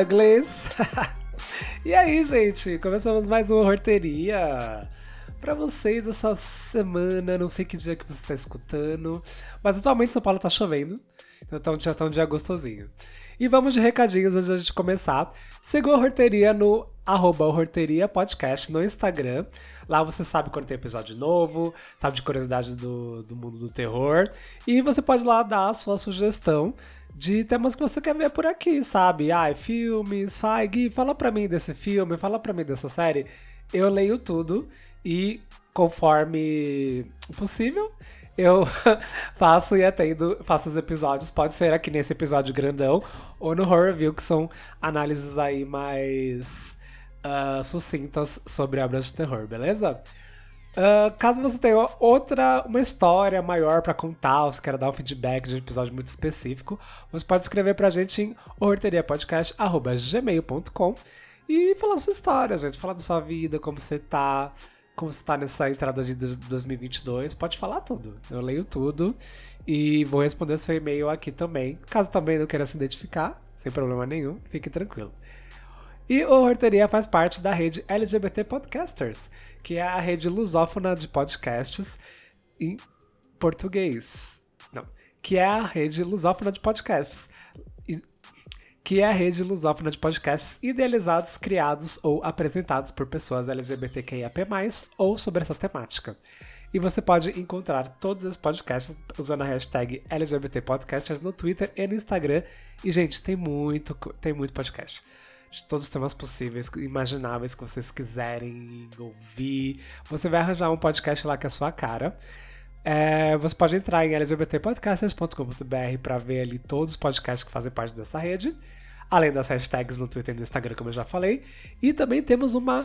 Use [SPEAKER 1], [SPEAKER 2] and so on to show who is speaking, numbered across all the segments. [SPEAKER 1] Uglies. e aí, gente, começamos mais uma horteria para vocês essa semana. Não sei que dia que você está escutando, mas atualmente São Paulo tá chovendo. Então tá um dia, tá um dia gostosinho. E vamos de recadinhos antes da gente começar. Segura a Horteria no arroba Horteria Podcast no Instagram. Lá você sabe quando tem episódio novo, sabe de curiosidades do, do mundo do terror. E você pode lá dar a sua sugestão de temas que você quer ver por aqui, sabe? Ai, filmes, ai, Gui, fala pra mim desse filme, fala pra mim dessa série. Eu leio tudo e, conforme possível, eu faço e atendo, faço os episódios. Pode ser aqui nesse episódio grandão ou no Horror Review, que são análises aí mais ah, sucintas sobre obras de terror, beleza? Ah, caso você tenha outra, uma história maior pra contar, ou se quer dar um feedback de um episódio muito específico, você pode escrever pra gente em horteriapodcast.gmail.com e falar sua história, gente. Falar da sua vida, como você tá, como você tá nessa entrada de dois- 2022. Pode falar tudo. Eu leio tudo e vou responder seu e-mail aqui também. Caso também não queira se identificar, sem problema nenhum, fique tranquilo. E o Horteria faz parte da rede LGBT Podcasters, que é a rede lusófona de podcasts em português. Não, que é a rede lusófona de podcasts. E- que é a rede lusófona de podcasts idealizados, criados ou apresentados por pessoas LGBTQIAP+, ou sobre essa temática. E você pode encontrar todos esses podcasts usando a hashtag LGBT Podcasters no Twitter e no Instagram. E, gente, tem muito, co- tem muito podcast. De todos os temas possíveis, imagináveis que vocês quiserem ouvir. Você vai arranjar um podcast lá que é a sua cara. É, você pode entrar em lgbtpodcasters.com.br para ver ali todos os podcasts que fazem parte dessa rede, além das hashtags no Twitter e no Instagram, como eu já falei. E também temos uma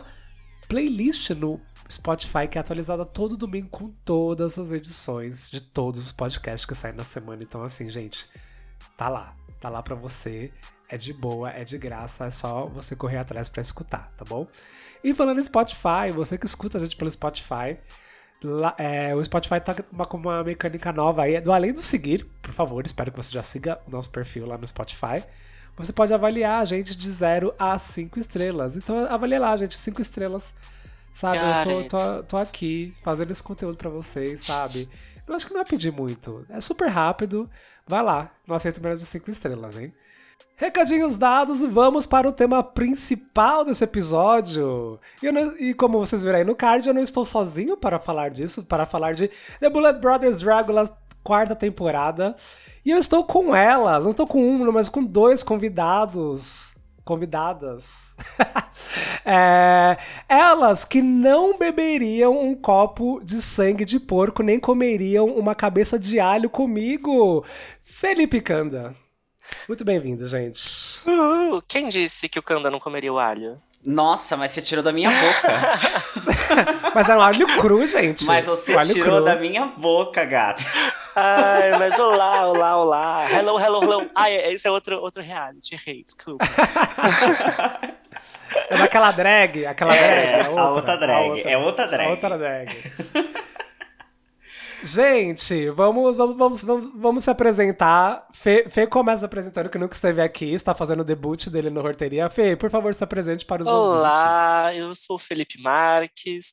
[SPEAKER 1] playlist no Spotify que é atualizada todo domingo com todas as edições de todos os podcasts que saem na semana. Então, assim, gente, tá lá. Tá lá pra você. É de boa, é de graça, é só você correr atrás pra escutar, tá bom? E falando em Spotify, você que escuta a gente pelo Spotify, lá- é, o Spotify tá com uma, com uma mecânica nova aí. Do além do seguir, por favor, espero que você já siga o nosso perfil lá no Spotify. Você pode avaliar a gente de 0 a 5 estrelas. Então avalie lá, gente, 5 estrelas. Sabe, eu tô- tô,
[SPEAKER 2] Cara,
[SPEAKER 1] tô, tô aqui fazendo esse conteúdo pra vocês, sabe? Eu acho que não é pedir muito. É super rápido. Vai lá. Não aceito menos de 5 estrelas, hein? Recadinhos dados e vamos para o tema principal desse episódio. E, eu não- e como vocês viram aí no card, eu não estou sozinho para falar disso, para falar de The Bullet Brothers Dragula, quarta temporada. E eu estou com elas, não estou com um, mas com dois convidados. Convidadas. É, elas que não beberiam um copo de sangue de porco, nem comeriam uma cabeça de alho comigo. Felipe Canda. Muito bem-vindo, gente.
[SPEAKER 2] Uhul, Uh, quem disse que o Kanda não comeria o alho?
[SPEAKER 3] Nossa, mas você tirou da minha boca.
[SPEAKER 1] Mas era um alho cru, gente.
[SPEAKER 3] mas você
[SPEAKER 1] Um alho
[SPEAKER 3] tirou
[SPEAKER 1] cru.
[SPEAKER 3] da minha boca, gato.
[SPEAKER 2] Ai, mas olá, olá, olá. Hello, hello, hello. Ai, esse é outro, outro reality. Errei, desculpa.
[SPEAKER 1] É daquela drag, aquela
[SPEAKER 3] É,
[SPEAKER 1] drag. é
[SPEAKER 3] a outra drag, é outra drag.
[SPEAKER 1] A outra drag. Gente, vamos, vamos, vamos, vamos, vamos se apresentar. Fê, Fê começa apresentando que nunca esteve aqui, está fazendo o debut dele no Horteria. Fê, por favor, se apresente para os ouvintes.
[SPEAKER 2] Olá, eu sou o Felipe Marques,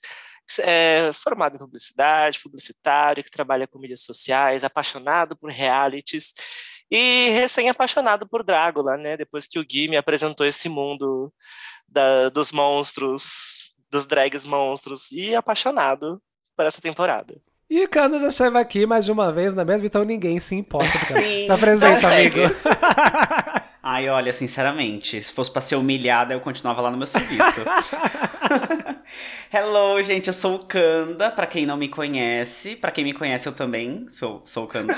[SPEAKER 2] é, formado em publicidade, publicitário, que trabalha com mídias sociais, apaixonado por realities e recém-apaixonado por Drácula, né? Depois que o Gui me apresentou esse mundo da- dos monstros, dos drags monstros, e apaixonado por essa temporada.
[SPEAKER 1] E o Canda já esteve aqui mais de uma vez, não é mesmo? Então ninguém se importa. Porque...
[SPEAKER 3] Sim, então
[SPEAKER 1] se apresenta,
[SPEAKER 3] consegue.
[SPEAKER 1] amigo.
[SPEAKER 3] Ai, olha, sinceramente, se fosse pra ser humilhada, eu continuava lá no meu serviço. Hello, gente, eu sou o Kanda, pra quem não me conhece. Pra quem me conhece, eu também sou, sou o Kanda.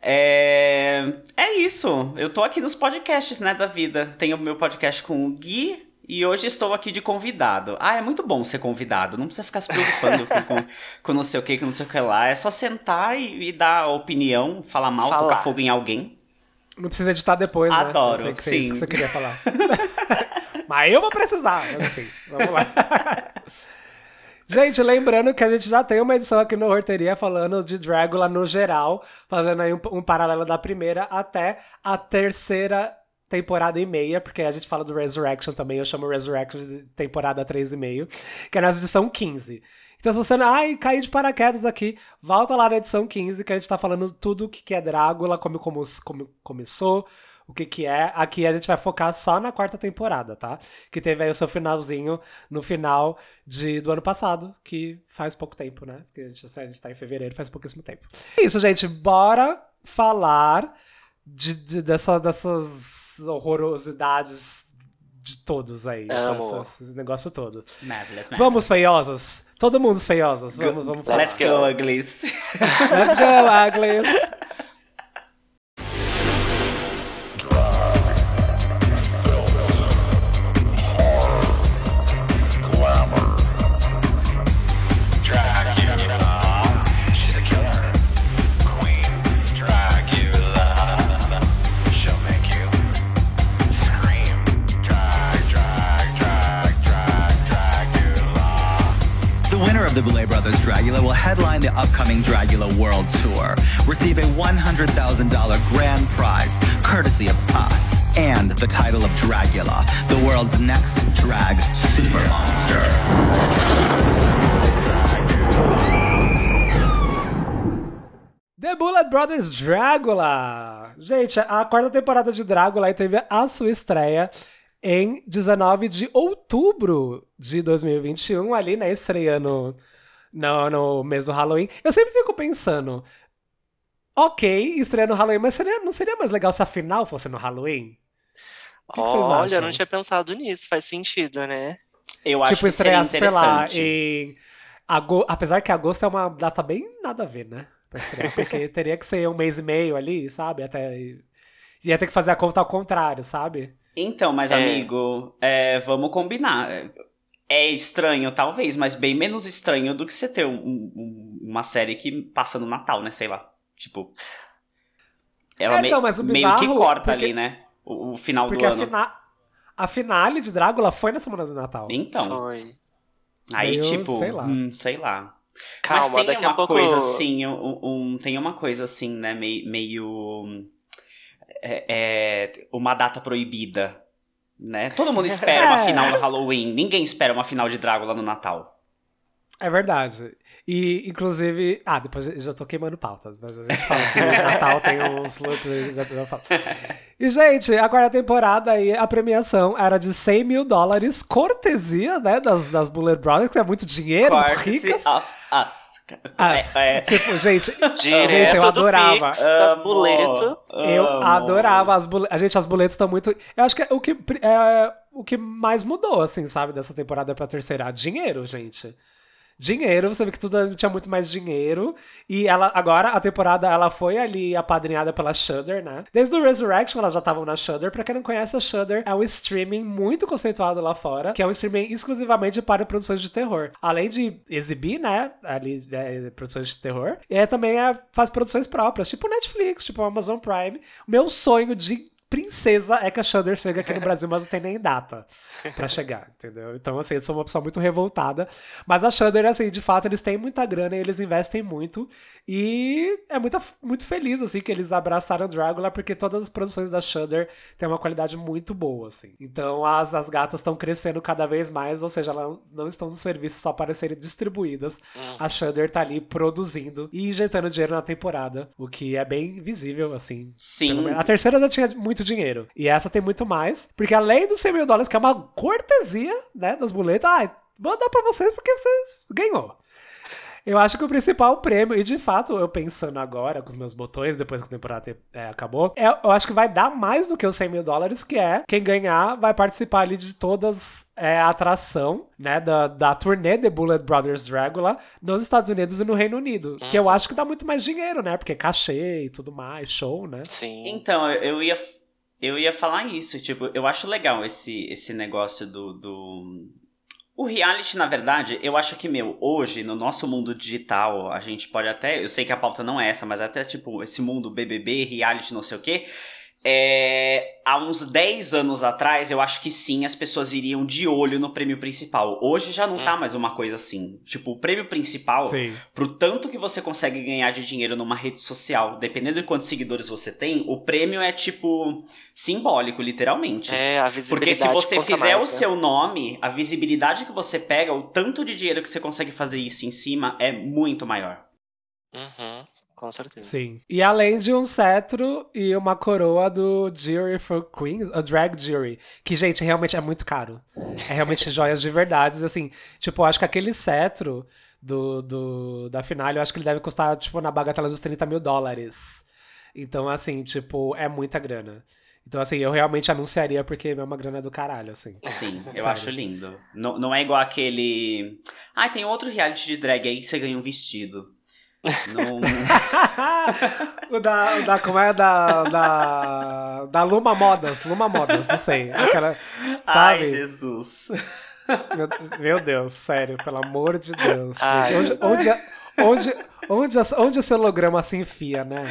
[SPEAKER 3] É... é isso, eu tô aqui nos podcasts, né, da vida. Tenho o meu podcast com o Gui e hoje estou aqui de convidado. Ah, é muito bom ser convidado, não precisa ficar se preocupando com, com, com não sei o que, com não sei o que lá. É só sentar e, e dar opinião, falar mal,
[SPEAKER 2] Falar.
[SPEAKER 3] tocar fogo em alguém.
[SPEAKER 1] Não precisa editar depois, né?
[SPEAKER 3] Adoro,
[SPEAKER 1] Eu sei que foi isso
[SPEAKER 3] sim.
[SPEAKER 1] que você queria falar. Mas eu vou precisar. Mas enfim, vamos lá. Gente, lembrando que a gente já tem uma edição aqui no Horteria falando de Drácula no geral, fazendo aí um, um paralelo da primeira até a terceira temporada e meia, porque a gente fala do Resurrection também, eu chamo Resurrection de temporada 3 e meio, que é na edição 15. Então se você, ai, caí de paraquedas aqui, volta lá na edição 15 que a gente tá falando tudo o que que é Drácula, como, como, como começou, o que que é. Aqui a gente vai focar só na quarta temporada, tá? Que teve aí o seu finalzinho no final de, do ano passado, que faz pouco tempo, né? Porque a gente, a gente tá em fevereiro, faz pouquíssimo tempo. É Isso, gente, bora falar de, de- dessa, dessas horrorosidades de todos aí,
[SPEAKER 2] Amo.
[SPEAKER 1] essa- essa- esse negócio todo.
[SPEAKER 3] Marvelous, Marvelous.
[SPEAKER 1] Vamos, feiosas! Todo mundo feiosas, vamos, vamos falar.
[SPEAKER 3] Let's go, Uglies.
[SPEAKER 1] Let's go, Uglies!
[SPEAKER 4] Dracula. She's a killer. Queen Dracula. She'll make you scream. Drag, drag, drag, drag, Dracula.
[SPEAKER 5] The winner of the Boulet Brothers Dragula will headline the upcoming Dragula World Tour, receive a $100,000 grand prize, courtesy of us, and the title of Dragula, the world's next drag super monster.
[SPEAKER 1] The Bullet Brothers Drácula! Gente, a quarta temporada de Drácula aí teve a sua estreia em 19 de outubro de 2021, ali, né? Estreando no, no mês do Halloween. Eu sempre fico pensando, ok, estreia no Halloween, mas seria- não seria mais legal se a final fosse no Halloween? que que vocês
[SPEAKER 2] Olha, eu
[SPEAKER 1] acham?
[SPEAKER 2] não tinha pensado nisso, faz sentido, né?
[SPEAKER 3] Eu acho
[SPEAKER 1] tipo,
[SPEAKER 3] que seria
[SPEAKER 1] estreia, sei lá,
[SPEAKER 3] interessante.
[SPEAKER 1] em. ago- Apesar que agosto é uma data bem nada a ver, né? Pra estrear, porque teria que ser um mês e meio ali, sabe? Até. Ia ter que fazer a conta ao contrário, sabe?
[SPEAKER 3] Então, mas
[SPEAKER 2] É.
[SPEAKER 3] amigo, é, vamos combinar. É estranho, talvez, mas bem menos estranho do que você ter um- um- uma série que passa no Natal, né? Sei lá. Tipo. Ela
[SPEAKER 1] É, então, mas o
[SPEAKER 3] meio
[SPEAKER 1] bizarro,
[SPEAKER 3] que corta
[SPEAKER 1] porque-
[SPEAKER 3] ali, né? O, o final do
[SPEAKER 1] Porque a,
[SPEAKER 3] ano.
[SPEAKER 1] fina... a finale de Drácula foi na semana do Natal.
[SPEAKER 3] Então,
[SPEAKER 2] Foi.
[SPEAKER 3] aí,
[SPEAKER 1] meio,
[SPEAKER 3] tipo.
[SPEAKER 1] sei lá.
[SPEAKER 3] hum, sei lá.
[SPEAKER 2] Calma,
[SPEAKER 3] Mas tem
[SPEAKER 2] daqui
[SPEAKER 3] uma
[SPEAKER 2] a pouco.
[SPEAKER 3] coisa assim, um, um- tem uma coisa assim, né, mei- meio, hum, é- é, uma data proibida, né? Todo mundo espera uma
[SPEAKER 1] É.
[SPEAKER 3] final no Halloween, ninguém espera uma final de Drácula no Natal.
[SPEAKER 1] É verdade. E, inclusive. Ah, depois eu já tô queimando pauta, mas a gente fala que o Natal tem uns looks. Já, já falo. E, gente, a quarta temporada aí, a premiação era de 100 mil dólares, cortesia, né? Das, das Bullet Brothers, que é muito dinheiro, muito
[SPEAKER 3] Corte-se
[SPEAKER 1] ricas.
[SPEAKER 3] of us.
[SPEAKER 1] As-
[SPEAKER 3] É, é.
[SPEAKER 1] Tipo, gente,
[SPEAKER 2] Direto
[SPEAKER 1] gente, eu
[SPEAKER 2] do
[SPEAKER 1] adorava.
[SPEAKER 2] Pix, das
[SPEAKER 3] Amo,
[SPEAKER 2] boleto.
[SPEAKER 1] Eu
[SPEAKER 3] amo.
[SPEAKER 1] adorava as boletas. Gente, as boletas estão muito. Eu acho que é o que, pri- é, o que mais mudou, assim, sabe, dessa temporada pra terceira. Dinheiro, gente. Dinheiro, você vê que tudo tinha muito mais dinheiro. E ela agora, a temporada, ela foi ali apadrinhada pela Shudder, né? Desde o Resurrection elas já estavam na Shudder. Pra quem não conhece, a Shudder é um streaming muito conceituado lá fora, que é um streaming exclusivamente para produções de terror. Além de exibir, né, ali é, produções de terror, é, também é- faz produções próprias, tipo Netflix, tipo Amazon Prime. Meu sonho de princesa é que a Shudder chega aqui no Brasil, mas não tem nem data pra chegar, entendeu? Então, assim, eu sou uma pessoa muito revoltada. Mas a Shudder, assim, de fato, eles têm muita grana e eles investem muito. E é muito, muito feliz, assim, que eles abraçaram Drácula, porque todas as produções da Shudder têm uma qualidade muito boa, assim. Então, as, as gatas estão crescendo cada vez mais, ou seja, elas não estão no serviço só para serem distribuídas. A Shudder tá ali produzindo e injetando dinheiro na temporada, o que é bem visível, assim, pelo
[SPEAKER 3] Sim,
[SPEAKER 1] menos. A terceira já tinha muito dinheiro. E essa tem muito mais. Porque além dos 100 mil dólares, que é uma cortesia, né? Das boletas, ah, vou dar pra vocês porque vocês ganhou. Eu acho que o principal prêmio, e de fato, eu pensando agora com os meus botões, depois que a temporada te- é, acabou, é- eu acho que vai dar mais do que os 100 mil dólares, que é quem ganhar vai participar ali de todas é, a atração, né, da, da turnê The Bullet Brothers Dragula nos Estados Unidos e no Reino Unido. Que eu acho que dá muito mais dinheiro, né? Porque cachê e tudo mais, show, né?
[SPEAKER 2] Sim.
[SPEAKER 3] Então, eu eu ia, eu ia falar isso, tipo, eu acho legal esse, esse negócio do, do... O reality, na verdade, eu acho que, meu, hoje, no nosso mundo digital, a gente pode até... Eu sei que a pauta não é essa, mas até, tipo, esse mundo BBB, reality, não sei o quê... É, há uns 10 anos atrás, eu acho que sim, as pessoas iriam de olho no prêmio principal. Hoje já não tá mais uma coisa assim. Tipo, o prêmio principal,
[SPEAKER 1] Sim.
[SPEAKER 3] pro tanto que você consegue ganhar de dinheiro numa rede social, dependendo de quantos seguidores você tem, o prêmio é tipo simbólico, literalmente.
[SPEAKER 2] É, a visibilidade
[SPEAKER 3] Porque se você
[SPEAKER 2] conta
[SPEAKER 3] fizer
[SPEAKER 2] mais,
[SPEAKER 3] o
[SPEAKER 2] né?
[SPEAKER 3] seu nome, a visibilidade que você pega, o tanto de dinheiro que você consegue fazer isso em cima é muito maior.
[SPEAKER 2] Uhum, com certeza.
[SPEAKER 1] Sim. E além de um cetro e uma coroa do Jury for Queens, a Drag Jury, que, gente, realmente é muito caro. É realmente joias de verdade. Assim, tipo, eu acho que aquele cetro do, do, da finale, eu acho que ele deve custar, tipo, na bagatela dos 30 mil dólares. Então, assim, tipo, é muita grana. Então, assim, eu realmente anunciaria porque é uma grana do caralho, assim.
[SPEAKER 3] Sim, eu
[SPEAKER 1] Sério.
[SPEAKER 3] acho lindo. Não, não é igual aquele. Ah, tem outro reality de drag aí que você ganha um vestido. Não...
[SPEAKER 1] o da, o da. Como é? Da. Da, da Luma Modas. Luma Modas, não sei. Aquela, sabe?
[SPEAKER 3] Ai, Jesus.
[SPEAKER 1] Meu, meu Deus, sério, pelo amor de Deus.
[SPEAKER 2] Ai,
[SPEAKER 1] gente.
[SPEAKER 2] meu
[SPEAKER 1] onde, onde, onde, onde, a- onde esse holograma se enfia, né?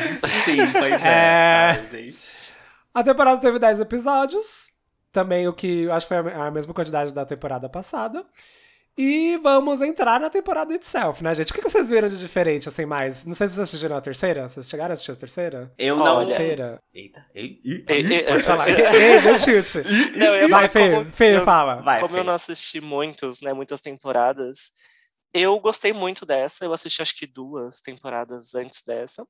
[SPEAKER 3] Sim, pois é.
[SPEAKER 1] É.
[SPEAKER 3] Ai, gente.
[SPEAKER 1] A temporada teve 10 episódios. Também o que eu acho que foi a a mesma quantidade da temporada passada. E vamos entrar na temporada itself, né, gente? O que que vocês viram de diferente, assim, mais? Não sei se vocês assistiram a terceira. Vocês chegaram a assistir a terceira?
[SPEAKER 3] Eu não.
[SPEAKER 2] Olha.
[SPEAKER 1] Terceira.
[SPEAKER 3] Eita. ei- ih,
[SPEAKER 2] E- e-
[SPEAKER 1] Pode falar. Ei, deu tilt.
[SPEAKER 2] Não, eu ia
[SPEAKER 1] é, Vai,
[SPEAKER 2] falar
[SPEAKER 1] Fê.
[SPEAKER 2] como-
[SPEAKER 1] Fê,
[SPEAKER 2] eu-
[SPEAKER 1] fala.
[SPEAKER 3] Vai,
[SPEAKER 2] Como
[SPEAKER 3] Fê.
[SPEAKER 2] eu não assisti muitos, né, muitas temporadas, eu gostei muito dessa. Eu assisti acho que duas temporadas antes dessa.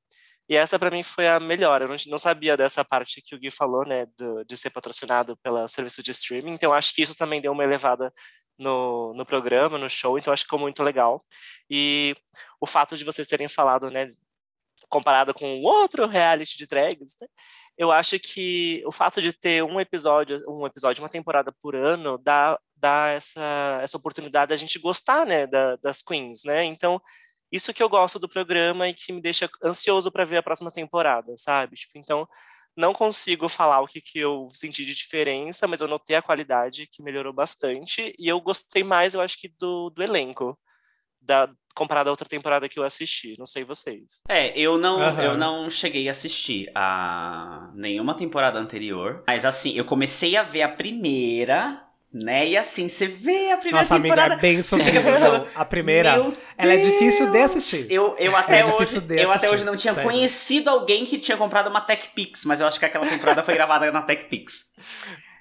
[SPEAKER 2] E essa pra mim foi a melhor. Eu não, não sabia dessa parte que o Gui falou, né, do- de ser patrocinado pelo serviço de streaming. Então acho que isso também deu uma elevada no, no programa, no show. Então acho que ficou muito legal. E o fato de vocês terem falado, né, comparado com outro reality de drags, né, eu acho que o fato de ter um episódio, um episódio, uma temporada por ano, dá, dá essa, essa oportunidade da gente gostar, né, da- das queens, né? Então, isso que eu gosto do programa e que me deixa ansioso para ver a próxima temporada, sabe? Tipo, então, não consigo falar o que, que eu senti de diferença, mas eu notei a qualidade que melhorou bastante e eu gostei mais, eu acho que do, do elenco, da, comparado à outra temporada que eu assisti. Não sei vocês.
[SPEAKER 3] É, eu não,
[SPEAKER 1] Aham.
[SPEAKER 3] eu não cheguei a assistir a nenhuma temporada anterior. Mas assim, eu comecei a ver a primeira, né? E assim, você vê a primeira
[SPEAKER 1] Nossa, amiga,
[SPEAKER 3] temporada.
[SPEAKER 1] é bem
[SPEAKER 3] você fica
[SPEAKER 1] sofrível.
[SPEAKER 3] pensando,
[SPEAKER 1] A primeira,
[SPEAKER 3] "Meu
[SPEAKER 1] ela é difícil de
[SPEAKER 3] Deus!"
[SPEAKER 1] assistir.
[SPEAKER 3] Eu, eu, até,
[SPEAKER 1] É
[SPEAKER 3] hoje,
[SPEAKER 1] difícil de
[SPEAKER 3] eu até
[SPEAKER 1] assistir,
[SPEAKER 3] hoje não tinha
[SPEAKER 1] sério.
[SPEAKER 3] conhecido alguém que tinha comprado uma TechPix, mas eu acho que aquela temporada foi gravada na TechPix.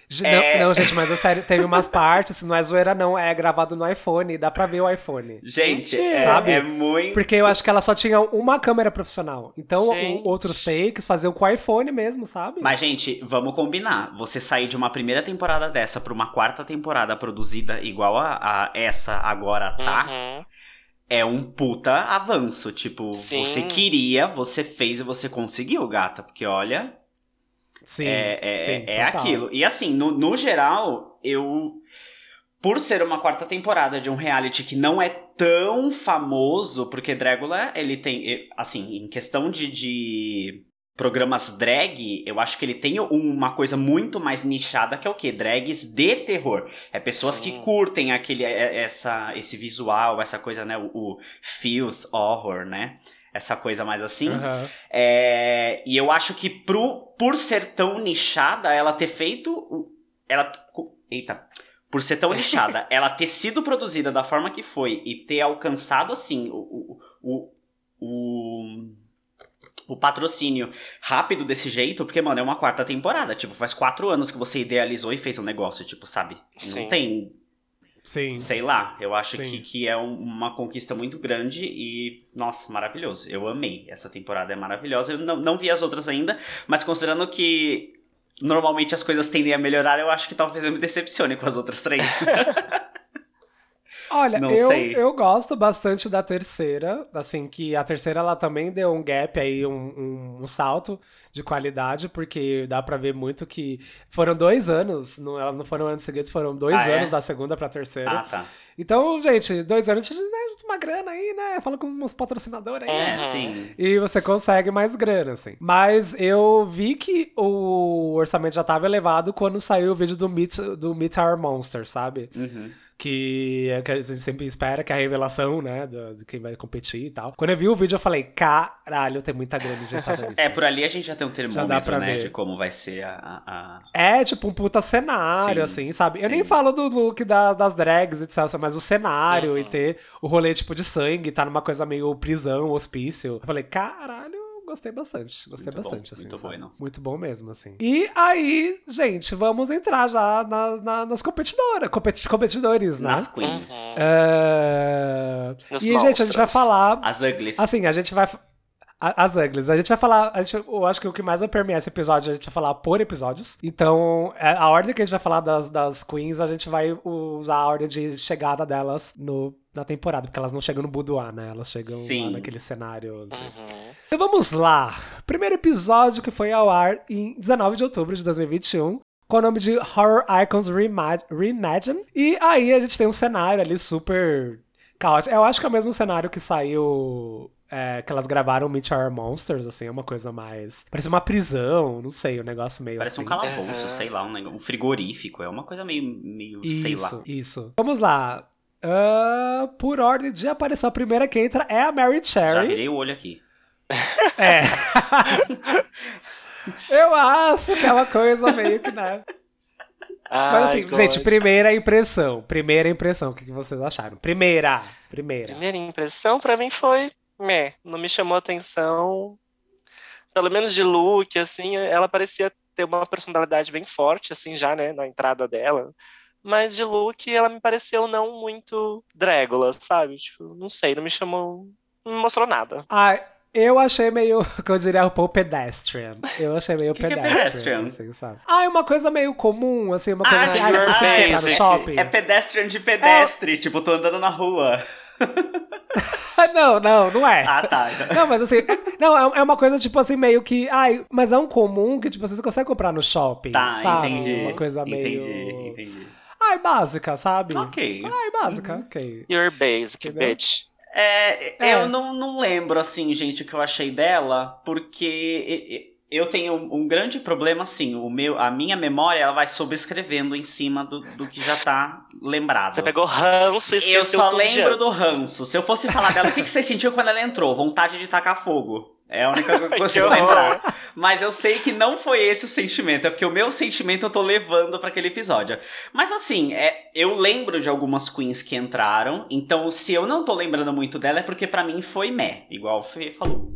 [SPEAKER 1] Ge-
[SPEAKER 3] É.
[SPEAKER 1] Não, não, gente, mas é sério, teve umas partes, não é zoeira, não, é gravado no iPhone, dá pra ver o iPhone.
[SPEAKER 3] Gente, é,
[SPEAKER 1] Sabe?
[SPEAKER 3] é muito.
[SPEAKER 1] Porque eu acho que ela só tinha uma câmera profissional. Então, o-
[SPEAKER 2] Gente.
[SPEAKER 1] outros takes faziam com o iPhone mesmo, sabe?
[SPEAKER 3] Mas, gente, vamos combinar. Você sair de uma primeira temporada dessa pra uma quarta temporada produzida igual a, a essa agora tá.
[SPEAKER 2] Uhum.
[SPEAKER 3] é um puta avanço. Tipo,
[SPEAKER 2] Sim.
[SPEAKER 3] você queria, você fez e você conseguiu, gata. Porque olha,
[SPEAKER 1] Sim,
[SPEAKER 3] é, é,
[SPEAKER 1] sim,
[SPEAKER 3] é
[SPEAKER 1] total.
[SPEAKER 3] aquilo. E assim, no, no geral, eu. Por ser uma quarta temporada de um reality que não é tão famoso, porque Drégula, ele tem. eh, Assim, em questão de. de programas drag, eu acho que ele tem uma coisa muito mais nichada que é o quê? Drags de terror. É pessoas que
[SPEAKER 2] Sim.
[SPEAKER 3] curtem aquele eh, essa esse visual, essa coisa, né, o, o filth horror, né? Essa coisa mais assim.
[SPEAKER 1] Aham.
[SPEAKER 3] É, e eu acho que pro, por ser tão nichada, ela ter feito. o- Ela. co- Eita. Por ser tão nichada, ela ter sido produzida da forma que foi e ter alcançado, assim, o. o, o, o o patrocínio rápido desse jeito, porque, mano, é uma quarta temporada. Tipo, faz quatro anos que você idealizou e fez um negócio, tipo, sabe? Não
[SPEAKER 2] Sim.
[SPEAKER 3] tem
[SPEAKER 1] Sim.
[SPEAKER 3] sei lá, eu acho
[SPEAKER 1] Sim.
[SPEAKER 3] que, que é um- uma conquista muito grande e, nossa, maravilhoso. Eu amei. Essa temporada é maravilhosa. Eu não, não vi as outras ainda, mas considerando que normalmente as coisas tendem a melhorar, eu acho que talvez eu me decepcione com as outras três.
[SPEAKER 1] Olha,
[SPEAKER 3] Não
[SPEAKER 1] eu,
[SPEAKER 3] sei.
[SPEAKER 1] eu gosto bastante da terceira, assim, que a terceira ela também deu um gap aí, um, um- um salto de qualidade, porque dá pra ver muito que foram dois anos, não, elas não foram anos seguidos, foram dois
[SPEAKER 3] Ah, é?
[SPEAKER 1] anos da segunda pra terceira.
[SPEAKER 3] ah, tá.
[SPEAKER 1] Então, gente, dois anos, né, junta uma grana aí, né, fala com uns patrocinadores aí, né?
[SPEAKER 3] É,
[SPEAKER 2] Uhum.
[SPEAKER 3] sim.
[SPEAKER 1] E você consegue mais grana, assim. Mas eu vi que o orçamento já tava elevado quando saiu o vídeo do Meet, do Meet Our Monster, sabe?
[SPEAKER 3] Uhum.
[SPEAKER 1] que é o que a gente sempre espera, que é a revelação, né, do- de quem vai competir e tal. Quando eu vi o vídeo, eu falei, caralho, tem muita grana injetada nisso.
[SPEAKER 3] É, por ali a gente já tem um
[SPEAKER 1] dá
[SPEAKER 3] termômetro,
[SPEAKER 1] pra
[SPEAKER 3] né?
[SPEAKER 1] ver.
[SPEAKER 3] De como vai ser a. a- a-
[SPEAKER 1] É, tipo, um puta cenário,
[SPEAKER 3] Sim,
[SPEAKER 1] assim, sabe? Eu
[SPEAKER 3] sim.
[SPEAKER 1] nem falo do look da- das drags, etc, mas o cenário e ter o rolê, tipo, de sangue, tá numa coisa meio prisão, hospício. Eu falei, caralho, gostei bastante, gostei
[SPEAKER 3] Muito bom,
[SPEAKER 1] bastante, assim,
[SPEAKER 3] muito
[SPEAKER 1] sabe?
[SPEAKER 3] bueno.
[SPEAKER 1] Muito bom mesmo, assim. E aí, gente, vamos entrar já na- na- nas competidoras, competi- competidores, né?
[SPEAKER 3] Nas Queens.
[SPEAKER 1] É,
[SPEAKER 2] Nos
[SPEAKER 1] E, gente, a gente vai
[SPEAKER 2] monstros.
[SPEAKER 1] falar
[SPEAKER 3] As Uglies.
[SPEAKER 1] Assim, a gente vai. a- As Uglies. A gente vai falar. a gente- eu acho que o que mais vai permear esse episódio, a gente vai falar por episódios. Então, é, a ordem que a gente vai falar das, das Queens, a gente vai usar a ordem de chegada delas no, na temporada, porque elas não chegam no boudoir, né? Elas chegam lá
[SPEAKER 3] Sim.
[SPEAKER 1] naquele cenário. né?
[SPEAKER 2] Uhum.
[SPEAKER 1] Então vamos lá. Primeiro episódio que foi ao ar em 19 de outubro de 2021. Com o nome de Horror Icons Reima- Reimagine. E aí a gente tem um cenário ali super caótico. Eu acho que é o mesmo cenário que saiu. é, que elas gravaram Meet Our Monsters, assim, é uma coisa mais. Parece uma prisão, não sei, um negócio meio.
[SPEAKER 3] Parece um
[SPEAKER 1] assim.
[SPEAKER 3] calabouço,
[SPEAKER 2] Aham.
[SPEAKER 3] sei lá, um, negócio, um frigorífico. É uma coisa meio, meio
[SPEAKER 1] Isso,
[SPEAKER 3] sei lá.
[SPEAKER 1] isso. Vamos lá. Ah, por ordem de aparição, a primeira que entra é a Mary
[SPEAKER 3] Já
[SPEAKER 1] Cherry.
[SPEAKER 3] virei o olho aqui.
[SPEAKER 1] É. Eu acho que é uma coisa meio que, né? Mas assim,
[SPEAKER 2] Ai,
[SPEAKER 1] gente,
[SPEAKER 2] God.
[SPEAKER 1] primeira impressão. Primeira impressão, o que que vocês acharam? Primeira, primeira.
[SPEAKER 2] Primeira impressão pra mim foi, meh, não me chamou atenção. Pelo menos de look, assim, ela parecia ter uma personalidade bem forte, assim, já, né, na entrada dela. Mas de look, ela me pareceu não muito Drégula, sabe? Tipo, não sei, não me chamou, não me mostrou nada.
[SPEAKER 1] Ah, eu achei meio, como diria o Paul, pedestrian. Eu achei meio
[SPEAKER 3] Que que é
[SPEAKER 1] pedestrian.
[SPEAKER 3] pedestrian?
[SPEAKER 1] assim, sabe? Ah, é uma coisa meio comum, assim, uma coisa
[SPEAKER 3] Ah,
[SPEAKER 1] assim,
[SPEAKER 2] de
[SPEAKER 1] ah,
[SPEAKER 2] girl
[SPEAKER 1] você quer entrar no
[SPEAKER 2] basic.
[SPEAKER 1] shopping. É
[SPEAKER 3] É pedestrian de pedestre, tipo, tô andando na rua.
[SPEAKER 1] não, não, não é.
[SPEAKER 3] Ah, tá. então-
[SPEAKER 1] Não, mas assim, não, é- é uma coisa tipo assim, meio que. Ai, mas é um comum que, tipo, você consegue comprar no shopping.
[SPEAKER 3] Tá,
[SPEAKER 1] sabe?
[SPEAKER 3] entendi.
[SPEAKER 1] Uma coisa meio.
[SPEAKER 3] Entendi, entendi.
[SPEAKER 1] Ai, básica, sabe?
[SPEAKER 3] Ok. Uhum.
[SPEAKER 1] Ai, básica, ok.
[SPEAKER 2] Your basic,
[SPEAKER 1] Entendeu?
[SPEAKER 2] bitch.
[SPEAKER 3] É,
[SPEAKER 1] É.
[SPEAKER 3] Eu não, não lembro, assim, gente, o que eu achei dela, porque e- e- eu tenho um grande problema, assim, o meu, a minha memória, ela vai sobrescrevendo em cima do, do que já tá lembrado.
[SPEAKER 2] Você pegou ranço e esqueceu
[SPEAKER 3] eu só
[SPEAKER 2] tudo de
[SPEAKER 3] lembro do
[SPEAKER 2] antes.
[SPEAKER 3] ranço. Se eu fosse falar dela, o que, que você sentiu quando ela entrou? Vontade de tacar fogo. É a única coisa que eu consigo
[SPEAKER 2] horror.
[SPEAKER 3] lembrar. Mas eu sei que não foi esse o sentimento. É porque o meu sentimento eu tô levando pra aquele episódio. Mas assim, é, eu lembro de algumas queens que entraram. Então, se eu não tô lembrando muito dela, é porque pra mim foi meh. Igual o Fê falou.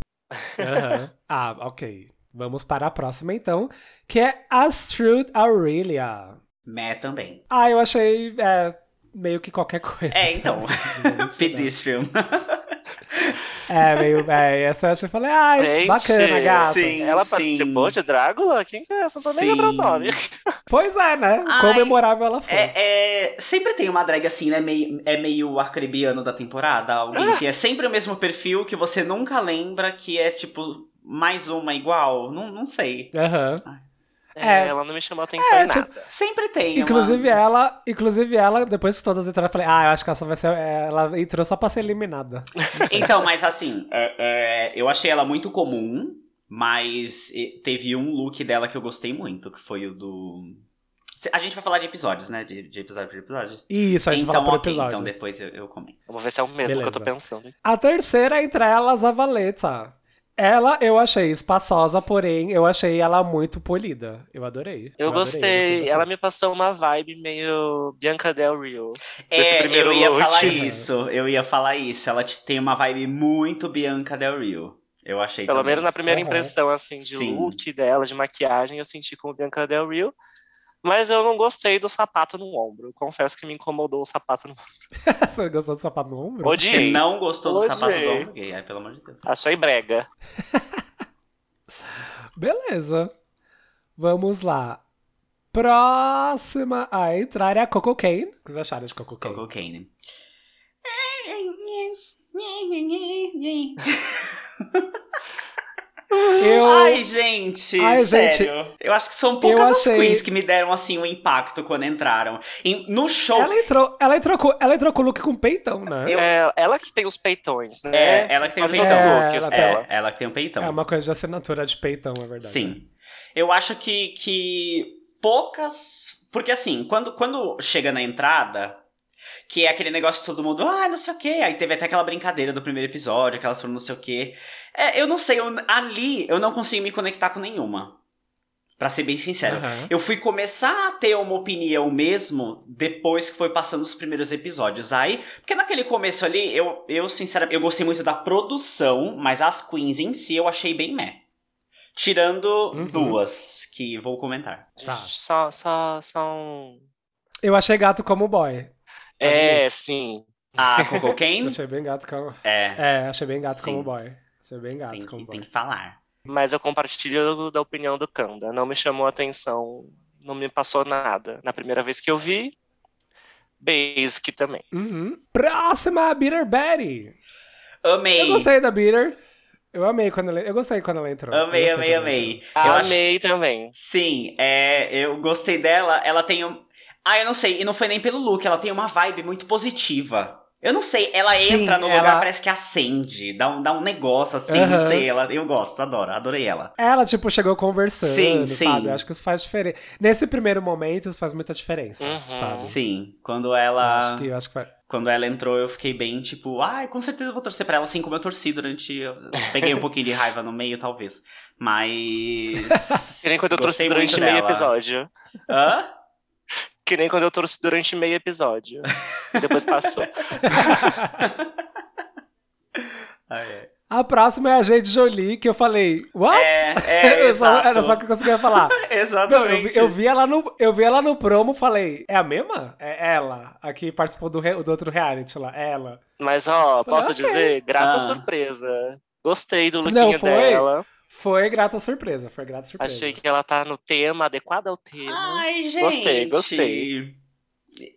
[SPEAKER 1] Aham. Ah, ok. Vamos para a próxima, então, que é Astrud Aurelia.
[SPEAKER 3] Meh também.
[SPEAKER 1] Ah, eu achei é, meio que qualquer coisa.
[SPEAKER 3] É, então. Pedestrian.
[SPEAKER 1] É, meio. É, essa eu achei falei, ai,
[SPEAKER 2] Gente,
[SPEAKER 1] bacana, gata.
[SPEAKER 3] sim.
[SPEAKER 2] Ela participou de Drácula? Quem que é essa? Não tô nem
[SPEAKER 3] Sim.
[SPEAKER 2] lembrando o nome.
[SPEAKER 1] Pois é, né?
[SPEAKER 3] Ai,
[SPEAKER 1] Quão memorável ela foi.
[SPEAKER 3] É, é- sempre tem uma drag assim, né? Meio, é meio acrebiano da temporada. Alguém
[SPEAKER 1] Ah.
[SPEAKER 3] que é sempre o mesmo perfil que você nunca lembra que é tipo mais uma igual. Não, não sei.
[SPEAKER 1] Aham.
[SPEAKER 2] É,
[SPEAKER 1] É.
[SPEAKER 2] ela não me chamou atenção
[SPEAKER 1] É,
[SPEAKER 2] em nada.
[SPEAKER 3] Sempre tem. é
[SPEAKER 1] Inclusive
[SPEAKER 3] uma...
[SPEAKER 1] ela, inclusive ela, depois que todas entraram, eu falei, ah, eu acho que ela só vai ser. Ela entrou só pra ser eliminada.
[SPEAKER 3] Então, mas assim, é, é, eu achei ela muito comum, mas e, teve um look dela que eu gostei muito, que foi o do. Se- A gente vai falar de episódios, né? De, de episódio por episódio.
[SPEAKER 1] Isso, a gente
[SPEAKER 3] então,
[SPEAKER 1] fala por
[SPEAKER 3] ok,
[SPEAKER 1] episódio.
[SPEAKER 3] então depois eu, eu comento.
[SPEAKER 2] Vamos ver se é o mesmo que eu tô
[SPEAKER 1] Beleza.
[SPEAKER 2] pensando.
[SPEAKER 1] A terceira entre elas, a Valeta. Ela eu achei espaçosa, porém eu achei ela muito polida. Eu adorei.
[SPEAKER 2] Eu
[SPEAKER 1] adorei,
[SPEAKER 2] gostei. Ela me
[SPEAKER 1] bastante.
[SPEAKER 2] passou uma vibe meio Bianca Del Rio. Desse
[SPEAKER 3] É,
[SPEAKER 2] primeiro
[SPEAKER 3] eu ia
[SPEAKER 2] look.
[SPEAKER 3] falar isso, eu ia falar isso. Ela te- tem uma vibe muito Bianca Del Rio. Eu achei
[SPEAKER 2] Pelo
[SPEAKER 3] também.
[SPEAKER 2] menos na primeira
[SPEAKER 1] Aham.
[SPEAKER 2] impressão, assim, de
[SPEAKER 3] Sim.
[SPEAKER 2] look dela, de maquiagem, eu senti como Bianca Del Rio. Mas eu não gostei do sapato no ombro. Confesso que me incomodou o sapato no ombro.
[SPEAKER 1] Você gostou do sapato no ombro?
[SPEAKER 3] Você
[SPEAKER 2] Odiei.
[SPEAKER 3] não gostou do
[SPEAKER 2] Odiei.
[SPEAKER 3] sapato do homem gay, ai, pelo amor de Deus.
[SPEAKER 2] Achei brega.
[SPEAKER 1] Beleza. Vamos lá. Próxima a entrar é a Coco Kane. O que vocês acharam de Coco Kane?
[SPEAKER 3] Coco Kane.
[SPEAKER 1] Eu...
[SPEAKER 3] Ai, gente,
[SPEAKER 1] Ai,
[SPEAKER 3] sério.
[SPEAKER 1] gente.
[SPEAKER 3] Eu acho que são poucas
[SPEAKER 1] Eu
[SPEAKER 3] as
[SPEAKER 1] achei-
[SPEAKER 3] queens que me deram, assim, o impacto quando entraram. Em- no show...
[SPEAKER 1] Ela entrou, ela entrou com, ela entrou com o look com peitão, né?
[SPEAKER 3] Eu-
[SPEAKER 2] É, ela que tem os peitões, né?
[SPEAKER 3] É, ela que tem o
[SPEAKER 2] Olha os
[SPEAKER 3] peitão.
[SPEAKER 1] É,
[SPEAKER 2] looks
[SPEAKER 1] ela
[SPEAKER 3] É,
[SPEAKER 2] dela.
[SPEAKER 3] ela que tem um peitão.
[SPEAKER 1] É uma coisa de assinatura de peitão, é verdade.
[SPEAKER 3] Sim. Eu acho que, que poucas. Porque assim, quando, quando chega na entrada, Que é aquele negócio de todo mundo, ah, não sei o quê. Aí teve até aquela brincadeira do primeiro episódio, aquelas foram não sei o quê. É, eu não sei, eu- ali eu não consigo me conectar com nenhuma. Pra ser bem sincero.
[SPEAKER 1] Aham.
[SPEAKER 3] Eu fui começar a ter uma opinião mesmo depois que foi passando os primeiros episódios. Aí, porque naquele começo ali, eu, eu sinceramente, eu gostei muito da produção, mas as queens em si eu achei bem meh. Tirando
[SPEAKER 1] Uhum.
[SPEAKER 3] duas, que vou comentar.
[SPEAKER 1] Tá.
[SPEAKER 2] Só, só, só um.
[SPEAKER 1] Eu achei gato como boy.
[SPEAKER 2] É, sim.
[SPEAKER 3] A Coco Kane,
[SPEAKER 1] Eu achei bem gato como.
[SPEAKER 3] é,
[SPEAKER 1] É, achei bem gato
[SPEAKER 3] Sim.
[SPEAKER 1] como boy. Achei bem gato
[SPEAKER 3] tem
[SPEAKER 1] como
[SPEAKER 3] que,
[SPEAKER 1] boy.
[SPEAKER 3] tem que falar.
[SPEAKER 2] Mas eu compartilho da opinião do Kanda. Não me chamou a atenção, não me passou nada. Na primeira vez que eu vi, Basic também.
[SPEAKER 1] Uhum. Próxima, Bitter Betty.
[SPEAKER 3] Amei.
[SPEAKER 1] Eu gostei da Bitter. Eu amei quando ela, eu gostei quando ela entrou.
[SPEAKER 3] Amei,
[SPEAKER 1] Eu gostei
[SPEAKER 3] amei,
[SPEAKER 1] quando ela entrou.
[SPEAKER 3] amei. Eu acho-
[SPEAKER 2] Amei também.
[SPEAKER 3] Sim, é, eu gostei dela. Ela tem um. Ah, eu não sei, e não foi nem pelo look, ela tem uma vibe muito positiva. Eu não sei, ela
[SPEAKER 1] Sim,
[SPEAKER 3] entra no
[SPEAKER 1] ela-
[SPEAKER 3] lugar, parece que acende, dá um, dá um negócio assim,
[SPEAKER 1] Aham.
[SPEAKER 3] não sei, ela, eu gosto, adoro, adorei ela.
[SPEAKER 1] Ela, tipo, chegou conversando,
[SPEAKER 3] Sim,
[SPEAKER 1] sabe?
[SPEAKER 3] sim.
[SPEAKER 1] Eu acho que isso faz diferença. Nesse primeiro momento, isso faz muita diferença,
[SPEAKER 2] Uhum.
[SPEAKER 1] sabe?
[SPEAKER 3] Sim, quando
[SPEAKER 1] Eu
[SPEAKER 3] ela.
[SPEAKER 1] Acho que, eu acho que faz...
[SPEAKER 3] Quando ela entrou, eu fiquei bem tipo, ai, com certeza eu vou torcer pra ela, assim como eu torci durante. Eu peguei um pouquinho de raiva no meio, talvez. Mas.
[SPEAKER 2] Que nem quando eu trouxe
[SPEAKER 3] gostei
[SPEAKER 2] durante
[SPEAKER 3] muito
[SPEAKER 2] meio
[SPEAKER 3] dela.
[SPEAKER 2] episódio.
[SPEAKER 3] Hã?
[SPEAKER 2] Que nem quando eu trouxe durante meio episódio. E depois passou.
[SPEAKER 3] Ah, é.
[SPEAKER 1] A próxima é a Jade Jolie, que eu falei, what?
[SPEAKER 3] É, é,
[SPEAKER 1] Eu só- era
[SPEAKER 3] exato.
[SPEAKER 1] só o que eu conseguia falar. Não, eu,
[SPEAKER 3] Exatamente.
[SPEAKER 1] vi- eu vi ela no, eu vi ela no promo, falei, é a mesma? É ela, a que participou do, re- do outro reality lá, é ela.
[SPEAKER 2] Mas, ó, posso
[SPEAKER 1] Ok.
[SPEAKER 2] dizer, grata
[SPEAKER 3] Ah.
[SPEAKER 2] surpresa. Gostei do
[SPEAKER 1] Não,
[SPEAKER 2] lookinho
[SPEAKER 1] foi?
[SPEAKER 2] dela.
[SPEAKER 1] Foi grata surpresa, foi grata surpresa.
[SPEAKER 2] Achei que ela tá no tema, adequada ao tema.
[SPEAKER 3] Ai, gente.
[SPEAKER 2] Gostei, gostei.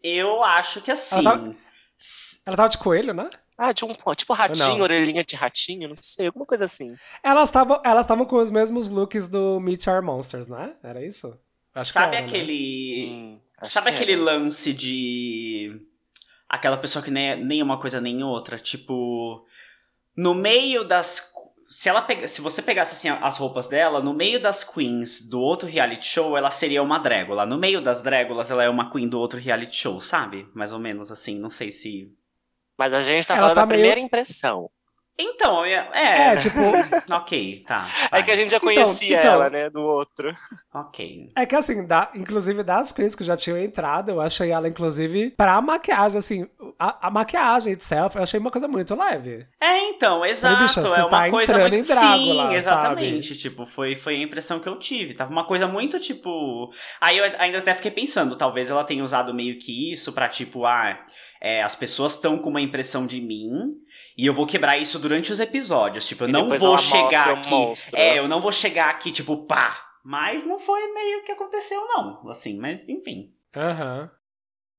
[SPEAKER 3] Eu acho que assim.
[SPEAKER 1] Ela tava- Ela tava de coelho, né?
[SPEAKER 2] Ah, de um tipo ratinho,
[SPEAKER 1] Não.
[SPEAKER 2] orelhinha de ratinho, não sei, alguma coisa assim.
[SPEAKER 1] Elas estavam elas tavam com os mesmos looks do Meet Our Monsters, né? Era isso? Acho que
[SPEAKER 3] sabe
[SPEAKER 1] era, né?
[SPEAKER 3] aquele.
[SPEAKER 2] Sim, acho
[SPEAKER 3] Sabe
[SPEAKER 2] que
[SPEAKER 3] aquele
[SPEAKER 2] é.
[SPEAKER 3] lance de. Aquela pessoa que nem, é- nem uma coisa nem outra? Tipo. No meio das. Se, ela pega, se você pegasse assim, as roupas dela, no meio das queens do outro reality show, ela seria uma drégula. No meio das drégulas, ela é uma queen do outro reality show, sabe? Mais ou menos assim, não sei se.
[SPEAKER 2] Mas a gente tá
[SPEAKER 1] Ela
[SPEAKER 2] falando
[SPEAKER 1] tá
[SPEAKER 2] a
[SPEAKER 1] meio-
[SPEAKER 2] primeira impressão.
[SPEAKER 3] Então, é.
[SPEAKER 1] É,
[SPEAKER 3] É,
[SPEAKER 1] tipo,
[SPEAKER 3] ok, tá.
[SPEAKER 2] É
[SPEAKER 3] vai.
[SPEAKER 2] que a gente já
[SPEAKER 1] Então,
[SPEAKER 2] conhecia
[SPEAKER 1] então.
[SPEAKER 2] ela, né, do outro.
[SPEAKER 3] Ok.
[SPEAKER 1] é que assim, da, inclusive das queens que já tinham entrado, eu achei ela, inclusive, pra maquiagem, assim, a, a maquiagem itself, eu achei uma coisa muito leve.
[SPEAKER 3] É, então, exato.
[SPEAKER 1] bicha, você
[SPEAKER 3] é uma
[SPEAKER 1] tá
[SPEAKER 3] coisa
[SPEAKER 1] entrando
[SPEAKER 3] muito.
[SPEAKER 1] em Drácula,
[SPEAKER 3] Sim, exatamente. Tipo, foi, foi a impressão que eu tive. Tava uma coisa muito, tipo. Aí eu ainda até fiquei pensando, talvez ela tenha usado meio que isso pra, tipo, ah, é, as pessoas estão com uma impressão de mim. E eu vou quebrar isso durante os episódios. Tipo, eu
[SPEAKER 2] E
[SPEAKER 3] não
[SPEAKER 2] depois
[SPEAKER 3] vou
[SPEAKER 2] ela mostra
[SPEAKER 3] chegar
[SPEAKER 2] o
[SPEAKER 3] aqui.
[SPEAKER 2] monstro.
[SPEAKER 3] É, eu não vou chegar aqui, tipo, pá. Mas não foi meio que aconteceu, não. Assim, mas enfim.
[SPEAKER 1] Aham.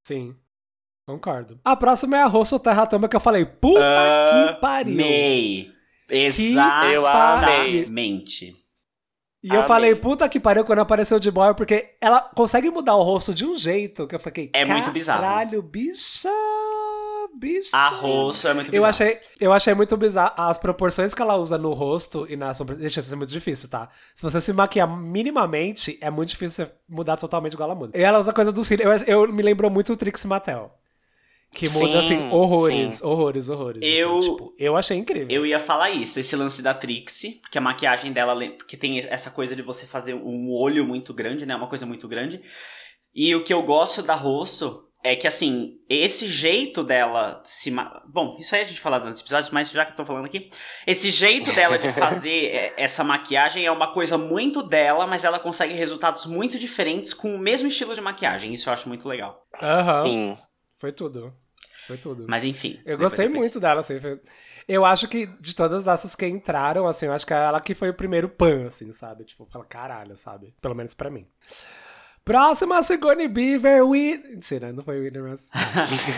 [SPEAKER 1] Sim. Concordo. A próxima é a Rosso Terra Tamba, que eu falei, puta
[SPEAKER 3] Ah,
[SPEAKER 1] que pariu.
[SPEAKER 3] Amei. Ah,
[SPEAKER 2] Eu
[SPEAKER 3] tá.
[SPEAKER 2] amei.
[SPEAKER 3] Exatamente.
[SPEAKER 1] E eu
[SPEAKER 2] Amei.
[SPEAKER 1] falei, puta que pariu quando apareceu de boy, porque ela consegue mudar o rosto de um jeito que eu fiquei.
[SPEAKER 3] É muito bizarro.
[SPEAKER 1] Caralho, bicha. Bicha.
[SPEAKER 3] Arroz é muito
[SPEAKER 1] Eu
[SPEAKER 3] bizarro.
[SPEAKER 1] achei, eu achei muito bizarro. As proporções que ela usa no rosto e na sombra. Gente, isso é muito difícil, tá? Se você se maquiar minimamente, é muito difícil você mudar totalmente igual ela muda. E ela usa coisa do cílio. Eu, ach- eu me lembrou muito o Trix Mattel. Que muda,
[SPEAKER 2] Sim,
[SPEAKER 1] assim, horrores,
[SPEAKER 2] sim.
[SPEAKER 1] horrores, horrores. assim,
[SPEAKER 3] Eu-
[SPEAKER 1] tipo, eu achei incrível.
[SPEAKER 3] Eu ia falar isso, esse lance da Trixie, porque a maquiagem dela, lem- porque tem essa coisa de você fazer um olho muito grande, né? Uma coisa muito grande. E o que eu gosto da Rosso é que, assim, esse jeito dela se. ma- Bom, isso aí a gente fala nos episódios, mas já que eu tô falando aqui. Esse jeito dela de fazer é, essa maquiagem é uma coisa muito dela, mas ela consegue resultados muito diferentes com o mesmo estilo de maquiagem. Isso eu acho muito legal.
[SPEAKER 1] Aham.
[SPEAKER 2] Sim.
[SPEAKER 1] Foi tudo. Foi tudo.
[SPEAKER 3] Mas enfim.
[SPEAKER 1] Eu
[SPEAKER 3] depois
[SPEAKER 1] gostei
[SPEAKER 3] eu penso.
[SPEAKER 1] muito dela, assim. foi- Eu acho que de todas essas que entraram, assim, eu acho que ela que foi o primeiro pan, assim, sabe? Tipo, fala, caralho, sabe? Pelo menos pra mim. Próxima, Sigourney Beaver, Win... Mentira, não foi Winner, mas...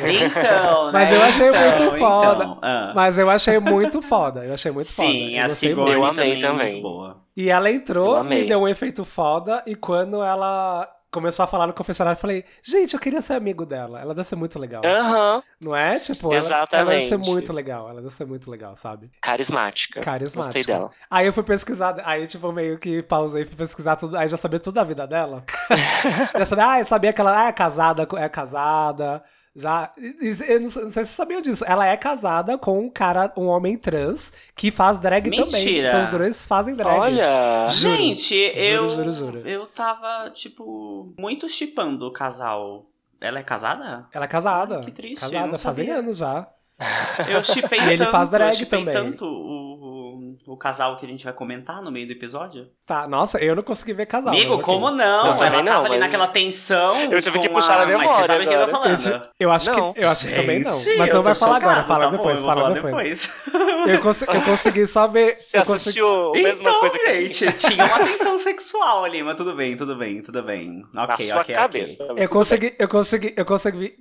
[SPEAKER 3] Então, né?
[SPEAKER 1] Mas eu achei
[SPEAKER 3] Então,
[SPEAKER 1] muito foda.
[SPEAKER 3] então, ah.
[SPEAKER 1] mas eu achei muito foda, eu achei muito foda.
[SPEAKER 3] Sim,
[SPEAKER 1] eu
[SPEAKER 3] a
[SPEAKER 1] gostei
[SPEAKER 3] Sigourney
[SPEAKER 1] muito.
[SPEAKER 2] Eu amei
[SPEAKER 3] também, é
[SPEAKER 2] também.
[SPEAKER 3] muito boa.
[SPEAKER 1] E ela
[SPEAKER 2] Eu
[SPEAKER 1] entrou,
[SPEAKER 2] amei.
[SPEAKER 1] me deu um efeito foda, e quando ela começou a falar no confessionário, eu falei, gente, eu queria ser amigo dela, ela deve ser muito legal.
[SPEAKER 2] Aham.
[SPEAKER 1] Não é? Tipo, ela- ela deve ser
[SPEAKER 2] Exatamente.
[SPEAKER 1] muito legal, ela deve ser muito legal, sabe?
[SPEAKER 2] Carismática.
[SPEAKER 1] Carismática.
[SPEAKER 2] Gostei dela.
[SPEAKER 1] Aí eu fui pesquisar, aí tipo, meio que pausei fui pesquisar tudo, aí já sabia tudo da vida dela. já sabia, ah, eu sabia que ela ah, é casada, é casada, Já. isso- Eu não, sei- não sei se você sabia disso. Ela é casada com um cara, um homem trans, que faz drag também.
[SPEAKER 3] Mentira.
[SPEAKER 1] Então os dois fazem drag.
[SPEAKER 2] Olha!
[SPEAKER 1] Juro.
[SPEAKER 3] Gente, eu.
[SPEAKER 1] juro, juro.
[SPEAKER 3] Eu tava, tipo, muito chipando o casal. Ela é casada?
[SPEAKER 1] Ela é casada.
[SPEAKER 3] Que triste, eu
[SPEAKER 1] Casada,
[SPEAKER 3] não
[SPEAKER 1] fazem
[SPEAKER 3] sabia.
[SPEAKER 1] anos já.
[SPEAKER 3] Eu chipei
[SPEAKER 1] E ele
[SPEAKER 3] tanto,
[SPEAKER 1] faz drag
[SPEAKER 3] eu shippei
[SPEAKER 1] também.
[SPEAKER 3] tanto o, o, o casal que a gente vai comentar no meio do episódio.
[SPEAKER 1] Tá, nossa, eu não consegui ver casal.
[SPEAKER 3] Amigo,
[SPEAKER 1] mas ok.
[SPEAKER 3] como não?
[SPEAKER 2] Eu
[SPEAKER 3] ela tava
[SPEAKER 2] também não,
[SPEAKER 3] ali
[SPEAKER 2] mas-
[SPEAKER 3] naquela tensão.
[SPEAKER 2] Eu tive que
[SPEAKER 3] com
[SPEAKER 2] puxar
[SPEAKER 3] a...
[SPEAKER 2] a
[SPEAKER 3] Mas você
[SPEAKER 2] memória
[SPEAKER 3] sabe o que eu tô
[SPEAKER 2] agora.
[SPEAKER 1] Eu,
[SPEAKER 3] falando.
[SPEAKER 1] ti- eu acho
[SPEAKER 2] Não.
[SPEAKER 1] que eu acho que também não. Mas
[SPEAKER 3] eu
[SPEAKER 1] não
[SPEAKER 3] tô
[SPEAKER 1] vai falar agora,
[SPEAKER 3] chocado,
[SPEAKER 1] fala
[SPEAKER 3] tá bom,
[SPEAKER 1] depois,
[SPEAKER 3] eu vou
[SPEAKER 1] fala
[SPEAKER 3] falar
[SPEAKER 1] depois.
[SPEAKER 3] depois.
[SPEAKER 1] Eu, cons- eu consegui só ver.
[SPEAKER 2] Você
[SPEAKER 1] eu consegui-
[SPEAKER 2] assistiu a mesma
[SPEAKER 3] então,
[SPEAKER 2] coisa que a gente,
[SPEAKER 3] gente, tinha uma tensão sexual ali, mas tudo bem, tudo bem, tudo bem. Ok,
[SPEAKER 2] na
[SPEAKER 3] ok,
[SPEAKER 2] sua
[SPEAKER 3] ok.
[SPEAKER 2] cabeça.
[SPEAKER 1] Eu consegui, eu consegui, eu consegui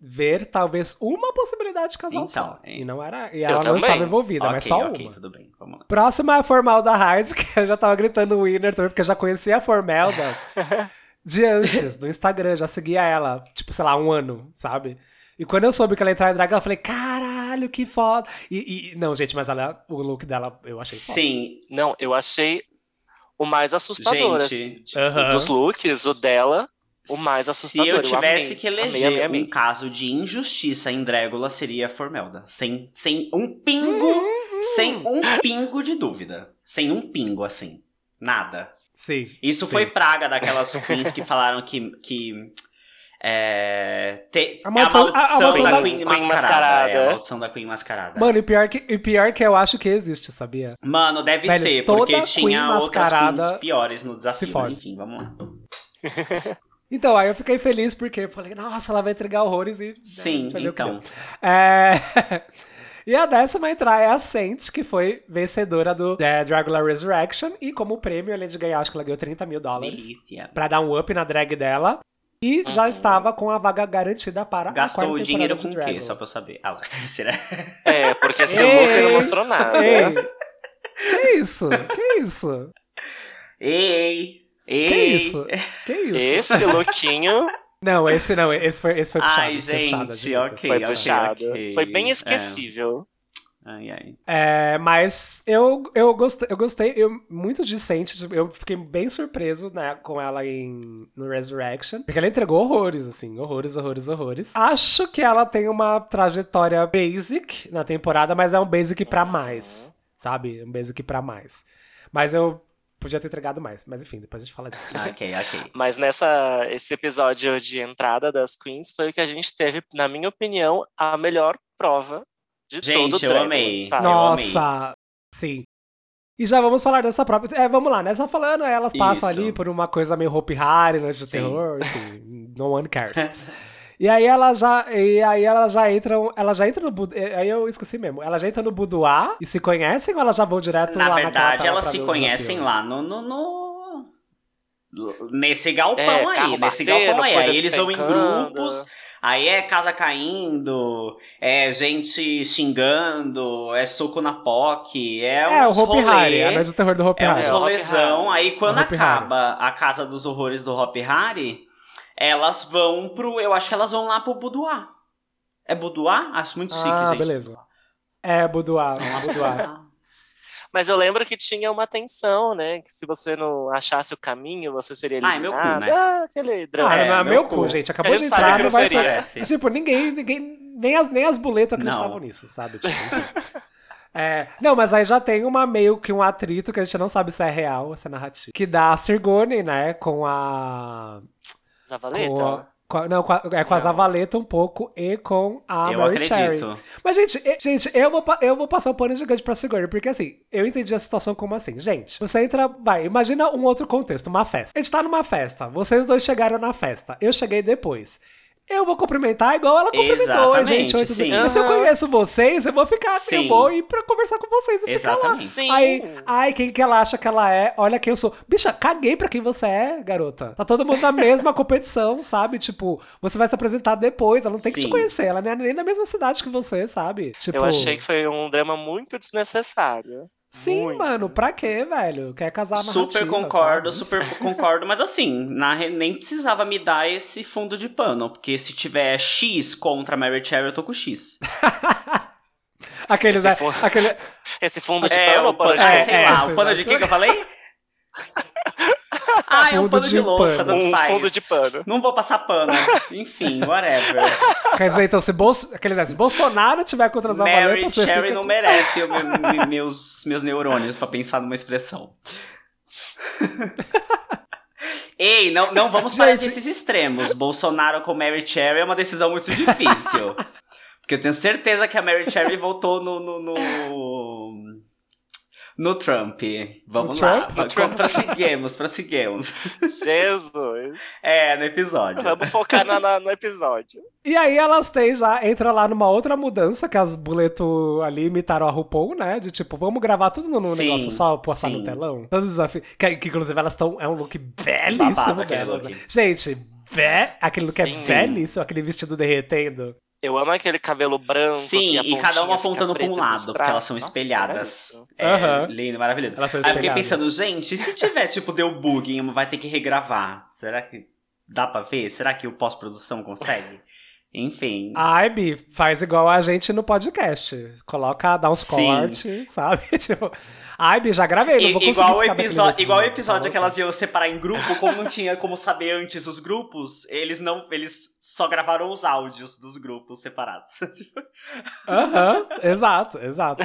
[SPEAKER 1] ver talvez uma possibilidade de casal
[SPEAKER 3] Então,
[SPEAKER 1] só.
[SPEAKER 3] hein.
[SPEAKER 1] E não era, e ela não
[SPEAKER 2] também.
[SPEAKER 1] estava envolvida, mas
[SPEAKER 3] Ok,
[SPEAKER 1] só
[SPEAKER 3] ok,
[SPEAKER 1] uma.
[SPEAKER 3] tudo bem, vamos lá.
[SPEAKER 1] Próxima é a formal da Hard, que eu já tava gritando winner também, porque eu já conhecia a Formelda de antes, no Instagram, já seguia ela, tipo, sei lá, um ano, sabe? E quando eu soube que ela ia entrar em drag, eu falei, caralho, que foda! E, e- não, gente, mas ela, o look dela eu achei foda.
[SPEAKER 3] Sim,
[SPEAKER 2] Não, eu achei o mais assustador,
[SPEAKER 3] Gente,
[SPEAKER 2] assim. de-
[SPEAKER 1] aham.
[SPEAKER 2] Dos looks, o dela, o mais assustador.
[SPEAKER 3] Se eu tivesse
[SPEAKER 2] amei,
[SPEAKER 3] que eleger
[SPEAKER 2] amei, amei, amei.
[SPEAKER 3] um caso de injustiça em Drégula, seria a Formelda. Sem, sem um pingo,
[SPEAKER 1] Uhum.
[SPEAKER 3] sem um pingo de dúvida. Sem um pingo, assim. Nada.
[SPEAKER 1] Sim.
[SPEAKER 3] Isso
[SPEAKER 1] sim.
[SPEAKER 3] foi praga daquelas queens que falaram que... que é, te-
[SPEAKER 1] A maldição- a- a maldição
[SPEAKER 3] da
[SPEAKER 1] da
[SPEAKER 3] Queen
[SPEAKER 2] Queen
[SPEAKER 3] Mascarada.
[SPEAKER 2] Mascarada,
[SPEAKER 3] É, a
[SPEAKER 2] é.
[SPEAKER 3] maldição da Queen Mascarada.
[SPEAKER 1] Mano, e pior, que, e pior que eu acho que existe, sabia?
[SPEAKER 3] Mano, deve
[SPEAKER 1] Velho,
[SPEAKER 3] ser,
[SPEAKER 1] toda
[SPEAKER 3] porque
[SPEAKER 1] Queen
[SPEAKER 3] tinha outras
[SPEAKER 1] Mascarada
[SPEAKER 3] queens piores no desafio.
[SPEAKER 1] se
[SPEAKER 3] mas
[SPEAKER 1] fode.
[SPEAKER 3] Enfim, vamos lá.
[SPEAKER 1] Então, aí eu fiquei feliz porque eu falei, nossa, ela vai entregar horrores e. né, a
[SPEAKER 3] Sim,
[SPEAKER 1] gente vai ver o que
[SPEAKER 3] então.
[SPEAKER 1] deu. É... e a décima a entrar é a Saint, que foi vencedora do The Dragula Resurrection. E como prêmio, além de ganhar, acho que ela ganhou 30 mil dólares
[SPEAKER 3] Delícia.
[SPEAKER 1] pra dar um up na drag dela. E já estava com a vaga garantida para a
[SPEAKER 3] Uhum. Gastou o
[SPEAKER 1] quarta
[SPEAKER 3] dinheiro com
[SPEAKER 1] temporada
[SPEAKER 3] o
[SPEAKER 1] de
[SPEAKER 3] quê?
[SPEAKER 1] Dragula.
[SPEAKER 3] Só pra eu saber. Ah, lá. Será?
[SPEAKER 2] É, porque seu
[SPEAKER 1] Ei,
[SPEAKER 2] look não mostrou nada.
[SPEAKER 1] Ei! Que isso? Que isso?
[SPEAKER 3] Ei! Ei!
[SPEAKER 1] Que isso? Que isso?
[SPEAKER 2] Esse lookinho
[SPEAKER 1] Não, esse não, esse foi, esse foi puxado.
[SPEAKER 3] Ai,
[SPEAKER 1] esse foi puxado,
[SPEAKER 3] gente,
[SPEAKER 1] adianta.
[SPEAKER 3] ok,
[SPEAKER 2] foi
[SPEAKER 3] ok,
[SPEAKER 2] puxado.
[SPEAKER 3] ok.
[SPEAKER 2] Foi bem
[SPEAKER 3] É.
[SPEAKER 2] esquecível.
[SPEAKER 3] Ai, ai.
[SPEAKER 1] É, mas eu, eu gostei, eu gostei eu, muito de Saint, tipo, eu fiquei bem surpreso né, com ela em, no Resurrection, porque ela entregou horrores, assim, horrores, horrores, horrores. Acho que ela tem uma trajetória basic na temporada, mas é um basic pra mais, sabe? Um basic pra mais. Mas eu podia ter entregado mais, mas enfim, depois a gente fala disso.
[SPEAKER 3] Ok, ok.
[SPEAKER 2] Mas nessa, esse episódio de entrada das Queens foi o que a gente teve, na minha opinião, a melhor prova de
[SPEAKER 3] Gente,
[SPEAKER 2] todo o
[SPEAKER 3] Ah, eu
[SPEAKER 2] Dragula,
[SPEAKER 3] amei.
[SPEAKER 2] sabe?
[SPEAKER 1] Nossa! Sim. E já vamos falar dessa própria. É, vamos lá, né? Só falando, elas passam
[SPEAKER 3] Isso.
[SPEAKER 1] ali por uma coisa meio Hope Harry, né? De
[SPEAKER 3] Sim.
[SPEAKER 1] terror, enfim. no one cares. E aí ela já. E aí ela já entra. Ela já entra no bu- eh, Aí eu esqueci mesmo. Ela já entra no Boudoir e se conhecem ou elas já vão direto lá
[SPEAKER 3] Na
[SPEAKER 1] naquela
[SPEAKER 3] verdade,
[SPEAKER 1] tela
[SPEAKER 3] elas
[SPEAKER 1] pra ver
[SPEAKER 3] se
[SPEAKER 1] o
[SPEAKER 3] conhecem
[SPEAKER 1] desafio?
[SPEAKER 3] lá no. no, no- Nesse galpão
[SPEAKER 2] É,
[SPEAKER 3] aí,
[SPEAKER 2] carro
[SPEAKER 3] nesse
[SPEAKER 2] batendo,
[SPEAKER 3] galpão aí.
[SPEAKER 2] coisa
[SPEAKER 3] Aí eles vão em
[SPEAKER 2] despencando.
[SPEAKER 3] grupos, aí é casa caindo, é gente xingando, é soco na POC, é um.
[SPEAKER 1] É, o Hope Harry. A noite de terror do Hope
[SPEAKER 3] É um
[SPEAKER 1] Harry.
[SPEAKER 2] Hop
[SPEAKER 3] rolezão.
[SPEAKER 2] Hari.
[SPEAKER 3] Aí quando
[SPEAKER 1] É o Hop
[SPEAKER 3] acaba a Casa dos Horrores do Hop Harry, elas vão pro. Eu acho que elas vão lá pro Boudoir. É Boudoir? Acho muito chique,
[SPEAKER 1] Ah,
[SPEAKER 3] gente. Ah.
[SPEAKER 1] beleza. É, Boudoir. Boudoir.
[SPEAKER 3] Boudoir.
[SPEAKER 2] Mas eu lembro que tinha uma tensão, né? Que se você não achasse o caminho, você seria
[SPEAKER 3] Ah, é
[SPEAKER 2] eliminado.
[SPEAKER 3] meu cu, né?
[SPEAKER 2] Ah, aquele drama.
[SPEAKER 1] Ah,
[SPEAKER 3] É,
[SPEAKER 1] não é
[SPEAKER 3] meu
[SPEAKER 1] meu
[SPEAKER 3] cu.
[SPEAKER 1] cu, gente. Acabou
[SPEAKER 2] Eu
[SPEAKER 1] de
[SPEAKER 2] sabia
[SPEAKER 1] entrar,
[SPEAKER 2] que
[SPEAKER 1] não
[SPEAKER 2] não
[SPEAKER 1] vai
[SPEAKER 2] seria.
[SPEAKER 1] saber.
[SPEAKER 3] Parece.
[SPEAKER 1] Tipo, ninguém, ninguém. Nem as, nem as boletas
[SPEAKER 3] Não.
[SPEAKER 1] acreditavam nisso, sabe? Tipo, enfim. É, não, mas aí já tem uma meio que um atrito que a gente não sabe se é real ou se é narrativa. Que dá a Sirgone, né? Com a. Com a
[SPEAKER 2] Zavaleta.
[SPEAKER 1] com a- não, com a, é com a
[SPEAKER 2] Não.
[SPEAKER 1] Zavaleta um pouco e com a
[SPEAKER 3] Eu
[SPEAKER 1] Mary Cherry.
[SPEAKER 3] acredito.
[SPEAKER 1] Mas, gente, e- gente eu, vou, pa- eu vou passar um pano gigante pra Sigourney, porque assim, eu entendi a situação como assim. Gente, você entra. Vai, imagina um outro contexto, uma festa. A gente tá numa festa, vocês dois chegaram na festa, eu cheguei depois. Eu vou cumprimentar igual ela cumprimentou,
[SPEAKER 3] Exatamente,
[SPEAKER 1] Oi, gente. Oi, tudo
[SPEAKER 3] sim.
[SPEAKER 1] bem? Mas se eu
[SPEAKER 2] Aham.
[SPEAKER 1] conheço vocês, eu vou ficar assim,
[SPEAKER 3] Sim.
[SPEAKER 1] eu vou ir pra conversar com vocês e
[SPEAKER 3] Exatamente.
[SPEAKER 2] Sim.
[SPEAKER 1] ficar lá. Aí, ai, quem que ela acha que ela é? Olha quem eu sou. Bicha, caguei pra quem você é, garota. Tá todo mundo na mesma competição, sabe? Tipo, você vai se apresentar depois, ela não tem que
[SPEAKER 3] Sim.
[SPEAKER 1] te conhecer, ela não é nem na mesma cidade que você, sabe? Tipo,
[SPEAKER 2] Eu achei que foi um drama muito desnecessário.
[SPEAKER 1] Sim, mano, pra quê, velho? Quer casar na
[SPEAKER 3] Super concordo, super concordo, mas assim, na re- nem precisava me dar esse fundo de pano, porque se tiver X contra a Mary Cherry, eu tô com X.
[SPEAKER 1] Aqueles, né?
[SPEAKER 2] Se for-
[SPEAKER 1] Aquele...
[SPEAKER 2] Esse fundo de
[SPEAKER 3] É,
[SPEAKER 2] pano,
[SPEAKER 3] o pano,
[SPEAKER 2] pano de
[SPEAKER 1] é,
[SPEAKER 3] sei
[SPEAKER 1] é,
[SPEAKER 3] lá,
[SPEAKER 1] você
[SPEAKER 3] o pano
[SPEAKER 1] já-
[SPEAKER 3] de quem que eu falei? Ah, é um
[SPEAKER 1] Fundo
[SPEAKER 3] pano de,
[SPEAKER 1] de
[SPEAKER 3] louça,
[SPEAKER 1] pano.
[SPEAKER 3] tanto
[SPEAKER 2] Um
[SPEAKER 3] faz.
[SPEAKER 2] fundo de pano.
[SPEAKER 3] Não vou passar pano. Enfim, whatever.
[SPEAKER 1] Quer dizer, então, se, Bolso... Quer dizer, se Bolsonaro tiver contra as
[SPEAKER 3] Mary
[SPEAKER 1] avalanches, você
[SPEAKER 3] Cherry
[SPEAKER 1] fica...
[SPEAKER 3] não merece o meu- me- meus, meus neurônios pra pensar numa expressão. Ei, não, não vamos para
[SPEAKER 1] Gente.
[SPEAKER 3] esses extremos. Bolsonaro com Mary Cherry é uma decisão muito difícil. Porque eu tenho certeza que a Mary Cherry voltou no. no, no... no Trump. Vamos
[SPEAKER 1] No
[SPEAKER 3] lá.
[SPEAKER 1] Trump?
[SPEAKER 3] Vamos- Prosseguimos, prosseguimos.
[SPEAKER 2] Jesus.
[SPEAKER 3] É, no episódio.
[SPEAKER 2] Vamos focar na- na- no episódio.
[SPEAKER 1] E aí elas têm já, entra lá numa outra mudança, que as boleto ali imitaram a RuPaul, né? De tipo, vamos gravar tudo num
[SPEAKER 3] Sim,
[SPEAKER 1] negócio só, passar
[SPEAKER 3] sim.
[SPEAKER 1] no telão. Todos os desafios. Que, que, inclusive elas estão, é um look belíssimo
[SPEAKER 3] Babado aquele
[SPEAKER 1] delas,
[SPEAKER 3] look.
[SPEAKER 1] né? Gente, be... aquele look
[SPEAKER 2] Sim.
[SPEAKER 1] é belíssimo, aquele vestido derretendo.
[SPEAKER 2] Eu amo aquele cabelo branco.
[SPEAKER 3] Sim,
[SPEAKER 2] que a
[SPEAKER 3] e cada
[SPEAKER 2] pontinha fica
[SPEAKER 3] uma apontando pra um
[SPEAKER 2] preta nos
[SPEAKER 3] lado, porque elas são
[SPEAKER 2] traços. Nossa,
[SPEAKER 3] espelhadas. É,
[SPEAKER 1] era isso. Aham.
[SPEAKER 3] lindo, maravilhoso.
[SPEAKER 1] Elas são
[SPEAKER 3] Aí eu fiquei
[SPEAKER 1] espelhadas.
[SPEAKER 3] pensando, gente, e se tiver, tipo, deu bug, em uma, vai ter que regravar. Será que dá pra ver? Será que o pós-produção consegue? Enfim.
[SPEAKER 1] Ai, Bi, faz igual a gente no podcast. Coloca, dá uns
[SPEAKER 3] Sim.
[SPEAKER 1] cortes, sabe? Tipo, ai, Bi, já gravei, não
[SPEAKER 3] I-
[SPEAKER 1] vou conseguir
[SPEAKER 3] igual o
[SPEAKER 1] ficar daquele jeito
[SPEAKER 3] episódio,
[SPEAKER 1] de
[SPEAKER 3] igual o
[SPEAKER 1] novo, tá
[SPEAKER 3] episódio que
[SPEAKER 1] louca?
[SPEAKER 3] elas iam separar em grupo, como não tinha como saber antes os grupos, eles não, eles só gravaram os áudios dos grupos separados.
[SPEAKER 1] Aham, exato, exato.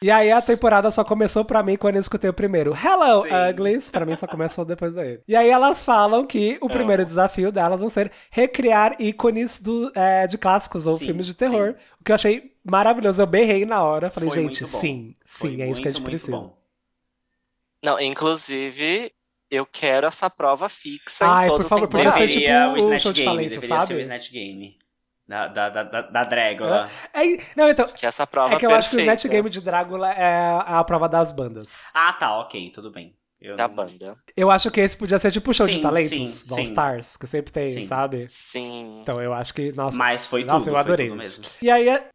[SPEAKER 1] E aí a temporada só começou pra mim quando eu escutei o primeiro Hello,
[SPEAKER 3] Sim.
[SPEAKER 1] Uglies. Pra mim só começou depois daí. E aí elas falam que
[SPEAKER 3] É.
[SPEAKER 1] o primeiro desafio delas vão ser recriar ícones do, é, de clássicos ou
[SPEAKER 3] Sim,
[SPEAKER 1] filmes de terror. O que eu achei maravilhoso. Eu berrei na hora. Falei,
[SPEAKER 3] Foi
[SPEAKER 1] gente,
[SPEAKER 3] muito bom.
[SPEAKER 1] sim, sim,
[SPEAKER 3] Foi
[SPEAKER 1] é isso que a gente
[SPEAKER 3] muito, muito
[SPEAKER 1] precisa.
[SPEAKER 3] bom.
[SPEAKER 2] Não, inclusive, eu quero essa prova fixa
[SPEAKER 1] Ai,
[SPEAKER 2] em todo
[SPEAKER 1] por favor,
[SPEAKER 2] o
[SPEAKER 1] podia
[SPEAKER 2] temporada.
[SPEAKER 1] ser
[SPEAKER 3] Deveria
[SPEAKER 1] tipo
[SPEAKER 3] o
[SPEAKER 1] o
[SPEAKER 3] Snatch
[SPEAKER 1] show de
[SPEAKER 3] Game,
[SPEAKER 1] talento,
[SPEAKER 3] deveria ser o
[SPEAKER 1] sabe?
[SPEAKER 3] Snatch Game. Da, da, da, da, da Drégula.
[SPEAKER 1] É, não, então,
[SPEAKER 2] Que essa prova
[SPEAKER 1] é que eu acho que o
[SPEAKER 2] perfeita
[SPEAKER 1] Net Game de Drácula é a prova das bandas.
[SPEAKER 3] Ah, tá, ok, tudo bem. Eu
[SPEAKER 2] da
[SPEAKER 3] não-
[SPEAKER 2] banda.
[SPEAKER 1] Eu acho que esse podia ser tipo o show
[SPEAKER 3] Sim,
[SPEAKER 1] de talentos,
[SPEAKER 3] sim,
[SPEAKER 1] do All
[SPEAKER 3] sim.
[SPEAKER 1] Stars, que sempre tem,
[SPEAKER 3] Sim.
[SPEAKER 1] sabe?
[SPEAKER 2] Sim.
[SPEAKER 1] Então eu acho que, nossa.
[SPEAKER 3] Mas foi
[SPEAKER 1] Nossa,
[SPEAKER 3] tudo,
[SPEAKER 1] eu adorei.
[SPEAKER 3] foi tudo mesmo.
[SPEAKER 1] E aí, é-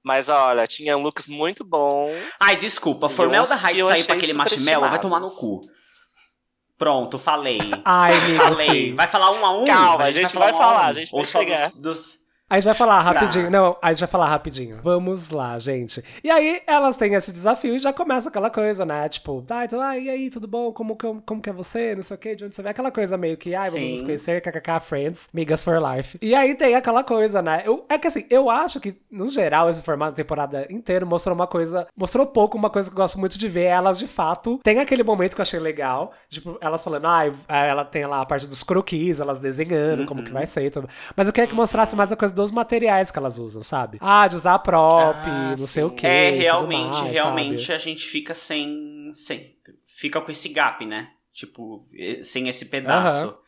[SPEAKER 2] Mas olha, tinha looks muito bons.
[SPEAKER 3] Ai, desculpa,
[SPEAKER 2] E
[SPEAKER 3] Formel
[SPEAKER 2] uns
[SPEAKER 3] da
[SPEAKER 2] que
[SPEAKER 3] Hyde
[SPEAKER 2] eu
[SPEAKER 3] sair
[SPEAKER 2] achei
[SPEAKER 3] pra aquele marshmallow, vai tomar no cu.
[SPEAKER 2] superestimados.
[SPEAKER 3] Pronto, falei.
[SPEAKER 1] ai, amigo,
[SPEAKER 3] Falei.
[SPEAKER 1] Ah, sim.
[SPEAKER 3] Vai falar um a um?
[SPEAKER 2] Calma, a gente vai
[SPEAKER 3] um
[SPEAKER 2] falar,
[SPEAKER 3] um.
[SPEAKER 2] a gente
[SPEAKER 3] Ou
[SPEAKER 2] vai
[SPEAKER 3] só
[SPEAKER 2] chegar.
[SPEAKER 3] dos, dos-
[SPEAKER 1] A gente vai falar rapidinho.
[SPEAKER 3] Tá.
[SPEAKER 1] Não, a gente vai falar rapidinho. Vamos lá, gente. E aí, elas têm esse desafio e já começa aquela coisa, né? Tipo, tá, então, ah, e aí, tudo bom? Como, como, como que é você? Não sei o quê, de onde você vem? Aquela coisa meio que, ai, vamos
[SPEAKER 3] Sim.
[SPEAKER 1] nos conhecer, kkk, friends, migas for life. E aí tem aquela coisa, né? Eu, é que assim, eu acho que, no geral, esse formato da temporada inteira mostrou uma coisa, mostrou pouco uma coisa que eu gosto muito de ver. é Elas, de fato, tem aquele momento que eu achei legal, tipo, elas falando, ai, é, ela tem lá a parte dos croquis, elas desenhando, como
[SPEAKER 3] Uhum.
[SPEAKER 1] que vai ser e tudo. Mas eu queria que mostrasse mais a coisa dos materiais que elas usam, sabe? Ah, de usar prop,
[SPEAKER 2] Ah,
[SPEAKER 1] não sei o
[SPEAKER 2] sim.
[SPEAKER 1] quê.
[SPEAKER 3] É,
[SPEAKER 1] e tudo
[SPEAKER 3] realmente,
[SPEAKER 1] mais,
[SPEAKER 3] realmente
[SPEAKER 1] sabe?
[SPEAKER 3] a gente fica sem, sem. Fica com esse gap, né? Tipo, eh, sem esse pedaço.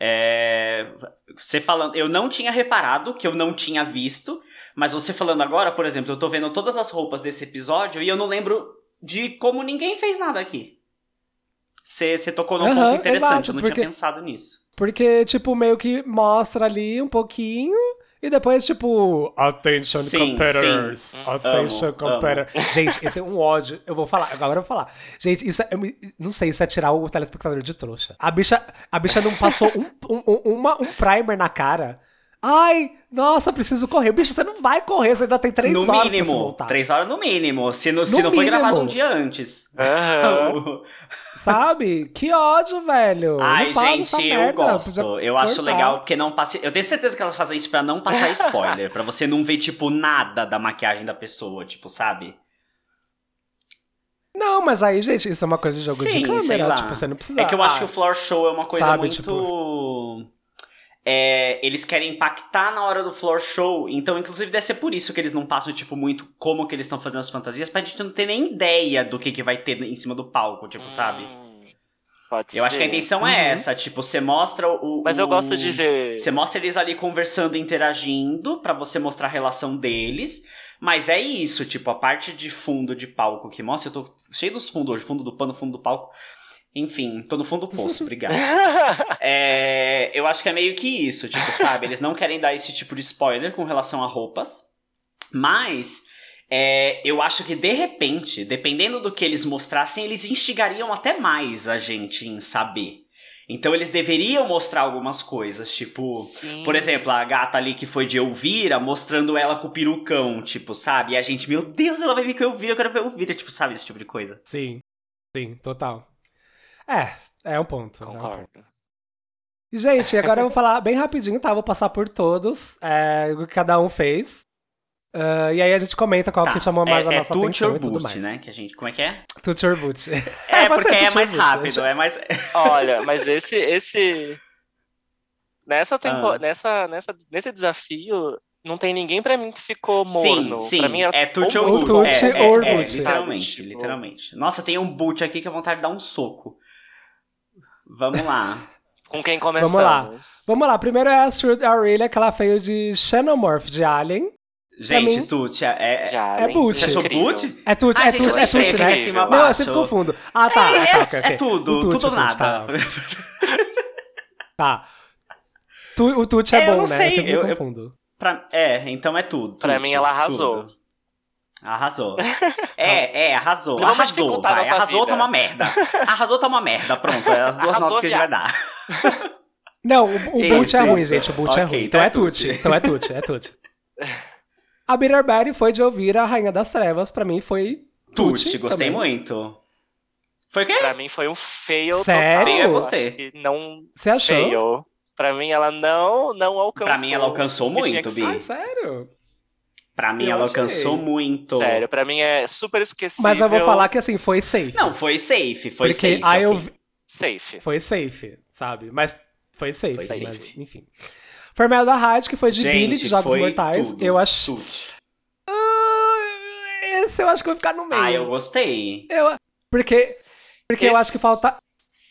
[SPEAKER 3] É, você falando, eu não tinha reparado, que eu não tinha visto, mas você falando agora, por exemplo, eu tô vendo todas as roupas desse episódio e eu não lembro de como ninguém fez nada aqui. Você você tocou num
[SPEAKER 1] Aham,
[SPEAKER 3] ponto interessante,
[SPEAKER 1] exato,
[SPEAKER 3] eu não
[SPEAKER 1] porque-
[SPEAKER 3] tinha pensado nisso.
[SPEAKER 1] Porque, tipo, meio que mostra ali um pouquinho. E depois, tipo, attention
[SPEAKER 3] Sim,
[SPEAKER 1] competitors.
[SPEAKER 3] sim.
[SPEAKER 1] Attention
[SPEAKER 3] Amo,
[SPEAKER 1] competitors. Gente, eu tenho um ódio. Eu vou falar, agora eu vou falar. Gente, isso é, eu me- não sei, isso é tirar o telespectador de trouxa. A bicha, a bicha não passou um, um, um- uma, um primer na cara. Ai, nossa, preciso correr. Bicho, você não vai correr, você ainda tem três
[SPEAKER 3] no
[SPEAKER 1] horas pra se
[SPEAKER 3] mínimo,
[SPEAKER 1] montar.
[SPEAKER 3] três horas no mínimo, se não, se
[SPEAKER 1] No
[SPEAKER 3] não foi gravado um
[SPEAKER 1] mínimo.
[SPEAKER 3] dia antes.
[SPEAKER 2] Aham.
[SPEAKER 1] Sabe? Que ódio, velho.
[SPEAKER 3] Ai,
[SPEAKER 1] Não fala essa
[SPEAKER 3] gente, eu
[SPEAKER 1] merda. é
[SPEAKER 3] gosto.
[SPEAKER 1] Podia
[SPEAKER 3] Eu acho
[SPEAKER 1] cortar.
[SPEAKER 3] legal porque não passe. Eu tenho certeza que elas fazem isso pra não passar spoiler, Pra você não ver tipo nada da maquiagem da pessoa, tipo, sabe?
[SPEAKER 1] Não, mas aí, gente, isso é uma coisa de jogo
[SPEAKER 3] Sim,
[SPEAKER 1] de
[SPEAKER 3] sei
[SPEAKER 1] câmera.
[SPEAKER 3] lá.
[SPEAKER 1] Tipo, você não precisa.
[SPEAKER 3] É que eu acho que
[SPEAKER 1] Ah,
[SPEAKER 3] o floor show é uma coisa
[SPEAKER 1] Sabe, tipo-
[SPEAKER 3] muito É, eles querem impactar na hora do floor show, então inclusive deve ser por isso que eles não passam tipo muito como que eles estão fazendo as fantasias, pra gente não ter nem ideia do que que vai ter em cima do palco, tipo, sabe?
[SPEAKER 2] Hum, Pode
[SPEAKER 3] Eu acho
[SPEAKER 2] ser.
[SPEAKER 3] que a intenção
[SPEAKER 1] Uhum.
[SPEAKER 3] é essa, tipo, você mostra o.
[SPEAKER 2] Mas eu
[SPEAKER 3] o-
[SPEAKER 2] gosto de ver.
[SPEAKER 3] Você mostra eles ali conversando, interagindo, pra você mostrar a relação deles. Mas é isso, tipo, a parte de fundo de palco que mostra. Eu tô cheio dos fundos hoje, fundo do pano, fundo do palco. Enfim, tô no fundo do poço, obrigado. É, eu acho que é meio que isso, tipo, sabe? Eles não querem dar esse tipo de spoiler com relação a roupas. Mas é, eu acho que de repente, dependendo do que eles mostrassem, eles instigariam até mais a gente em saber. Então eles deveriam mostrar algumas coisas, tipo.
[SPEAKER 2] Sim.
[SPEAKER 3] Por exemplo, a gata ali que foi de Elvira, mostrando ela com o perucão, tipo, sabe? E a gente, meu Deus, ela vai vir com Elvira, eu quero ver Elvira, tipo, sabe? Esse tipo de coisa.
[SPEAKER 1] Sim, sim, total. É, é um ponto. é um ponto.
[SPEAKER 2] Concordo.
[SPEAKER 1] E, Gente, agora eu vou falar bem rapidinho, tá? Vou passar por todos, é, o que cada um fez. Ah, e aí a gente comenta qual que chamou mais
[SPEAKER 3] é,
[SPEAKER 1] a
[SPEAKER 3] é
[SPEAKER 1] nossa
[SPEAKER 3] Toot
[SPEAKER 1] atenção
[SPEAKER 3] or
[SPEAKER 1] e tudo
[SPEAKER 3] Boot,
[SPEAKER 1] mais.
[SPEAKER 3] né? Que a gente, como é que é?
[SPEAKER 1] Toot your boot.
[SPEAKER 3] É,
[SPEAKER 1] pode
[SPEAKER 3] porque
[SPEAKER 1] ser
[SPEAKER 3] é
[SPEAKER 1] Toot
[SPEAKER 3] mais
[SPEAKER 1] your boot,
[SPEAKER 3] rápido, é mais...
[SPEAKER 2] Olha, mas esse, esse nessa, tempo,
[SPEAKER 3] Ah.
[SPEAKER 2] nessa, nessa nesse desafio não tem ninguém pra mim que ficou
[SPEAKER 3] Sim,
[SPEAKER 2] morno.
[SPEAKER 3] sim.
[SPEAKER 2] Pra mim era
[SPEAKER 3] é Toot
[SPEAKER 2] ou
[SPEAKER 1] or
[SPEAKER 3] or
[SPEAKER 2] morno.
[SPEAKER 1] boot. Toot
[SPEAKER 3] É, é,
[SPEAKER 1] or
[SPEAKER 3] é,
[SPEAKER 1] boot.
[SPEAKER 3] literalmente,
[SPEAKER 2] Sabe, tipo-
[SPEAKER 3] literalmente. Nossa, tem um boot aqui que a vontade de dar um soco. Vamos lá.
[SPEAKER 2] Com quem começamos?
[SPEAKER 1] lá. Vamos lá, primeiro é a Stuart Aurelia, que ela fez de Xenomorph de Alien.
[SPEAKER 3] Gente,
[SPEAKER 1] mim-
[SPEAKER 3] Tuti, é... é...
[SPEAKER 2] Já,
[SPEAKER 1] É
[SPEAKER 2] nem-
[SPEAKER 1] boot.
[SPEAKER 3] Você achou
[SPEAKER 2] Incrível.
[SPEAKER 3] boot?
[SPEAKER 1] É Toot,
[SPEAKER 3] Ah,
[SPEAKER 1] é
[SPEAKER 3] gente,
[SPEAKER 1] Toot,
[SPEAKER 3] eu nem
[SPEAKER 1] é
[SPEAKER 3] sei
[SPEAKER 1] Toot,
[SPEAKER 3] o que
[SPEAKER 1] né?
[SPEAKER 3] é cima
[SPEAKER 1] Não, eu
[SPEAKER 3] abaixo.
[SPEAKER 1] sempre confundo. Ah, tá.
[SPEAKER 3] É,
[SPEAKER 1] tá, ok,
[SPEAKER 3] é
[SPEAKER 1] ok.
[SPEAKER 3] tudo,
[SPEAKER 1] O Toot,
[SPEAKER 3] tudo
[SPEAKER 1] o
[SPEAKER 3] ou
[SPEAKER 1] Toot, Tá.
[SPEAKER 3] nada.
[SPEAKER 1] tá. Tu- o Toot é,
[SPEAKER 3] É, eu
[SPEAKER 1] bom,
[SPEAKER 3] não
[SPEAKER 1] né?
[SPEAKER 3] sei,
[SPEAKER 1] Eu sempre
[SPEAKER 3] eu-
[SPEAKER 1] me
[SPEAKER 3] eu-
[SPEAKER 1] confundo.
[SPEAKER 3] Pra- é, então é tudo.
[SPEAKER 2] Pra
[SPEAKER 3] tudo,
[SPEAKER 2] mim, ela arrasou.
[SPEAKER 3] tudo. Arrasou. É, é, arrasou.
[SPEAKER 2] Não vamos
[SPEAKER 3] arrasou,
[SPEAKER 2] dificultar a
[SPEAKER 3] vai.
[SPEAKER 2] nossa
[SPEAKER 3] Arrasou
[SPEAKER 2] vida.
[SPEAKER 3] tá uma merda. Arrasou tá uma merda. Pronto, é as duas
[SPEAKER 2] Arrasou,
[SPEAKER 3] notas que a gente vai
[SPEAKER 2] viado.
[SPEAKER 3] dar.
[SPEAKER 1] Não, o, o
[SPEAKER 3] Isso,
[SPEAKER 1] boot é ruim,
[SPEAKER 3] isso.
[SPEAKER 1] gente. O boot é
[SPEAKER 3] Ok,
[SPEAKER 1] ruim.
[SPEAKER 3] então
[SPEAKER 1] Então
[SPEAKER 3] é
[SPEAKER 1] é Tuti.
[SPEAKER 3] Tutti.
[SPEAKER 1] Então é Tuti, é Tuti. A Bitter Berry foi de ouvir a Rainha das Trevas. Pra mim foi Tuti.
[SPEAKER 3] Tuti, gostei muito. Foi o quê?
[SPEAKER 2] Pra mim foi um fail
[SPEAKER 1] Sério?
[SPEAKER 2] total.
[SPEAKER 1] Fail é
[SPEAKER 2] Eu
[SPEAKER 3] você.
[SPEAKER 2] acho que não
[SPEAKER 1] Você achou?
[SPEAKER 2] fail. Pra mim ela não, não alcançou.
[SPEAKER 3] Pra mim ela alcançou
[SPEAKER 2] o que tinha
[SPEAKER 3] muito,
[SPEAKER 2] que
[SPEAKER 3] Bi.
[SPEAKER 1] Ai, Ah, sério?
[SPEAKER 3] Pra mim
[SPEAKER 1] Eu
[SPEAKER 3] ela
[SPEAKER 1] achei.
[SPEAKER 3] alcançou muito.
[SPEAKER 2] Sério, pra mim é super esquecível.
[SPEAKER 1] Mas eu vou falar que assim, foi safe.
[SPEAKER 3] Não, foi safe, foi
[SPEAKER 1] Porque
[SPEAKER 3] safe.
[SPEAKER 1] a
[SPEAKER 3] ok.
[SPEAKER 1] eu vi-
[SPEAKER 2] Safe.
[SPEAKER 1] Foi safe, sabe? Mas foi safe.
[SPEAKER 3] Foi safe.
[SPEAKER 1] Mas, enfim. Formel da Rádio, que foi de Billy, de
[SPEAKER 3] Gente,
[SPEAKER 1] Jogos
[SPEAKER 3] foi
[SPEAKER 1] Mortais.
[SPEAKER 3] tudo,
[SPEAKER 1] eu acho.
[SPEAKER 3] Tudo.
[SPEAKER 1] Ah, Esse eu acho que eu vou ficar no meio.
[SPEAKER 3] Ah, eu gostei.
[SPEAKER 1] Eu- Porque, porque eu
[SPEAKER 2] Esse-
[SPEAKER 1] acho que falta...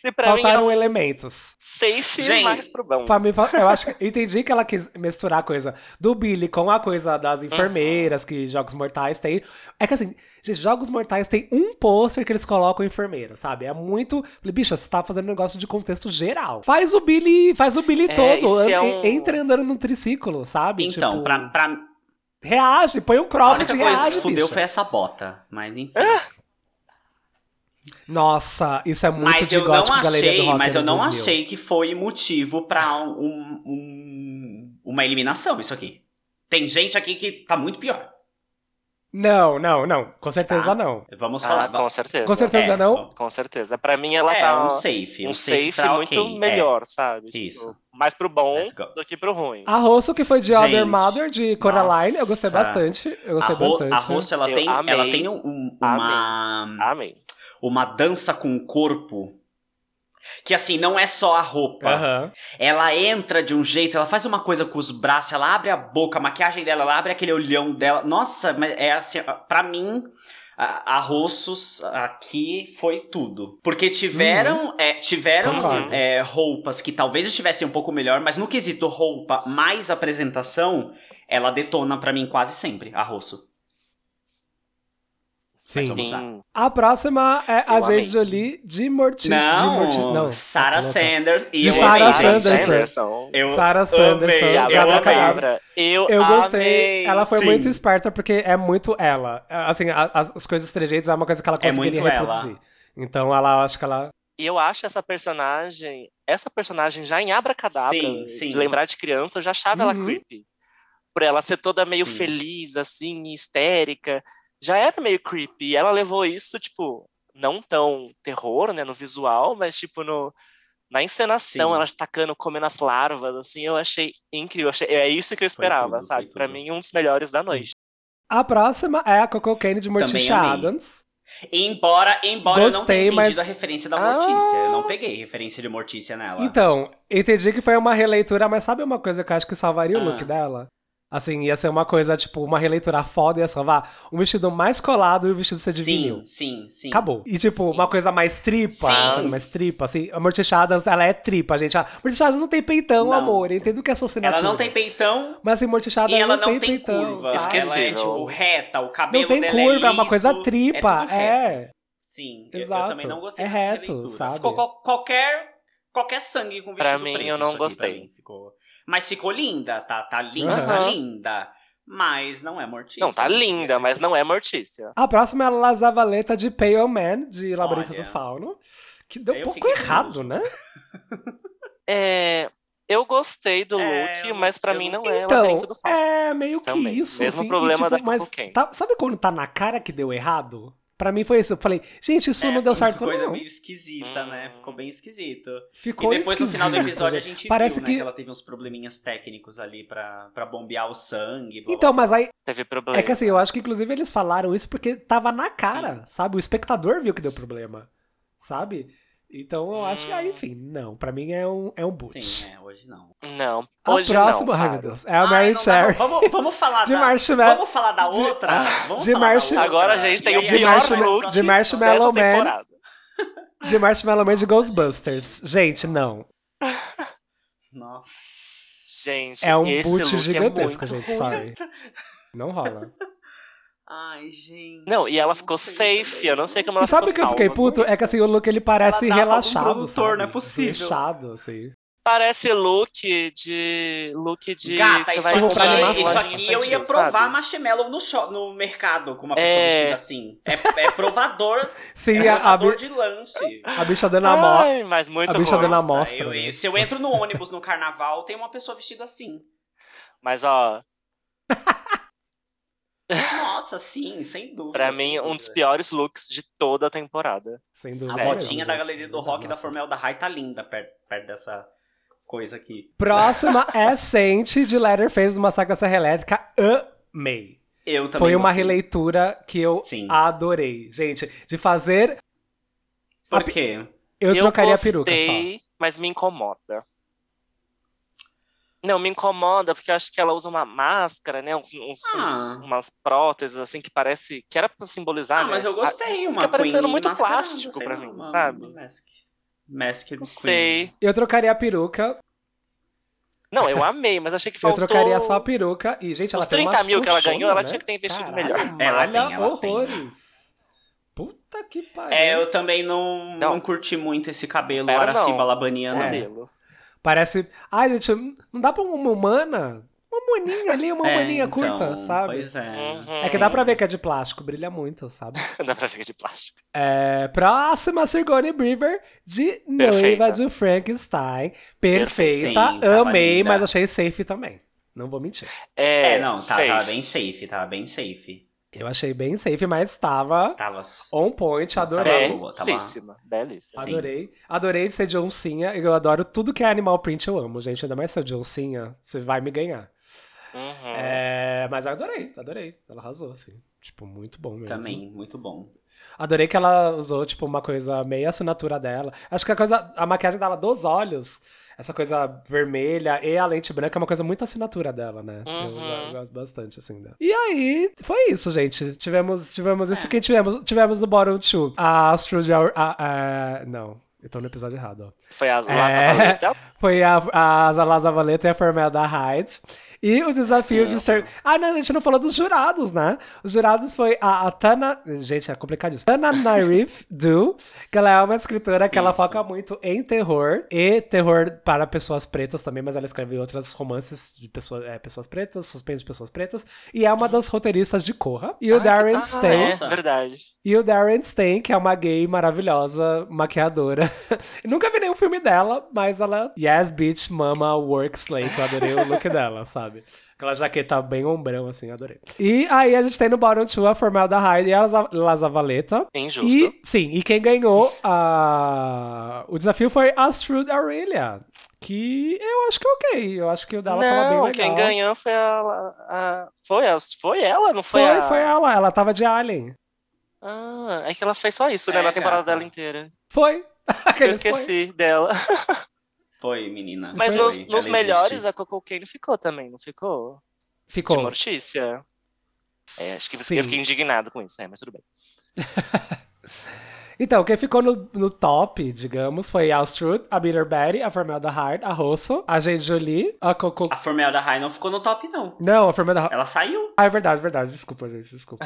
[SPEAKER 2] Se pra
[SPEAKER 1] faltaram
[SPEAKER 2] mim é
[SPEAKER 1] elementos.
[SPEAKER 2] safe
[SPEAKER 3] Gente,
[SPEAKER 2] mais pro bom.
[SPEAKER 1] Fa- me fa- Eu acho que eu entendi que ela quis misturar a coisa do Billy com a coisa das enfermeiras que Jogos Mortais tem. É que assim, gente, Jogos Mortais tem um pôster que eles colocam enfermeira, sabe? É muito. Falei, Bicha, você tá fazendo um negócio de contexto geral. Faz o Billy, faz o Billy
[SPEAKER 2] É,
[SPEAKER 1] todo.
[SPEAKER 2] isso
[SPEAKER 1] an-
[SPEAKER 2] é um-
[SPEAKER 1] Entra andando num triciclo, sabe?
[SPEAKER 3] Então,
[SPEAKER 1] tipo,
[SPEAKER 3] pra, pra,
[SPEAKER 1] reage, põe um
[SPEAKER 3] a
[SPEAKER 1] cropped,
[SPEAKER 3] única coisa que
[SPEAKER 1] reage,
[SPEAKER 3] fudeu
[SPEAKER 1] bicha.
[SPEAKER 3] foi essa bota. Mas enfim.
[SPEAKER 1] Nossa, isso é muito
[SPEAKER 3] mas
[SPEAKER 1] de
[SPEAKER 3] eu não
[SPEAKER 1] gótico, galeria do
[SPEAKER 3] achei,
[SPEAKER 1] rock
[SPEAKER 3] mas eu
[SPEAKER 1] anos
[SPEAKER 3] não
[SPEAKER 1] 2000.
[SPEAKER 3] achei que foi motivo pra um- um- um- uma eliminação isso aqui. Tem gente aqui que tá muito pior.
[SPEAKER 1] Não, não, não. Com certeza
[SPEAKER 3] Tá.
[SPEAKER 1] não.
[SPEAKER 3] Vamos
[SPEAKER 2] Ah,
[SPEAKER 3] falar.
[SPEAKER 2] com certeza.
[SPEAKER 1] Com certeza
[SPEAKER 3] É,
[SPEAKER 1] não.
[SPEAKER 2] Com certeza. Pra mim ela
[SPEAKER 3] é,
[SPEAKER 2] tá
[SPEAKER 3] um safe, um,
[SPEAKER 2] um
[SPEAKER 3] safe,
[SPEAKER 2] safe,
[SPEAKER 3] tá
[SPEAKER 2] muito
[SPEAKER 3] ok, é.
[SPEAKER 2] melhor, sabe? Tipo,
[SPEAKER 3] Isso.
[SPEAKER 2] mais pro bom
[SPEAKER 3] Let's go.
[SPEAKER 2] do que pro ruim.
[SPEAKER 1] A Rosso, que foi de Other
[SPEAKER 3] Gente,
[SPEAKER 1] Mother, de Coraline, eu gostei
[SPEAKER 3] nossa.
[SPEAKER 1] bastante. Eu
[SPEAKER 3] A,
[SPEAKER 1] gostei
[SPEAKER 3] Ro,
[SPEAKER 1] bastante.
[SPEAKER 3] a Rosso, ela
[SPEAKER 2] né? Eu
[SPEAKER 3] tem,
[SPEAKER 2] amei.
[SPEAKER 3] ela tem um- um- uma,
[SPEAKER 2] Amém.
[SPEAKER 3] uma dança com o corpo que, assim, não é só a roupa.
[SPEAKER 1] Aham.
[SPEAKER 3] Ela entra de um jeito, ela faz uma coisa com os braços, ela abre a boca, a maquiagem dela, ela abre aquele olhão dela. Nossa, mas é assim, pra mim, a, a Rossos aqui foi tudo. Porque tiveram, é, tiveram
[SPEAKER 1] Uhum. Concordo.
[SPEAKER 3] é, roupas que talvez estivessem um pouco melhor, mas no quesito roupa mais apresentação, ela detona pra mim quase sempre, a Rosso.
[SPEAKER 1] Sim.
[SPEAKER 3] vamos lá.
[SPEAKER 2] Sim.
[SPEAKER 1] A próxima é a
[SPEAKER 2] Eu amei.
[SPEAKER 1] Jade Jolie de Mortis. de Mortis.
[SPEAKER 3] Não,
[SPEAKER 1] não. tá
[SPEAKER 3] Sarah Sanders e
[SPEAKER 1] De
[SPEAKER 3] eu
[SPEAKER 1] Sarah né?
[SPEAKER 3] amei, gente.
[SPEAKER 1] Sanderson.
[SPEAKER 3] Eu
[SPEAKER 1] Sarah Sanderson,
[SPEAKER 3] amei,
[SPEAKER 1] já
[SPEAKER 3] né? eu
[SPEAKER 1] pra
[SPEAKER 3] amei.
[SPEAKER 1] caralho.
[SPEAKER 2] palavra. Eu,
[SPEAKER 1] Eu
[SPEAKER 2] amei.
[SPEAKER 1] gostei. Ela foi
[SPEAKER 3] sim.
[SPEAKER 1] muito esperta porque é muito ela. Assim, a- as, as coisas trejeitos é uma coisa que ela
[SPEAKER 3] É
[SPEAKER 1] conseguiria
[SPEAKER 3] muito ela.
[SPEAKER 1] reproduzir. Então ela acho que ela.
[SPEAKER 2] E eu acho essa personagem, essa personagem já em Abracadabra,
[SPEAKER 3] Sim, sim.
[SPEAKER 2] de lembrar de criança, eu já achava
[SPEAKER 1] Uhum.
[SPEAKER 2] ela creepy. Por ela ser toda meio
[SPEAKER 3] Sim.
[SPEAKER 2] feliz, assim, histérica, já era meio creepy. E ela levou isso, tipo, não tão terror, né, no visual, mas tipo no na encenação,
[SPEAKER 3] Sim.
[SPEAKER 2] ela tacando, comendo as larvas, assim, eu achei incrível. Achei- é isso que eu esperava,
[SPEAKER 3] tudo, foi
[SPEAKER 2] sabe? Pra
[SPEAKER 3] tudo.
[SPEAKER 2] mim, um dos melhores da noite.
[SPEAKER 1] A próxima é a Coco Kane de Morticia
[SPEAKER 3] amei.
[SPEAKER 1] Adams.
[SPEAKER 3] Embora, embora eu não tenha
[SPEAKER 1] Gostei,
[SPEAKER 3] entendido
[SPEAKER 1] mas-
[SPEAKER 3] a referência da
[SPEAKER 2] Ah.
[SPEAKER 3] Mortícia. Eu não peguei referência de Mortícia nela.
[SPEAKER 1] Então, entendi que foi uma releitura, mas sabe uma coisa que eu acho que salvaria o
[SPEAKER 3] Ah.
[SPEAKER 1] look dela? Assim, ia ser uma coisa, tipo, uma releitura foda, ia salvar um vestido mais colado e o vestido ser de vinil.
[SPEAKER 3] sim, sim, sim.
[SPEAKER 1] Acabou. E, tipo,
[SPEAKER 3] Sim.
[SPEAKER 1] uma coisa mais tripa,
[SPEAKER 3] Sim.
[SPEAKER 1] uma coisa mais tripa, assim. A Morticia Adams, ela é tripa, gente. A Morticia Adams não tem peitão,
[SPEAKER 3] Não.
[SPEAKER 1] amor. Eu entendo que é sua assinatura.
[SPEAKER 3] Ela não tem peitão
[SPEAKER 1] Mas, assim, Morticia
[SPEAKER 3] e
[SPEAKER 1] Adams
[SPEAKER 3] ela
[SPEAKER 1] não tem peitão,
[SPEAKER 3] curva.
[SPEAKER 1] sabe?
[SPEAKER 3] Ela é,
[SPEAKER 2] Esquecível.
[SPEAKER 3] tipo, reta, o cabelo
[SPEAKER 1] Não tem
[SPEAKER 3] dela
[SPEAKER 1] curva, é,
[SPEAKER 3] é
[SPEAKER 1] uma coisa
[SPEAKER 3] liso,
[SPEAKER 1] tripa.
[SPEAKER 3] tudo reto.
[SPEAKER 1] É.
[SPEAKER 3] Sim, Eu, eu
[SPEAKER 1] Exato.
[SPEAKER 3] também não gostei
[SPEAKER 1] É
[SPEAKER 3] dessa
[SPEAKER 1] reto,
[SPEAKER 3] releitura.
[SPEAKER 1] sabe?
[SPEAKER 3] Ficou co- qualquer, qualquer sangue com vestido
[SPEAKER 2] Pra mim,
[SPEAKER 3] preto,
[SPEAKER 2] eu não
[SPEAKER 3] isso aqui, pra
[SPEAKER 2] gostei.
[SPEAKER 3] mim, ficou... Mas ficou linda, tá, tá linda,
[SPEAKER 1] Aham.
[SPEAKER 3] tá linda. Mas não é Mortícia.
[SPEAKER 2] Não, tá linda, mas não é Mortícia.
[SPEAKER 1] A próxima é a Lazavaleta de Pale Man, de Labirinto
[SPEAKER 3] Olha.
[SPEAKER 1] do Fauno. Que deu um
[SPEAKER 3] Eu
[SPEAKER 1] pouco
[SPEAKER 3] fiquei
[SPEAKER 1] errado,
[SPEAKER 3] confuso.
[SPEAKER 1] né?
[SPEAKER 2] É, eu gostei do
[SPEAKER 3] É,
[SPEAKER 2] look,
[SPEAKER 3] eu-
[SPEAKER 2] mas pra
[SPEAKER 3] eu
[SPEAKER 2] mim
[SPEAKER 3] não-
[SPEAKER 2] não é
[SPEAKER 1] então,
[SPEAKER 2] Labirinto do Fauno.
[SPEAKER 1] é meio que
[SPEAKER 2] Também.
[SPEAKER 1] isso.
[SPEAKER 2] Mesmo
[SPEAKER 1] assim,
[SPEAKER 2] problema
[SPEAKER 1] e, tipo,
[SPEAKER 2] da
[SPEAKER 1] mas
[SPEAKER 2] Coco Kane.
[SPEAKER 1] tá- sabe quando tá na cara que deu errado? Pra Pra mim foi isso. Eu falei, gente, isso não deu certo,
[SPEAKER 3] É, coisa
[SPEAKER 1] não.
[SPEAKER 3] meio esquisita, né?
[SPEAKER 2] Hum.
[SPEAKER 3] Ficou bem esquisito.
[SPEAKER 1] Ficou
[SPEAKER 3] e depois no final do
[SPEAKER 1] esquisito,
[SPEAKER 3] episódio a
[SPEAKER 1] gente.
[SPEAKER 3] gente
[SPEAKER 1] Parece
[SPEAKER 3] viu,
[SPEAKER 1] que.
[SPEAKER 3] né, que ela teve uns probleminhas técnicos ali pra, pra bombear o sangue. blá,
[SPEAKER 1] Então, mas aí.
[SPEAKER 2] Teve problema.
[SPEAKER 1] É que assim, eu acho que inclusive eles falaram isso porque tava na cara, sabe? O espectador viu que deu problema, sabe? Então eu acho que, ah, enfim, não. Pra mim é um, é um
[SPEAKER 3] blá.
[SPEAKER 1] boot.
[SPEAKER 3] Hum. Sim, né? Hoje não.
[SPEAKER 2] Não,
[SPEAKER 1] é A
[SPEAKER 2] hoje
[SPEAKER 1] próxima,
[SPEAKER 2] não.
[SPEAKER 1] ai
[SPEAKER 2] Fábio.
[SPEAKER 1] meu Deus, é a
[SPEAKER 3] Ai,
[SPEAKER 1] Mary
[SPEAKER 3] não dá,
[SPEAKER 1] Cherry.
[SPEAKER 3] não. Vamos, vamos falar
[SPEAKER 1] De
[SPEAKER 3] da,
[SPEAKER 1] marshmallow.
[SPEAKER 3] Vamos falar da
[SPEAKER 1] De- ah,
[SPEAKER 3] outra. vamos
[SPEAKER 1] de
[SPEAKER 3] falar da
[SPEAKER 1] marshmallow.
[SPEAKER 3] outra.
[SPEAKER 2] Agora, gente, tem
[SPEAKER 3] E
[SPEAKER 2] o
[SPEAKER 3] aí,
[SPEAKER 1] de
[SPEAKER 2] pior
[SPEAKER 3] agora,
[SPEAKER 1] marshmallow,
[SPEAKER 2] look
[SPEAKER 1] de
[SPEAKER 3] próximo-
[SPEAKER 1] marshmallow. Mellow
[SPEAKER 2] dessa
[SPEAKER 1] Man.
[SPEAKER 2] temporada.
[SPEAKER 1] De Marshmallow Man de Ghostbusters. Gente, não.
[SPEAKER 3] Nossa.
[SPEAKER 2] Gente,
[SPEAKER 1] É um
[SPEAKER 2] esse
[SPEAKER 1] boot
[SPEAKER 2] look é
[SPEAKER 1] gigantesco,
[SPEAKER 2] muito
[SPEAKER 1] gente,
[SPEAKER 2] ruim.
[SPEAKER 1] sorry. Não rola.
[SPEAKER 3] Ai, gente.
[SPEAKER 2] Não, e ela ficou
[SPEAKER 3] sei
[SPEAKER 2] safe,
[SPEAKER 3] também.
[SPEAKER 2] eu não sei como
[SPEAKER 1] E
[SPEAKER 2] ela
[SPEAKER 1] sabe o
[SPEAKER 2] ficou
[SPEAKER 1] que eu fiquei
[SPEAKER 2] salva com
[SPEAKER 1] puto? É
[SPEAKER 2] isso.
[SPEAKER 1] que assim, o look ele parece
[SPEAKER 3] Ela dá pra algum
[SPEAKER 1] relaxado,
[SPEAKER 3] produtor,
[SPEAKER 1] sabe?
[SPEAKER 3] não é possível.
[SPEAKER 1] Fechado, assim.
[SPEAKER 2] Parece look de. Look de.
[SPEAKER 3] Gata,
[SPEAKER 2] você
[SPEAKER 3] isso
[SPEAKER 2] vai
[SPEAKER 1] comprar
[SPEAKER 2] comprar
[SPEAKER 1] animal
[SPEAKER 3] aqui,
[SPEAKER 2] em
[SPEAKER 3] é isso
[SPEAKER 2] loja
[SPEAKER 3] aqui eu ia
[SPEAKER 2] infantil,
[SPEAKER 3] provar
[SPEAKER 2] sabe?
[SPEAKER 3] marshmallow no, shop, no mercado com uma pessoa
[SPEAKER 2] É.
[SPEAKER 3] vestida assim. É, é provador, é
[SPEAKER 1] Sim, a, a,
[SPEAKER 3] provador
[SPEAKER 1] bi-
[SPEAKER 3] de lanche.
[SPEAKER 1] a bicha dando a mó.
[SPEAKER 2] Ai, mas muito
[SPEAKER 1] a bicha
[SPEAKER 2] ruim.
[SPEAKER 1] dando a
[SPEAKER 3] Nossa,
[SPEAKER 1] amostra,
[SPEAKER 3] eu-
[SPEAKER 1] né?
[SPEAKER 3] Se eu entro no ônibus no carnaval, tem uma pessoa vestida assim.
[SPEAKER 2] Mas, ó,
[SPEAKER 3] Nossa, sim, é. sem dúvida.
[SPEAKER 2] pra
[SPEAKER 3] sem
[SPEAKER 2] mim, um dos
[SPEAKER 3] dúvida.
[SPEAKER 2] piores looks de toda a temporada.
[SPEAKER 1] Sem
[SPEAKER 3] A
[SPEAKER 1] dúvida.
[SPEAKER 2] Sério,
[SPEAKER 3] botinha
[SPEAKER 1] mesmo,
[SPEAKER 3] da
[SPEAKER 1] gente.
[SPEAKER 3] galeria do rock da
[SPEAKER 1] Nossa.
[SPEAKER 3] Formel da Rai tá linda perto, perto dessa coisa aqui.
[SPEAKER 1] Próxima é Sente de Letterface do Massacre da Serra Elétrica. Amei.
[SPEAKER 3] Eu também.
[SPEAKER 1] Foi uma
[SPEAKER 3] gostei.
[SPEAKER 1] releitura que eu
[SPEAKER 3] Sim.
[SPEAKER 1] adorei. Gente, de fazer,
[SPEAKER 3] Por quê?
[SPEAKER 1] eu, trocaria
[SPEAKER 2] gostei,
[SPEAKER 1] a peruca só.
[SPEAKER 2] mas me incomoda. Não, me incomoda porque eu acho que ela usa uma máscara, né? Uns, uns-
[SPEAKER 3] Ah.
[SPEAKER 2] uns- umas próteses, assim, que parece. que era pra simbolizar.
[SPEAKER 3] Ah,
[SPEAKER 2] né?
[SPEAKER 3] mas eu gostei. Uma
[SPEAKER 2] fica parecendo
[SPEAKER 3] Queen
[SPEAKER 2] muito
[SPEAKER 3] mascarada,
[SPEAKER 2] plástico
[SPEAKER 3] sei
[SPEAKER 2] pra
[SPEAKER 3] lá,
[SPEAKER 2] mim,
[SPEAKER 3] uma-
[SPEAKER 2] sabe?
[SPEAKER 3] uma Mask. Mask
[SPEAKER 2] Não
[SPEAKER 3] Queen.
[SPEAKER 2] sei.
[SPEAKER 1] Eu trocaria a peruca,
[SPEAKER 2] Não, eu amei, mas achei que faltou.
[SPEAKER 1] eu trocaria só a peruca. E, gente, ela
[SPEAKER 2] Os
[SPEAKER 1] tem
[SPEAKER 2] 30
[SPEAKER 1] umas
[SPEAKER 2] mil que ela
[SPEAKER 1] colchonas,
[SPEAKER 2] ganhou, ela
[SPEAKER 1] né?
[SPEAKER 2] tinha que ter investido
[SPEAKER 1] Caralho,
[SPEAKER 2] melhor.
[SPEAKER 3] Ela tem,
[SPEAKER 1] malha
[SPEAKER 3] ela tem.
[SPEAKER 1] horrores. Puta que pariu.
[SPEAKER 3] É, eu também não,
[SPEAKER 2] Não.
[SPEAKER 3] não. curti muito esse cabelo
[SPEAKER 2] Pera, não.
[SPEAKER 3] Araciba
[SPEAKER 2] O
[SPEAKER 3] Labaniano.
[SPEAKER 1] É.
[SPEAKER 2] modelo.
[SPEAKER 1] Parece. Ai, gente, não dá pra uma humana? Uma maninha ali, uma maninha curta, sabe?
[SPEAKER 3] É, então, Pois é.
[SPEAKER 2] Uhum.
[SPEAKER 1] É que dá pra ver que é de plástico, brilha muito, sabe?
[SPEAKER 2] Dá pra ver que é de plástico.
[SPEAKER 1] É, próxima, Sirgone Brever, de Noiva
[SPEAKER 2] Perfeita.
[SPEAKER 1] de Frankenstein. Perfeita,
[SPEAKER 3] Sim, tava
[SPEAKER 1] amei,
[SPEAKER 3] linda.
[SPEAKER 1] mas achei safe também. Não vou mentir.
[SPEAKER 2] É,
[SPEAKER 3] É, não, tá,
[SPEAKER 2] safe.
[SPEAKER 3] tava bem safe, tava bem safe.
[SPEAKER 1] Eu achei bem safe, mas tava
[SPEAKER 3] Tava.
[SPEAKER 1] on point, adorei.
[SPEAKER 3] Tá bom. boa, tá
[SPEAKER 2] É, Belíssima, belíssima.
[SPEAKER 3] Sim.
[SPEAKER 1] Adorei. Adorei de ser John Cena. Eu adoro tudo que é Animal Print, eu amo, gente. Ainda mais ser John Cena, você vai me ganhar.
[SPEAKER 2] Uhum.
[SPEAKER 1] É, mas eu adorei, adorei. Ela arrasou, assim. Tipo, muito bom mesmo.
[SPEAKER 3] Também, muito bom.
[SPEAKER 1] Adorei que ela usou, tipo, uma coisa meio assinatura dela. Acho que a coisa, a maquiagem dela dos olhos, essa coisa vermelha e a lente branca é uma coisa muito assinatura dela, né? Eu,
[SPEAKER 2] Uhum.
[SPEAKER 1] eu gosto bastante, assim, dela. E aí, foi isso, gente. Tivemos, tivemos isso
[SPEAKER 3] É.
[SPEAKER 1] que tivemos, tivemos no Bottom Two. A Astro de... A, a- a- não, eu tô no episódio errado, ó.
[SPEAKER 2] Foi a Laza
[SPEAKER 1] É.
[SPEAKER 2] Valeta.
[SPEAKER 1] Foi a, a Zalaza Valeta e a Formel da Hyde. E o desafio de ser. Ah, não, a gente não falou dos jurados, né? Os jurados foi a, a Tana. Gente, é complicado isso. Tana Nairif Du, que ela é uma escritora que ela
[SPEAKER 3] Isso.
[SPEAKER 1] foca muito em terror e terror para pessoas pretas também, mas ela escreve outras romances de pessoa, é, pessoas pretas, suspense de pessoas pretas. E
[SPEAKER 2] Uhum.
[SPEAKER 1] é uma das roteiristas de Corra. E o Darren
[SPEAKER 2] Ah,
[SPEAKER 1] Stan.
[SPEAKER 2] é, verdade.
[SPEAKER 1] E o Darren Stain, que é uma gay maravilhosa maquiadora. Eu Nunca vi nenhum filme dela, mas ela. Yes, bitch, mama, work, slay, que eu adorei o look dela, sabe? Aquela jaqueta bem ombrão, assim, eu adorei. E aí a gente tem no Bottom Two a Formel da Hyde e a Laza- Lazavaleta.
[SPEAKER 2] Injusto.
[SPEAKER 1] E, sim, e quem ganhou a... o desafio foi a Astrud Aurelia, que eu acho que é ok. Eu acho que o dela tava bem
[SPEAKER 2] não,
[SPEAKER 1] legal.
[SPEAKER 2] quem ganhou foi a, a- foi a- foi ela, não foi,
[SPEAKER 1] Foi,
[SPEAKER 2] a...
[SPEAKER 1] foi ela. Ela tava de Alien.
[SPEAKER 2] Ah, é que ela fez só isso, né,
[SPEAKER 3] É,
[SPEAKER 2] na temporada
[SPEAKER 3] gata.
[SPEAKER 2] dela inteira.
[SPEAKER 1] Foi.
[SPEAKER 2] Eu
[SPEAKER 1] Aqueles foi.
[SPEAKER 2] esqueci dela.
[SPEAKER 3] Foi, menina.
[SPEAKER 2] Mas
[SPEAKER 3] foi.
[SPEAKER 2] nos,
[SPEAKER 3] Ela
[SPEAKER 2] nos
[SPEAKER 3] existe.
[SPEAKER 2] melhores, a Coco Kane ficou também, não ficou? De
[SPEAKER 1] Ficou.
[SPEAKER 2] mortícia. É, acho que
[SPEAKER 1] Sim.
[SPEAKER 2] eu fiquei indignado com isso, né, mas tudo bem.
[SPEAKER 1] Então, quem ficou no, no top, digamos, foi a Astrud, a Bitter Betty, a Formelda Hard, a Rosso, a Jade Jolie, a Coco.
[SPEAKER 3] A Formel da Rai não ficou no top, não.
[SPEAKER 1] Não, a Formelda Hard.
[SPEAKER 3] Ela saiu.
[SPEAKER 1] Ah, é verdade, verdade. Desculpa, gente, desculpa.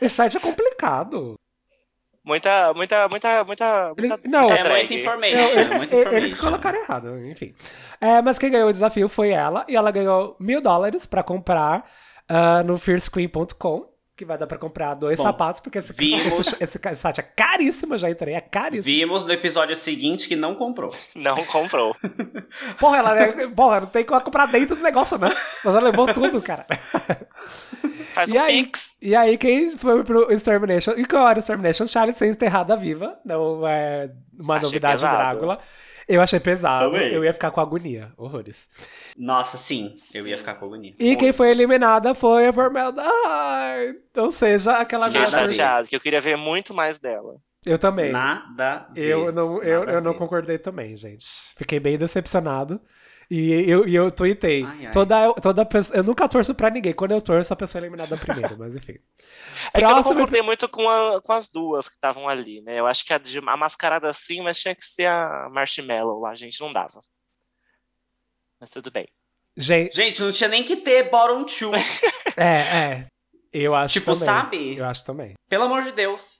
[SPEAKER 1] Esse site é complicado.
[SPEAKER 2] Muita, muita, muita, muita,
[SPEAKER 1] Ele-
[SPEAKER 2] muita
[SPEAKER 1] não.
[SPEAKER 2] muita
[SPEAKER 3] é
[SPEAKER 2] drag.
[SPEAKER 3] muita information. é muita
[SPEAKER 1] E-
[SPEAKER 3] information.
[SPEAKER 1] Eles colocaram errado, enfim. É, mas quem ganhou o desafio foi ela, e ela ganhou mil dólares pra comprar ah, no fiercequeen.com, que vai dar pra comprar dois
[SPEAKER 3] Bom,
[SPEAKER 1] sapatos, porque esse,
[SPEAKER 3] vimos-
[SPEAKER 1] esse, esse, esse site é caríssimo, eu já entrei, é caríssimo.
[SPEAKER 3] Vimos no episódio seguinte que não comprou.
[SPEAKER 2] Não comprou.
[SPEAKER 1] Porra, né? ela, porra, não tem como comprar dentro do negócio, não. Ela já levou tudo, cara.
[SPEAKER 2] Faz
[SPEAKER 1] E
[SPEAKER 2] um
[SPEAKER 1] aí,
[SPEAKER 2] pix.
[SPEAKER 1] e aí, quem foi pro Extermination? E qual era o Extermination? Charlie ser enterrada viva. Não é uma
[SPEAKER 2] Achei
[SPEAKER 1] novidade
[SPEAKER 2] pesado.
[SPEAKER 1] Drácula. Eu achei pesado.
[SPEAKER 3] Também.
[SPEAKER 1] Eu ia ficar com agonia. Horrores.
[SPEAKER 3] Nossa, sim, eu ia ficar com agonia.
[SPEAKER 1] E quem foi eliminada foi a Formelda. Ai, Ou seja, aquela
[SPEAKER 2] Fiquei
[SPEAKER 3] Nada a
[SPEAKER 1] mina.
[SPEAKER 3] ver.
[SPEAKER 2] chateado, que eu queria ver muito mais dela.
[SPEAKER 1] Eu também.
[SPEAKER 3] Nada. a ver,
[SPEAKER 1] Eu não, eu,
[SPEAKER 3] nada
[SPEAKER 1] eu
[SPEAKER 3] a
[SPEAKER 1] não
[SPEAKER 3] ver.
[SPEAKER 1] concordei também, gente. Fiquei bem decepcionado. E eu, e eu tuitei.
[SPEAKER 3] Ai, ai.
[SPEAKER 1] Toda, toda pessoa, eu nunca torço pra ninguém. Quando eu torço, a pessoa é eliminada primeiro, mas enfim.
[SPEAKER 2] É que eu não
[SPEAKER 1] Próximo-
[SPEAKER 2] concordei muito com, a- com as duas que estavam ali, né? Eu acho que a, de- a mascarada sim, mas tinha que ser a Marshmallow lá, gente, não dava. Mas tudo bem.
[SPEAKER 1] Gente,
[SPEAKER 3] Gente, não tinha nem que ter bottom two.
[SPEAKER 1] é, é. Eu acho
[SPEAKER 3] Tipo,
[SPEAKER 1] também.
[SPEAKER 3] sabe?
[SPEAKER 1] Eu acho também.
[SPEAKER 3] Pelo amor de Deus.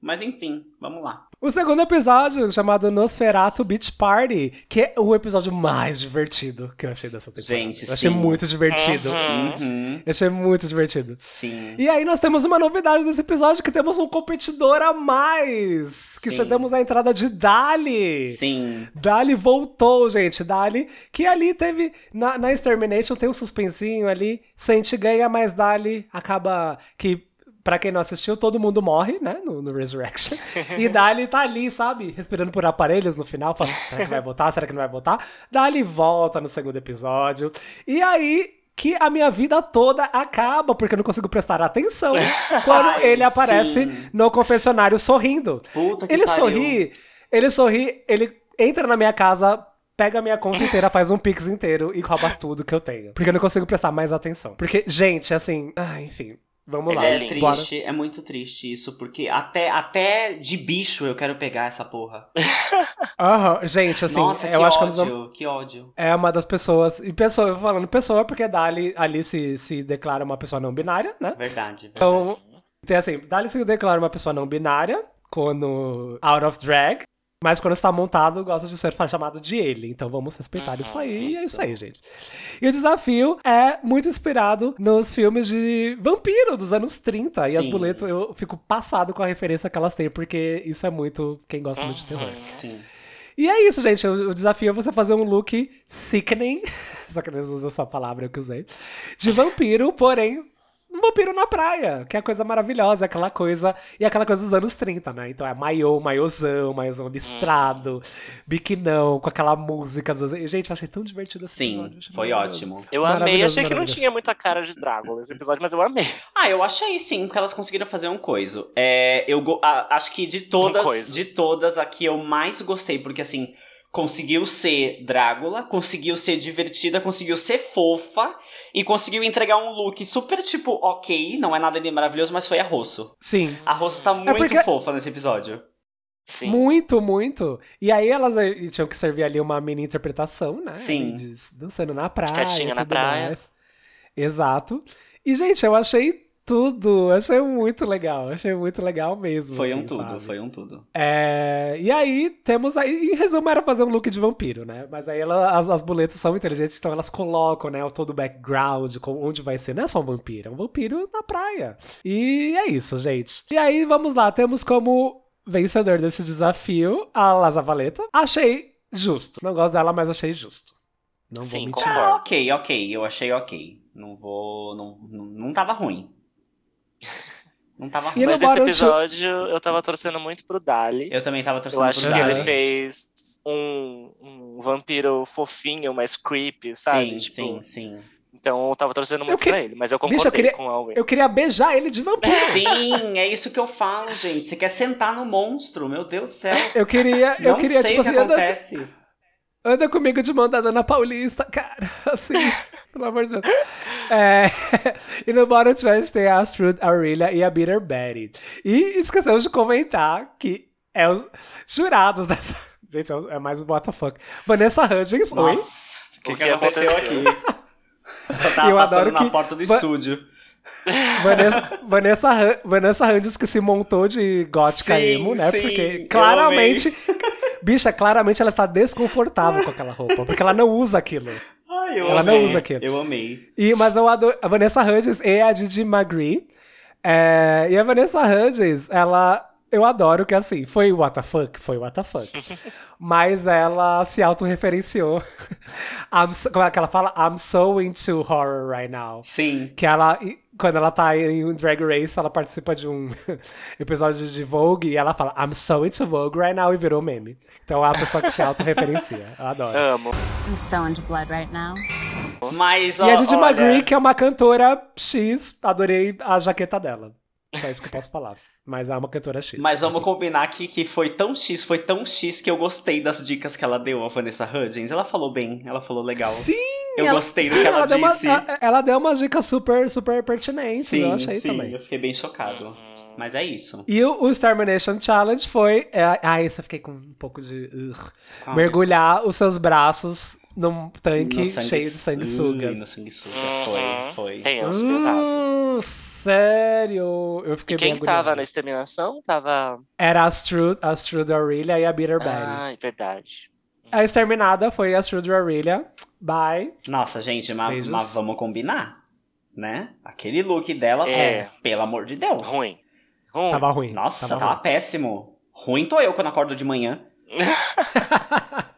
[SPEAKER 3] Mas enfim, vamos lá.
[SPEAKER 1] O segundo episódio, chamado Nosferatu Beach Party, que é o episódio mais divertido que eu achei dessa temporada.
[SPEAKER 3] Gente,
[SPEAKER 1] eu achei
[SPEAKER 3] sim.
[SPEAKER 1] muito divertido.
[SPEAKER 2] Uhum.
[SPEAKER 3] Uhum.
[SPEAKER 1] Eu achei muito divertido.
[SPEAKER 3] Sim.
[SPEAKER 1] E aí nós temos uma novidade nesse episódio, que temos um competidor a mais, que
[SPEAKER 3] Sim.
[SPEAKER 1] chegamos à entrada de Dali.
[SPEAKER 3] Sim.
[SPEAKER 1] Dali voltou, gente. Dali, que ali teve. Na, na Extermination tem um suspensinho ali. Sente ganha, mas Dali acaba. Que, pra quem não assistiu, todo mundo morre, né? No, no Resurrection. E Dali tá ali, sabe? Respirando por aparelhos no final, falando: será que vai voltar? Será que não vai voltar? Dali volta no segundo episódio. E aí. Que a minha vida toda acaba, porque eu não consigo prestar atenção quando
[SPEAKER 3] Ai,
[SPEAKER 1] ele aparece
[SPEAKER 3] sim.
[SPEAKER 1] no confessionário sorrindo.
[SPEAKER 3] Puta que
[SPEAKER 1] ele
[SPEAKER 3] pariu.
[SPEAKER 1] sorri, ele sorri, ele entra na minha casa, pega a minha conta inteira, faz um pix inteiro e rouba tudo que eu tenho. Porque eu não consigo prestar mais atenção. Porque, gente, assim, ah, enfim, vamos
[SPEAKER 3] Ele
[SPEAKER 1] lá.
[SPEAKER 3] é
[SPEAKER 2] lindo.
[SPEAKER 3] triste,
[SPEAKER 1] Bora.
[SPEAKER 3] é muito triste isso, porque até, até de bicho eu quero pegar essa porra.
[SPEAKER 1] Aham, gente, assim,
[SPEAKER 3] Nossa, que
[SPEAKER 1] eu acho que eu não-
[SPEAKER 3] ódio, que ódio.
[SPEAKER 1] É uma das pessoas. E pessoa, eu falando pessoa, porque Dali ali se, se declara uma pessoa não binária, né?
[SPEAKER 3] Verdade.
[SPEAKER 1] Então, tem assim, Dali se declara uma pessoa não binária, quando out of drag, mas quando está montado, gosta de ser fa- chamado de ele. Então vamos respeitar isso aí, e é isso aí, gente. E o desafio é muito inspirado nos filmes de vampiro dos anos 30. E as
[SPEAKER 3] Sim.
[SPEAKER 1] boletos, eu fico passado com a referência que elas têm, porque isso é muito quem gosta muito de terror.
[SPEAKER 2] Uhum.
[SPEAKER 3] Sim.
[SPEAKER 1] E é isso, gente. O, o desafio é você fazer um look sickening. Só que eles usam essa palavra que eu usei. De vampiro, porém. Um vampiro na praia, que é a coisa maravilhosa, aquela coisa. E aquela coisa dos anos 30, né? Então é maiô, maiôzão, maiôzão listrado, biquinão, com aquela música. Dos... anos- Gente, eu achei tão divertido esse episódio,
[SPEAKER 3] Sim,
[SPEAKER 1] achei
[SPEAKER 3] foi
[SPEAKER 1] maravilhoso.
[SPEAKER 3] ótimo.
[SPEAKER 2] Eu amei,
[SPEAKER 1] Maravilhoso,
[SPEAKER 2] achei que não
[SPEAKER 1] maravilhoso.
[SPEAKER 2] tinha muita cara de Drácula esse episódio, mas eu amei.
[SPEAKER 3] Ah, eu achei sim, porque elas conseguiram fazer um coisa. É, eu go- a- acho que de
[SPEAKER 2] Um
[SPEAKER 3] todas,
[SPEAKER 2] coiso.
[SPEAKER 3] de todas a que eu mais gostei, porque assim, conseguiu ser Drácula, conseguiu ser divertida, conseguiu ser fofa e conseguiu entregar um look super tipo OK, não é nada de maravilhoso, mas foi a Rosso.
[SPEAKER 1] Sim.
[SPEAKER 3] A Rosso tá muito
[SPEAKER 1] É porque-
[SPEAKER 3] fofa nesse episódio.
[SPEAKER 2] Sim.
[SPEAKER 1] Muito, muito. E aí elas eh, tinham que servir ali uma mini interpretação, né?
[SPEAKER 3] Sim.
[SPEAKER 1] Ali de- dançando na praia.
[SPEAKER 2] Festinha
[SPEAKER 1] e
[SPEAKER 2] na
[SPEAKER 1] tudo
[SPEAKER 2] praia.
[SPEAKER 1] mais. Exato. E, gente, eu achei tudo. Achei muito legal. Achei muito legal mesmo.
[SPEAKER 3] Foi um
[SPEAKER 1] assim,
[SPEAKER 3] tudo,
[SPEAKER 1] sabe?
[SPEAKER 3] foi um tudo.
[SPEAKER 1] É, e aí temos. Aí, em resumo, era fazer um look de vampiro, né? Mas aí ela- as, as boletas são inteligentes, então elas colocam, né? Todo o background, com- onde vai ser. Não é só um vampiro, é um vampiro na praia. E é isso, gente. E aí, vamos lá, temos como vencedor desse desafio a Laza Valeta. Achei justo. Não gosto dela, mas achei justo. Não vou
[SPEAKER 2] Sim,
[SPEAKER 1] mentir.
[SPEAKER 2] concordo.
[SPEAKER 3] Ah, ok, ok, eu achei ok. Não vou, não, não, não tava ruim. Não tava ruim.
[SPEAKER 1] E
[SPEAKER 2] Mas
[SPEAKER 1] no
[SPEAKER 2] esse
[SPEAKER 1] Baron Chu-
[SPEAKER 2] episódio eu tava torcendo muito pro Dali.
[SPEAKER 3] Eu também tava torcendo
[SPEAKER 2] Eu acho
[SPEAKER 3] pro
[SPEAKER 2] que ele
[SPEAKER 3] Dali.
[SPEAKER 2] fez um, um vampiro fofinho, mas creepy, sabe?
[SPEAKER 3] Sim,
[SPEAKER 2] Tipo,
[SPEAKER 3] sim, sim.
[SPEAKER 2] Então eu tava torcendo muito
[SPEAKER 1] que-
[SPEAKER 2] pra ele, mas eu concordei
[SPEAKER 1] Bicho, eu queria-
[SPEAKER 2] com a Win.
[SPEAKER 1] Eu queria beijar ele de vampiro.
[SPEAKER 3] Sim, é isso que eu falo, gente. Você quer sentar no monstro, meu Deus do céu.
[SPEAKER 1] Eu queria, eu
[SPEAKER 3] não
[SPEAKER 1] queria,
[SPEAKER 3] sei
[SPEAKER 1] tipo
[SPEAKER 3] o que
[SPEAKER 1] assim, anda-
[SPEAKER 3] acontece.
[SPEAKER 1] Anda comigo de mão da Dona Paulista, cara. Assim, pelo amor de Deus. É, e no Bottom Trash tem a Astrud, a Aurelia e a Bitter Betty. E esquecemos de comentar que é os jurados dessa... Gente, é o- é mais um WTF. Vanessa Hudgens, oi.
[SPEAKER 3] Nossa, o que,
[SPEAKER 2] O
[SPEAKER 3] que,
[SPEAKER 2] que
[SPEAKER 3] aconteceu,
[SPEAKER 2] aconteceu?
[SPEAKER 3] aqui? Eu tava
[SPEAKER 1] Eu
[SPEAKER 3] passando
[SPEAKER 1] adoro
[SPEAKER 3] na
[SPEAKER 1] que-
[SPEAKER 3] porta do
[SPEAKER 1] Va-
[SPEAKER 3] estúdio.
[SPEAKER 1] Vanessa, Vanessa, Han- Vanessa Hudgens que se montou de gótica
[SPEAKER 3] Sim,
[SPEAKER 1] emo, né?
[SPEAKER 3] sim,
[SPEAKER 1] Porque
[SPEAKER 3] eu
[SPEAKER 1] claramente... Bicha, claramente ela está desconfortável com aquela roupa. Porque ela não usa aquilo.
[SPEAKER 3] Ai, eu
[SPEAKER 1] Ela não
[SPEAKER 3] amei.
[SPEAKER 1] usa aquilo.
[SPEAKER 3] Eu amei.
[SPEAKER 1] E, mas eu adoro, a Vanessa Hudgens e a Didi Magri. É, e a Vanessa Hudgens, ela. Eu adoro que assim, foi what the fuck? Foi what the fuck. Mas ela se autorreferenciou. I'm so- como é que ela fala? I'm so into horror right now.
[SPEAKER 3] Sim.
[SPEAKER 1] Que ela, e- quando ela tá em um Drag Race, ela participa de um episódio de Vogue e ela fala I'm so into Vogue right now e virou meme. Então é a pessoa que se autorreferencia. Eu adoro.
[SPEAKER 2] Amo.
[SPEAKER 6] I'm so into blood right now.
[SPEAKER 3] Mas, ó,
[SPEAKER 1] E a Didi
[SPEAKER 3] olha,
[SPEAKER 1] Magri, que é uma cantora X, adorei a jaqueta dela. Só isso que eu posso falar. Mas é uma cantora X.
[SPEAKER 3] Mas vamos combinar aqui que foi tão X, foi tão X que eu gostei das dicas que ela deu a Vanessa Hudgens. Ela falou bem, ela falou legal.
[SPEAKER 1] Sim!
[SPEAKER 3] Eu
[SPEAKER 1] ela-
[SPEAKER 3] gostei do
[SPEAKER 1] sim,
[SPEAKER 3] que ela,
[SPEAKER 1] deu uma-
[SPEAKER 3] disse.
[SPEAKER 1] a- ela deu uma dica super, super pertinente.
[SPEAKER 3] sim,
[SPEAKER 1] eu achei
[SPEAKER 3] sim,
[SPEAKER 1] também.
[SPEAKER 3] eu fiquei bem chocado. Mas é isso.
[SPEAKER 1] E o, o Extermination Challenge foi. É, ah, esse eu fiquei com um pouco de. ugh.
[SPEAKER 3] Ah.
[SPEAKER 1] mergulhar os seus braços num tanque
[SPEAKER 3] No sangue-
[SPEAKER 1] cheio de sanguessugas.
[SPEAKER 3] Ui, no sanguessuga, foi, foi.
[SPEAKER 2] Tenso, pesado.
[SPEAKER 1] Hum, sério? Eu fiquei
[SPEAKER 2] Quem
[SPEAKER 1] bem
[SPEAKER 2] tava
[SPEAKER 1] agoniado.
[SPEAKER 2] na exterminação tava.
[SPEAKER 1] Era a Strud, a Strud Aurelia e a Bitter Belly.
[SPEAKER 2] Ah, é verdade.
[SPEAKER 1] A exterminada foi a Strud Aurelia. Bye.
[SPEAKER 3] Nossa, gente, mas,
[SPEAKER 1] Beijos.
[SPEAKER 3] mas vamos combinar, né? Aquele look dela,
[SPEAKER 2] É.
[SPEAKER 3] pelo amor de Deus.
[SPEAKER 2] Ruim. Ruim.
[SPEAKER 1] Tava ruim.
[SPEAKER 3] É. Nossa,
[SPEAKER 1] tava
[SPEAKER 3] tava,
[SPEAKER 1] ruim.
[SPEAKER 3] péssimo. Ruim tô eu quando acordo de manhã.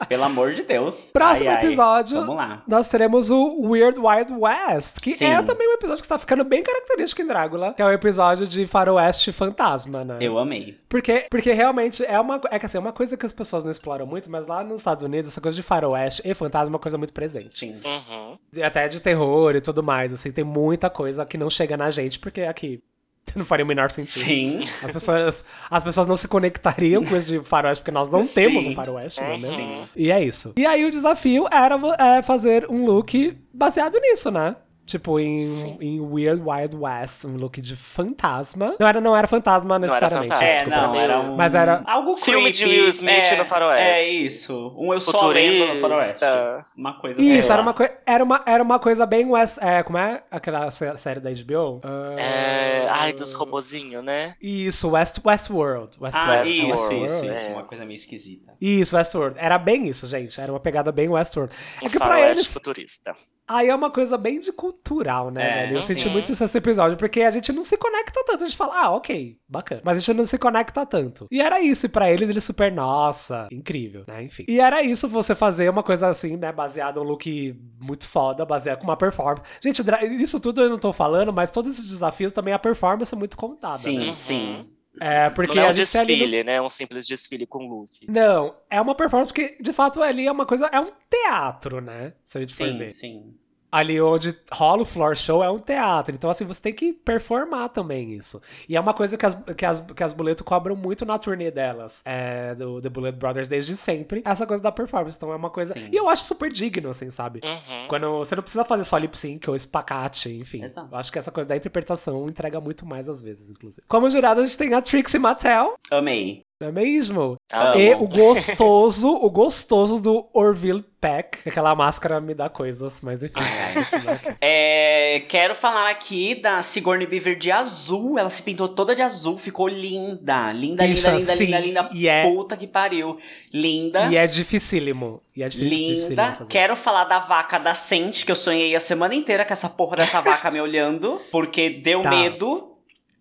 [SPEAKER 3] Pelo amor de Deus.
[SPEAKER 1] Próximo
[SPEAKER 3] Ai, ai.
[SPEAKER 1] episódio.
[SPEAKER 3] Vamos lá.
[SPEAKER 1] Nós teremos o Weird Wild West, que é
[SPEAKER 3] Sim.
[SPEAKER 1] também um episódio que tá ficando bem característico em Drácula, que é o episódio de faroeste fantasma, né?
[SPEAKER 3] Eu amei.
[SPEAKER 1] Porque, porque realmente é uma, é, que assim, é uma coisa que as pessoas não exploram muito, mas lá nos Estados Unidos, essa coisa de faroeste e fantasma é uma coisa muito presente.
[SPEAKER 3] Sim.
[SPEAKER 2] Uhum.
[SPEAKER 1] E Até de terror e tudo mais, assim, tem muita coisa que não chega na gente, porque aqui não faria o menor sentido.
[SPEAKER 3] Sim.
[SPEAKER 1] As pessoas, as pessoas não se conectariam com esse de faroeste, porque nós não
[SPEAKER 3] Sim.
[SPEAKER 1] temos um faroeste, não é
[SPEAKER 2] Uhum.
[SPEAKER 1] mesmo? E é isso. E aí o desafio era vo- é, fazer um look baseado nisso, né? Tipo, em, em Weird Wild West, um look de fantasma. Não era, não era fantasma
[SPEAKER 2] era
[SPEAKER 1] necessariamente,
[SPEAKER 2] fantasma.
[SPEAKER 3] É,
[SPEAKER 1] desculpa.
[SPEAKER 3] não, era um...
[SPEAKER 1] Mas era-
[SPEAKER 3] Algo
[SPEAKER 2] Filme
[SPEAKER 3] creepy.
[SPEAKER 2] de Will Smith
[SPEAKER 3] é,
[SPEAKER 2] no faroeste.
[SPEAKER 3] É isso. Um Eu Sou a Lenda no faroeste.
[SPEAKER 2] Futurista.
[SPEAKER 3] Uma coisa assim.
[SPEAKER 1] Isso, era uma, coi- era, uma, era uma coisa bem West. É, como é aquela sé- série da HBO?
[SPEAKER 2] É, Ai, dos
[SPEAKER 1] Ah.
[SPEAKER 2] robozinhos, né?
[SPEAKER 1] Isso, West, Westworld. Westworld.
[SPEAKER 3] Ah,
[SPEAKER 2] Westworld,
[SPEAKER 3] isso, isso,
[SPEAKER 1] Westworld.
[SPEAKER 3] isso.
[SPEAKER 2] é.
[SPEAKER 3] Uma coisa meio esquisita.
[SPEAKER 1] Isso, Westworld. Era bem isso, gente. Era uma pegada bem Westworld.
[SPEAKER 2] Um
[SPEAKER 1] É que pra
[SPEAKER 2] faroeste
[SPEAKER 1] eles,
[SPEAKER 2] futurista.
[SPEAKER 1] aí é uma coisa bem de cultural, né,
[SPEAKER 3] É.
[SPEAKER 1] velho? Eu senti
[SPEAKER 2] Uhum.
[SPEAKER 1] muito isso nesse episódio, porque a gente não se conecta tanto. A gente fala, ah, ok, bacana. Mas a gente não se conecta tanto. E era isso, e pra eles, eles super, nossa, incrível, né, enfim. E era isso, você fazer uma coisa assim, né, baseada num look muito foda, baseada com uma performance. Gente, dra- isso tudo eu não tô falando, mas todos esses desafios também a performance é muito contada, né?
[SPEAKER 3] Sim,
[SPEAKER 2] Uhum.
[SPEAKER 3] sim.
[SPEAKER 1] É, porque
[SPEAKER 2] não é
[SPEAKER 1] a
[SPEAKER 2] um
[SPEAKER 1] gente tá ali no-
[SPEAKER 2] desfile, né? Um simples desfile com look.
[SPEAKER 1] não, é uma performance que, de fato, ali é uma coisa. É um teatro, né? Se a gente for
[SPEAKER 3] Sim,
[SPEAKER 1] ver.
[SPEAKER 3] sim.
[SPEAKER 1] Ali onde rola o floor show é um teatro. Então, assim, você tem que performar também isso. E é uma coisa que as, que as, que as Boleto cobram muito na turnê delas, é, do The Bullet Brothers desde sempre. Essa coisa da performance. Então, é uma coisa.
[SPEAKER 3] Sim.
[SPEAKER 1] E eu acho super digno, assim, sabe?
[SPEAKER 2] Uhum.
[SPEAKER 1] Quando você não precisa fazer só lip sync ou espacate, enfim.
[SPEAKER 3] Exato.
[SPEAKER 1] Eu acho que essa coisa da interpretação entrega muito mais às vezes, inclusive. Como jurado, a gente tem a Trixie Mattel,
[SPEAKER 3] Amei.
[SPEAKER 1] não é mesmo?
[SPEAKER 3] Tá
[SPEAKER 2] Amo.
[SPEAKER 1] E o gostoso, o gostoso do Orville Peck. Aquela máscara me dá coisas, mas enfim.
[SPEAKER 3] Ah, É, quero falar aqui da Sigourney Beaver de azul. Ela se pintou toda de azul, ficou linda. Linda,
[SPEAKER 1] Bicha,
[SPEAKER 3] linda, linda,
[SPEAKER 1] sim,
[SPEAKER 3] linda, linda.
[SPEAKER 1] e é-
[SPEAKER 3] Puta que pariu. Linda.
[SPEAKER 1] e é dificílimo. E é difí- dificílimo
[SPEAKER 3] tá. Linda.
[SPEAKER 1] fazer.
[SPEAKER 3] Quero falar da vaca da Sente, que eu sonhei a semana inteira com essa porra dessa vaca me olhando, porque deu
[SPEAKER 1] Tá.
[SPEAKER 3] medo.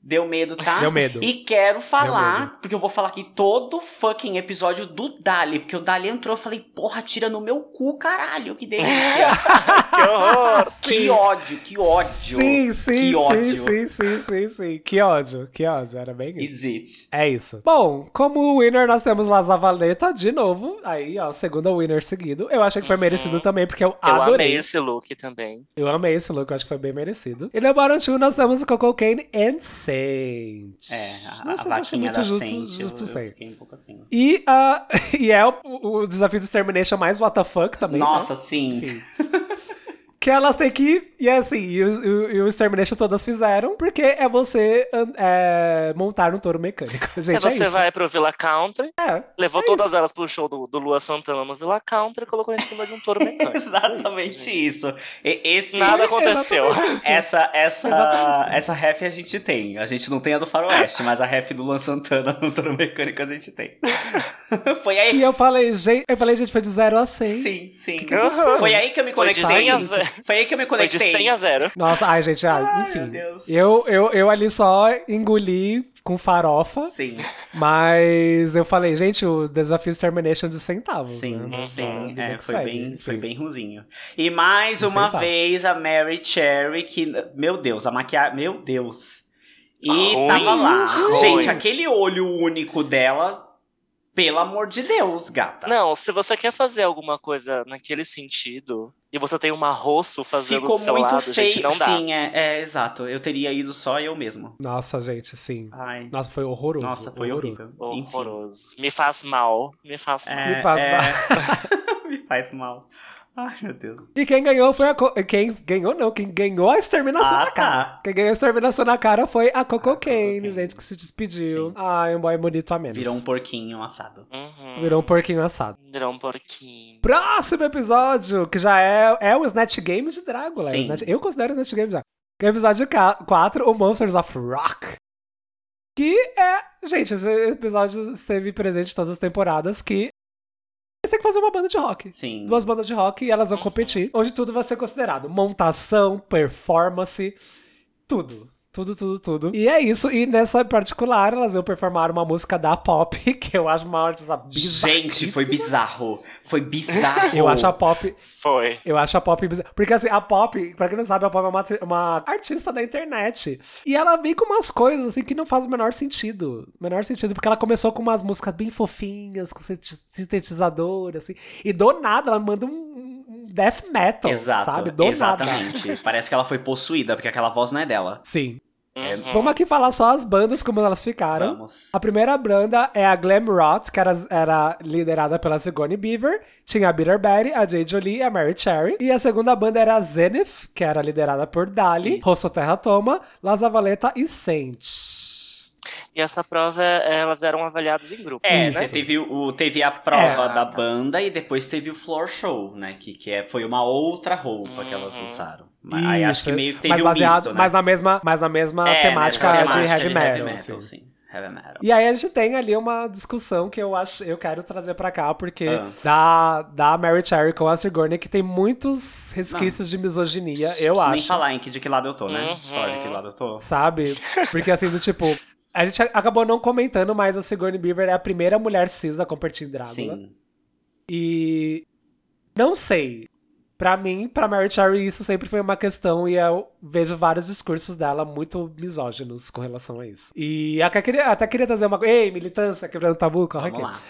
[SPEAKER 3] Deu medo, tá?
[SPEAKER 1] Deu medo.
[SPEAKER 3] E quero
[SPEAKER 1] Deu
[SPEAKER 3] falar, porque eu vou falar aqui todo fucking episódio do Dali, porque o Dali entrou, eu falei, porra, tira no meu cu, caralho, que delícia.
[SPEAKER 2] Que horror!
[SPEAKER 3] que ódio, que ódio.
[SPEAKER 1] Sim, sim,
[SPEAKER 3] que ódio.
[SPEAKER 1] sim, sim, sim, sim, sim. Que ódio, que ódio. Era bem isso.
[SPEAKER 3] Is it?
[SPEAKER 1] É isso. Bom, como winner nós temos lá Zavaleta de novo. Aí, ó, segundo winner seguido. Eu achei que foi
[SPEAKER 3] Uhum.
[SPEAKER 1] merecido também, porque eu
[SPEAKER 2] Eu
[SPEAKER 1] adorei.
[SPEAKER 2] amei esse look também.
[SPEAKER 1] Eu amei esse look, eu acho que foi bem merecido. E no Baron 2 nós temos o Coco Kane and Saint.
[SPEAKER 3] É, a,
[SPEAKER 1] Não sei
[SPEAKER 3] a
[SPEAKER 1] se eu acho
[SPEAKER 3] vaquinha
[SPEAKER 1] muito
[SPEAKER 3] da
[SPEAKER 1] justo,
[SPEAKER 3] Sente, eu,
[SPEAKER 1] justo
[SPEAKER 3] eu
[SPEAKER 1] Saint.
[SPEAKER 3] fiquei um pouco assim.
[SPEAKER 1] E, ah, e é o, o desafio do Extermination mais what the fuck também, né?
[SPEAKER 3] Nossa, sim.
[SPEAKER 1] Enfim. Que elas têm que. E é assim, e o, e o- e o Extermination todas fizeram, porque é você an- é, montar um touro mecânico. Gente,
[SPEAKER 2] Aí você
[SPEAKER 1] é isso.
[SPEAKER 2] vai pro Villa Country,
[SPEAKER 1] É,
[SPEAKER 2] levou
[SPEAKER 1] é
[SPEAKER 2] todas
[SPEAKER 1] isso.
[SPEAKER 2] elas pro show do, do Lua Santana no Villa Country e colocou em cima de um touro mecânico.
[SPEAKER 3] Exatamente isso. E- esse,
[SPEAKER 2] Nada aconteceu.
[SPEAKER 1] Exatamente isso.
[SPEAKER 3] Essa, essa, essa ref a gente tem. A gente não tem a do Faroeste, mas a ref do Luan Santana no Toro Mecânico a gente tem. Foi
[SPEAKER 1] E
[SPEAKER 3] aí.
[SPEAKER 1] eu falei, gente, eu falei, gente, foi de 0 a 100.
[SPEAKER 3] assim. Sim, sim.
[SPEAKER 1] aconteceu?
[SPEAKER 3] Foi aí que eu me
[SPEAKER 2] Foi de
[SPEAKER 3] conectei.
[SPEAKER 2] 100 a zero.
[SPEAKER 3] Foi aí que eu me
[SPEAKER 2] Foi de
[SPEAKER 3] conectei.
[SPEAKER 2] 100 a 0.
[SPEAKER 1] Nossa, ai, gente, ai,
[SPEAKER 3] Ai,
[SPEAKER 1] enfim.
[SPEAKER 3] meu Deus.
[SPEAKER 1] Eu, eu, eu ali só engoli com farofa.
[SPEAKER 3] Sim,
[SPEAKER 1] Mas eu falei, gente, o desafio Extermination de centavos. né?
[SPEAKER 3] sim,
[SPEAKER 1] Mas, né,
[SPEAKER 3] sim.
[SPEAKER 1] vida
[SPEAKER 3] É,
[SPEAKER 1] que
[SPEAKER 3] foi
[SPEAKER 1] segue,
[SPEAKER 3] bem,
[SPEAKER 1] enfim.
[SPEAKER 3] foi bem ruzinho. E mais
[SPEAKER 1] Não
[SPEAKER 3] uma
[SPEAKER 1] sei, tá.
[SPEAKER 3] vez a Mary Cherry, que. Meu Deus, a maquiagem. Meu Deus. E
[SPEAKER 2] Ruim,
[SPEAKER 3] tava lá.
[SPEAKER 2] ruim.
[SPEAKER 3] Gente, aquele olho único dela, pelo amor de Deus, gata.
[SPEAKER 2] Não, se você quer fazer alguma coisa naquele sentido e você tem uma rosto fazendo
[SPEAKER 3] Ficou
[SPEAKER 2] do seu
[SPEAKER 3] muito
[SPEAKER 2] lado,
[SPEAKER 3] feio.
[SPEAKER 2] gente, não dá.
[SPEAKER 3] Sim, é, é, exato. Eu teria ido só eu mesmo.
[SPEAKER 1] Nossa, gente, sim.
[SPEAKER 3] Ai.
[SPEAKER 1] Nossa, foi horroroso.
[SPEAKER 3] Nossa, foi
[SPEAKER 1] horroroso.
[SPEAKER 3] horrível. Enfim.
[SPEAKER 2] Horroroso. Me faz mal, me faz mal.
[SPEAKER 3] É,
[SPEAKER 1] Me faz
[SPEAKER 3] mal. me faz mal. Ai, meu Deus.
[SPEAKER 1] E quem ganhou foi a. Co- Quem ganhou, não. Quem ganhou a exterminação
[SPEAKER 3] Ah,
[SPEAKER 1] na cara.
[SPEAKER 3] tá. Ah,
[SPEAKER 1] Quem ganhou a exterminação na cara foi a Coco
[SPEAKER 3] Coco
[SPEAKER 1] Kane,
[SPEAKER 3] Kane.
[SPEAKER 1] gente, que se despediu. Ai, um boy bonito a menos.
[SPEAKER 3] Virou um porquinho assado.
[SPEAKER 2] Uhum.
[SPEAKER 1] Virou um porquinho assado.
[SPEAKER 2] Virou um porquinho.
[SPEAKER 1] Próximo episódio, que já é, é o Snatch Game de Drácula.
[SPEAKER 3] Sim.
[SPEAKER 1] Snatch- eu considero o Snatch Game já. Episódio 4, o Monsters of Rock. Que é. Gente, esse episódio esteve presente em todas as temporadas que. Eles têm que fazer uma banda de rock.
[SPEAKER 3] Sim. Uhum.
[SPEAKER 1] Duas bandas de rock e elas vão competir, onde tudo vai ser considerado: montação, performance, tudo. Tudo, tudo, tudo. E é isso. E nessa em particular, elas vão performar uma música da pop, que eu acho uma artista bizarra.
[SPEAKER 3] Gente, foi bizarro. Foi bizarro.
[SPEAKER 1] Eu acho a pop.
[SPEAKER 2] Foi.
[SPEAKER 1] Eu acho a pop bizarra. Porque assim, a pop, pra quem não sabe, a pop é uma, atri- uma artista da internet. E ela vem com umas coisas assim que não faz o menor sentido. O menor sentido, porque ela começou com umas músicas bem fofinhas, com sinte- sintetizador, assim. E do nada ela manda um, um death metal,
[SPEAKER 3] Exato.
[SPEAKER 1] sabe? Do nada.
[SPEAKER 3] exatamente. Parece que ela foi possuída, porque aquela voz não é dela.
[SPEAKER 1] Sim.
[SPEAKER 3] É,
[SPEAKER 2] Uhum.
[SPEAKER 1] Vamos aqui falar só as bandas, como elas ficaram.
[SPEAKER 3] Vamos.
[SPEAKER 1] A primeira banda é a Glam Rot, que era, era liderada pela Sigourney Beaver. Tinha a Bitter Betty, a Jade Jolie e a Mary Cherry. E a segunda banda era a Zenith, que era liderada por Dali, Rosso Terra Toma, Laza Valeta e Saint.
[SPEAKER 2] E essa prova, é- elas eram avaliadas em né? grupo.
[SPEAKER 3] É,
[SPEAKER 1] Isso.
[SPEAKER 3] você teve, o, teve a prova
[SPEAKER 2] É.
[SPEAKER 3] da banda e depois teve o floor show, né? Que, que é, foi uma outra roupa que elas
[SPEAKER 2] Uhum.
[SPEAKER 3] usaram. Mas aí acho que
[SPEAKER 1] Isso.
[SPEAKER 3] meio que teve
[SPEAKER 1] mas
[SPEAKER 3] um
[SPEAKER 1] baseado,
[SPEAKER 3] misto, né?
[SPEAKER 1] Mas na mesma, mas na mesma
[SPEAKER 3] É,
[SPEAKER 1] temática,
[SPEAKER 3] nessa
[SPEAKER 1] de
[SPEAKER 3] temática
[SPEAKER 1] heavy metal. assim.
[SPEAKER 3] sim. Heavy metal.
[SPEAKER 1] E aí a gente tem ali uma discussão que eu acho, eu quero trazer pra cá, porque
[SPEAKER 3] Ah.
[SPEAKER 1] da, da Mary Cherry com a Sigourney, que tem muitos resquícios de misoginia, eu
[SPEAKER 3] Preciso
[SPEAKER 1] acho.
[SPEAKER 3] nem falar em que de que lado eu tô, né?
[SPEAKER 2] Uhum.
[SPEAKER 3] História de que lado eu tô.
[SPEAKER 1] Sabe? Porque assim, do tipo. A gente acabou não comentando, mas a Sigourney Beaver é a primeira mulher cis a competir em Drácula.
[SPEAKER 3] Sim.
[SPEAKER 1] E. Não sei. Pra mim, pra Mary Cherry, isso sempre foi uma questão e eu vejo vários discursos dela muito misóginos com relação a isso. E até queria, até queria trazer uma coisa. Ei, militância, quebrando tabu, corre
[SPEAKER 3] Vamos
[SPEAKER 1] aqui.
[SPEAKER 3] lá.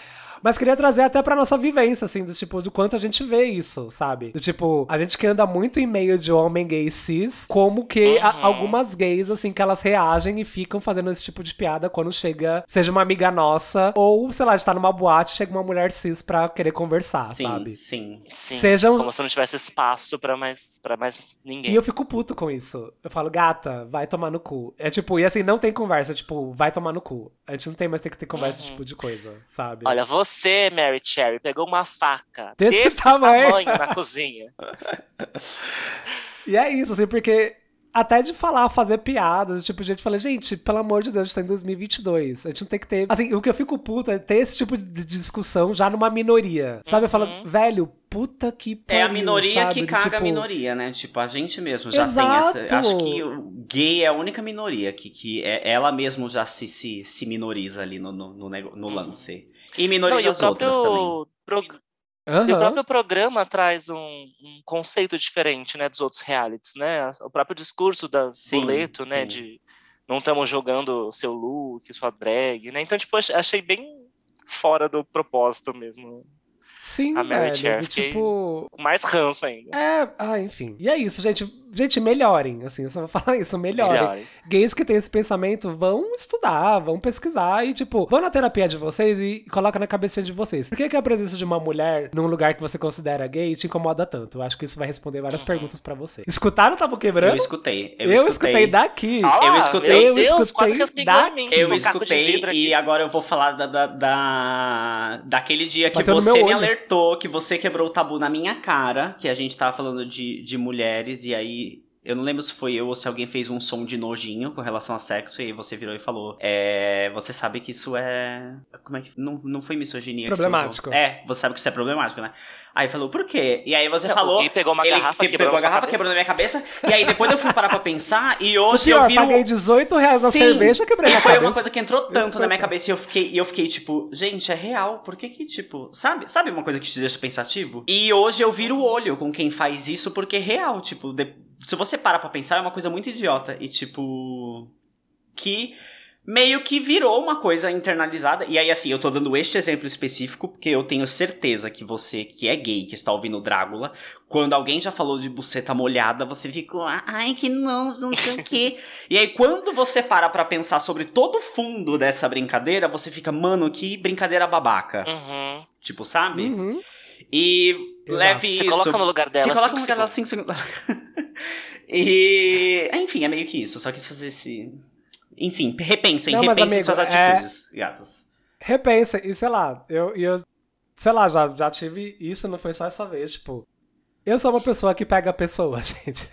[SPEAKER 1] Mas queria trazer até pra nossa vivência, assim, do tipo, do quanto a gente vê isso, sabe? Do tipo, a gente que anda muito em meio de homem gay cis, como que a-
[SPEAKER 2] Uhum.
[SPEAKER 1] algumas gays, assim, que elas reagem e ficam fazendo esse tipo de piada quando chega, seja uma amiga nossa, ou, sei lá, a gente tá numa boate, chega uma mulher cis pra querer conversar,
[SPEAKER 3] sim,
[SPEAKER 1] Ah, sabe?
[SPEAKER 3] sim.
[SPEAKER 2] Sim,
[SPEAKER 3] um
[SPEAKER 1] Sejam-
[SPEAKER 2] como se não tivesse espaço pra mais, pra mais ninguém.
[SPEAKER 1] E eu fico puto com isso. Eu falo, gata, vai tomar no cu. É tipo, e assim, não tem conversa, tipo, vai tomar no cu. A gente não tem mais tem que ter conversa,
[SPEAKER 2] Uhum.
[SPEAKER 1] tipo, de coisa, sabe?
[SPEAKER 2] Olha, você, Mary Cherry, pegou uma faca
[SPEAKER 1] Desse
[SPEAKER 2] desse,
[SPEAKER 1] tamanho.
[SPEAKER 2] tamanho. na cozinha.
[SPEAKER 1] E é isso, assim, porque até de falar, fazer piadas, esse tipo, de gente fala, gente, pelo amor de Deus, a gente tá em 2022. A gente não tem que ter. Assim, o que eu fico puto é ter esse tipo de discussão já numa minoria. Sabe? Eu falo, velho, puta que pariu.
[SPEAKER 3] Uhum. É a minoria
[SPEAKER 1] Tá sabe?
[SPEAKER 3] que
[SPEAKER 1] Do
[SPEAKER 3] caga a
[SPEAKER 1] tipo,
[SPEAKER 3] minoria, né? Tipo, a gente mesmo já tem
[SPEAKER 1] Exato!
[SPEAKER 3] essa. Acho que o gay é a única minoria que, que é, ela mesmo já se, se, se minoriza ali no, no, no, nego- no lance. E minoriza
[SPEAKER 2] Uhum. Não, e o
[SPEAKER 3] as outras também.
[SPEAKER 2] próprio, prog-
[SPEAKER 1] Aham.
[SPEAKER 2] e o próprio programa traz um, um conceito diferente, né, dos outros realities, né? O próprio discurso da
[SPEAKER 3] Sim,
[SPEAKER 2] boleto, né,
[SPEAKER 3] sim.
[SPEAKER 2] de não estamos jogando seu look, sua drag, né? Então, tipo, ach- achei bem fora do propósito mesmo.
[SPEAKER 1] Sim,
[SPEAKER 2] A Mary
[SPEAKER 1] velho.
[SPEAKER 2] Chair,
[SPEAKER 1] Do,
[SPEAKER 2] fiquei-
[SPEAKER 1] tipo.
[SPEAKER 2] Com mais ranço ainda.
[SPEAKER 1] É, ah, enfim. E é isso, gente. Gente, melhorem. Assim, eu só vou falar isso, melhorem.
[SPEAKER 2] Melhor.
[SPEAKER 1] gays que têm esse pensamento vão estudar, vão pesquisar e, tipo, vão na terapia de vocês e coloca na cabecinha de vocês. Por que, que a presença de uma mulher num lugar que você considera gay te incomoda tanto? Eu acho que isso vai responder várias perguntas pra você. Escutaram o Tabu Quebrando?
[SPEAKER 3] Uhum. Eu escutei. Eu,
[SPEAKER 1] Eu escutei daqui.
[SPEAKER 2] Ah lá,
[SPEAKER 3] Eu escutei-
[SPEAKER 2] meu Deus,
[SPEAKER 1] eu
[SPEAKER 2] quase
[SPEAKER 1] escutei
[SPEAKER 2] que pegou em
[SPEAKER 1] daqui.
[SPEAKER 2] mim,
[SPEAKER 3] Eu
[SPEAKER 2] um caco de
[SPEAKER 3] escutei
[SPEAKER 2] vidro aqui.
[SPEAKER 3] e agora eu vou falar da, da, da- daquele dia que
[SPEAKER 1] Bateu no
[SPEAKER 3] você
[SPEAKER 1] meu
[SPEAKER 3] me
[SPEAKER 1] olho.
[SPEAKER 3] alertou, que você quebrou o tabu na minha cara, que a gente tava falando de, de mulheres, e aí Eu não lembro se foi eu ou se alguém fez um som de nojinho com relação a sexo e aí você virou e falou: É. Você sabe que isso é. Como é que. Não, não foi misoginia. que você
[SPEAKER 1] Problemático.
[SPEAKER 3] usou. É, você sabe que isso é problemático, né? Aí falou: Por quê? E aí você
[SPEAKER 2] Não,
[SPEAKER 3] falou.
[SPEAKER 2] alguém pegou uma
[SPEAKER 3] ele
[SPEAKER 2] garrafa,
[SPEAKER 3] que-
[SPEAKER 2] quebrou
[SPEAKER 3] pegou a
[SPEAKER 2] na sua
[SPEAKER 3] garrafa,
[SPEAKER 2] cabeça.
[SPEAKER 3] quebrou na minha cabeça. E aí depois eu fui parar pra pensar e
[SPEAKER 1] O
[SPEAKER 3] hoje eu
[SPEAKER 1] pior,
[SPEAKER 3] vi.
[SPEAKER 1] paguei
[SPEAKER 3] um-
[SPEAKER 1] 18 reais na
[SPEAKER 3] Sim.
[SPEAKER 1] cerveja, quebrei
[SPEAKER 3] E
[SPEAKER 1] a
[SPEAKER 3] foi
[SPEAKER 1] cabeça.
[SPEAKER 3] uma coisa que entrou tanto
[SPEAKER 1] Isso
[SPEAKER 3] na minha
[SPEAKER 1] foi-
[SPEAKER 3] cabeça e eu fiquei, e eu fiquei tipo, gente, é real, por que que, tipo, sabe? Sabe uma coisa que te deixa pensativo? E hoje eu viro o olho com quem faz isso porque é real, tipo, de- se você para pra pensar é uma coisa muito idiota e tipo que meio que virou uma coisa internalizada. E aí assim, eu tô dando este exemplo específico porque eu tenho certeza que você que é gay, que está ouvindo Drácula, quando alguém já falou de buceta molhada, você ficou, ai que não, não sei o quê. E aí, quando você para pra pensar sobre todo o fundo dessa brincadeira, você fica, mano, que brincadeira babaca.
[SPEAKER 2] Uhum.
[SPEAKER 3] Tipo, sabe?
[SPEAKER 1] Uhum.
[SPEAKER 3] E
[SPEAKER 1] Exato.
[SPEAKER 3] leve
[SPEAKER 2] Você
[SPEAKER 3] isso.
[SPEAKER 2] coloca no lugar dela.
[SPEAKER 3] Se coloca no
[SPEAKER 2] cinco
[SPEAKER 3] lugar dela
[SPEAKER 2] segundos.
[SPEAKER 3] 5 segundos. e. Enfim, é meio que isso. Só quis fazer esse. Enfim, repensem,
[SPEAKER 1] Não, mas,
[SPEAKER 3] repensem
[SPEAKER 1] amigo,
[SPEAKER 3] suas
[SPEAKER 1] é-
[SPEAKER 3] atitudes, gatas.
[SPEAKER 1] Repensa, e sei lá, eu, e eu sei lá, já, já tive isso, não foi só essa vez, tipo. Eu sou uma pessoa que pega a pessoa, gente.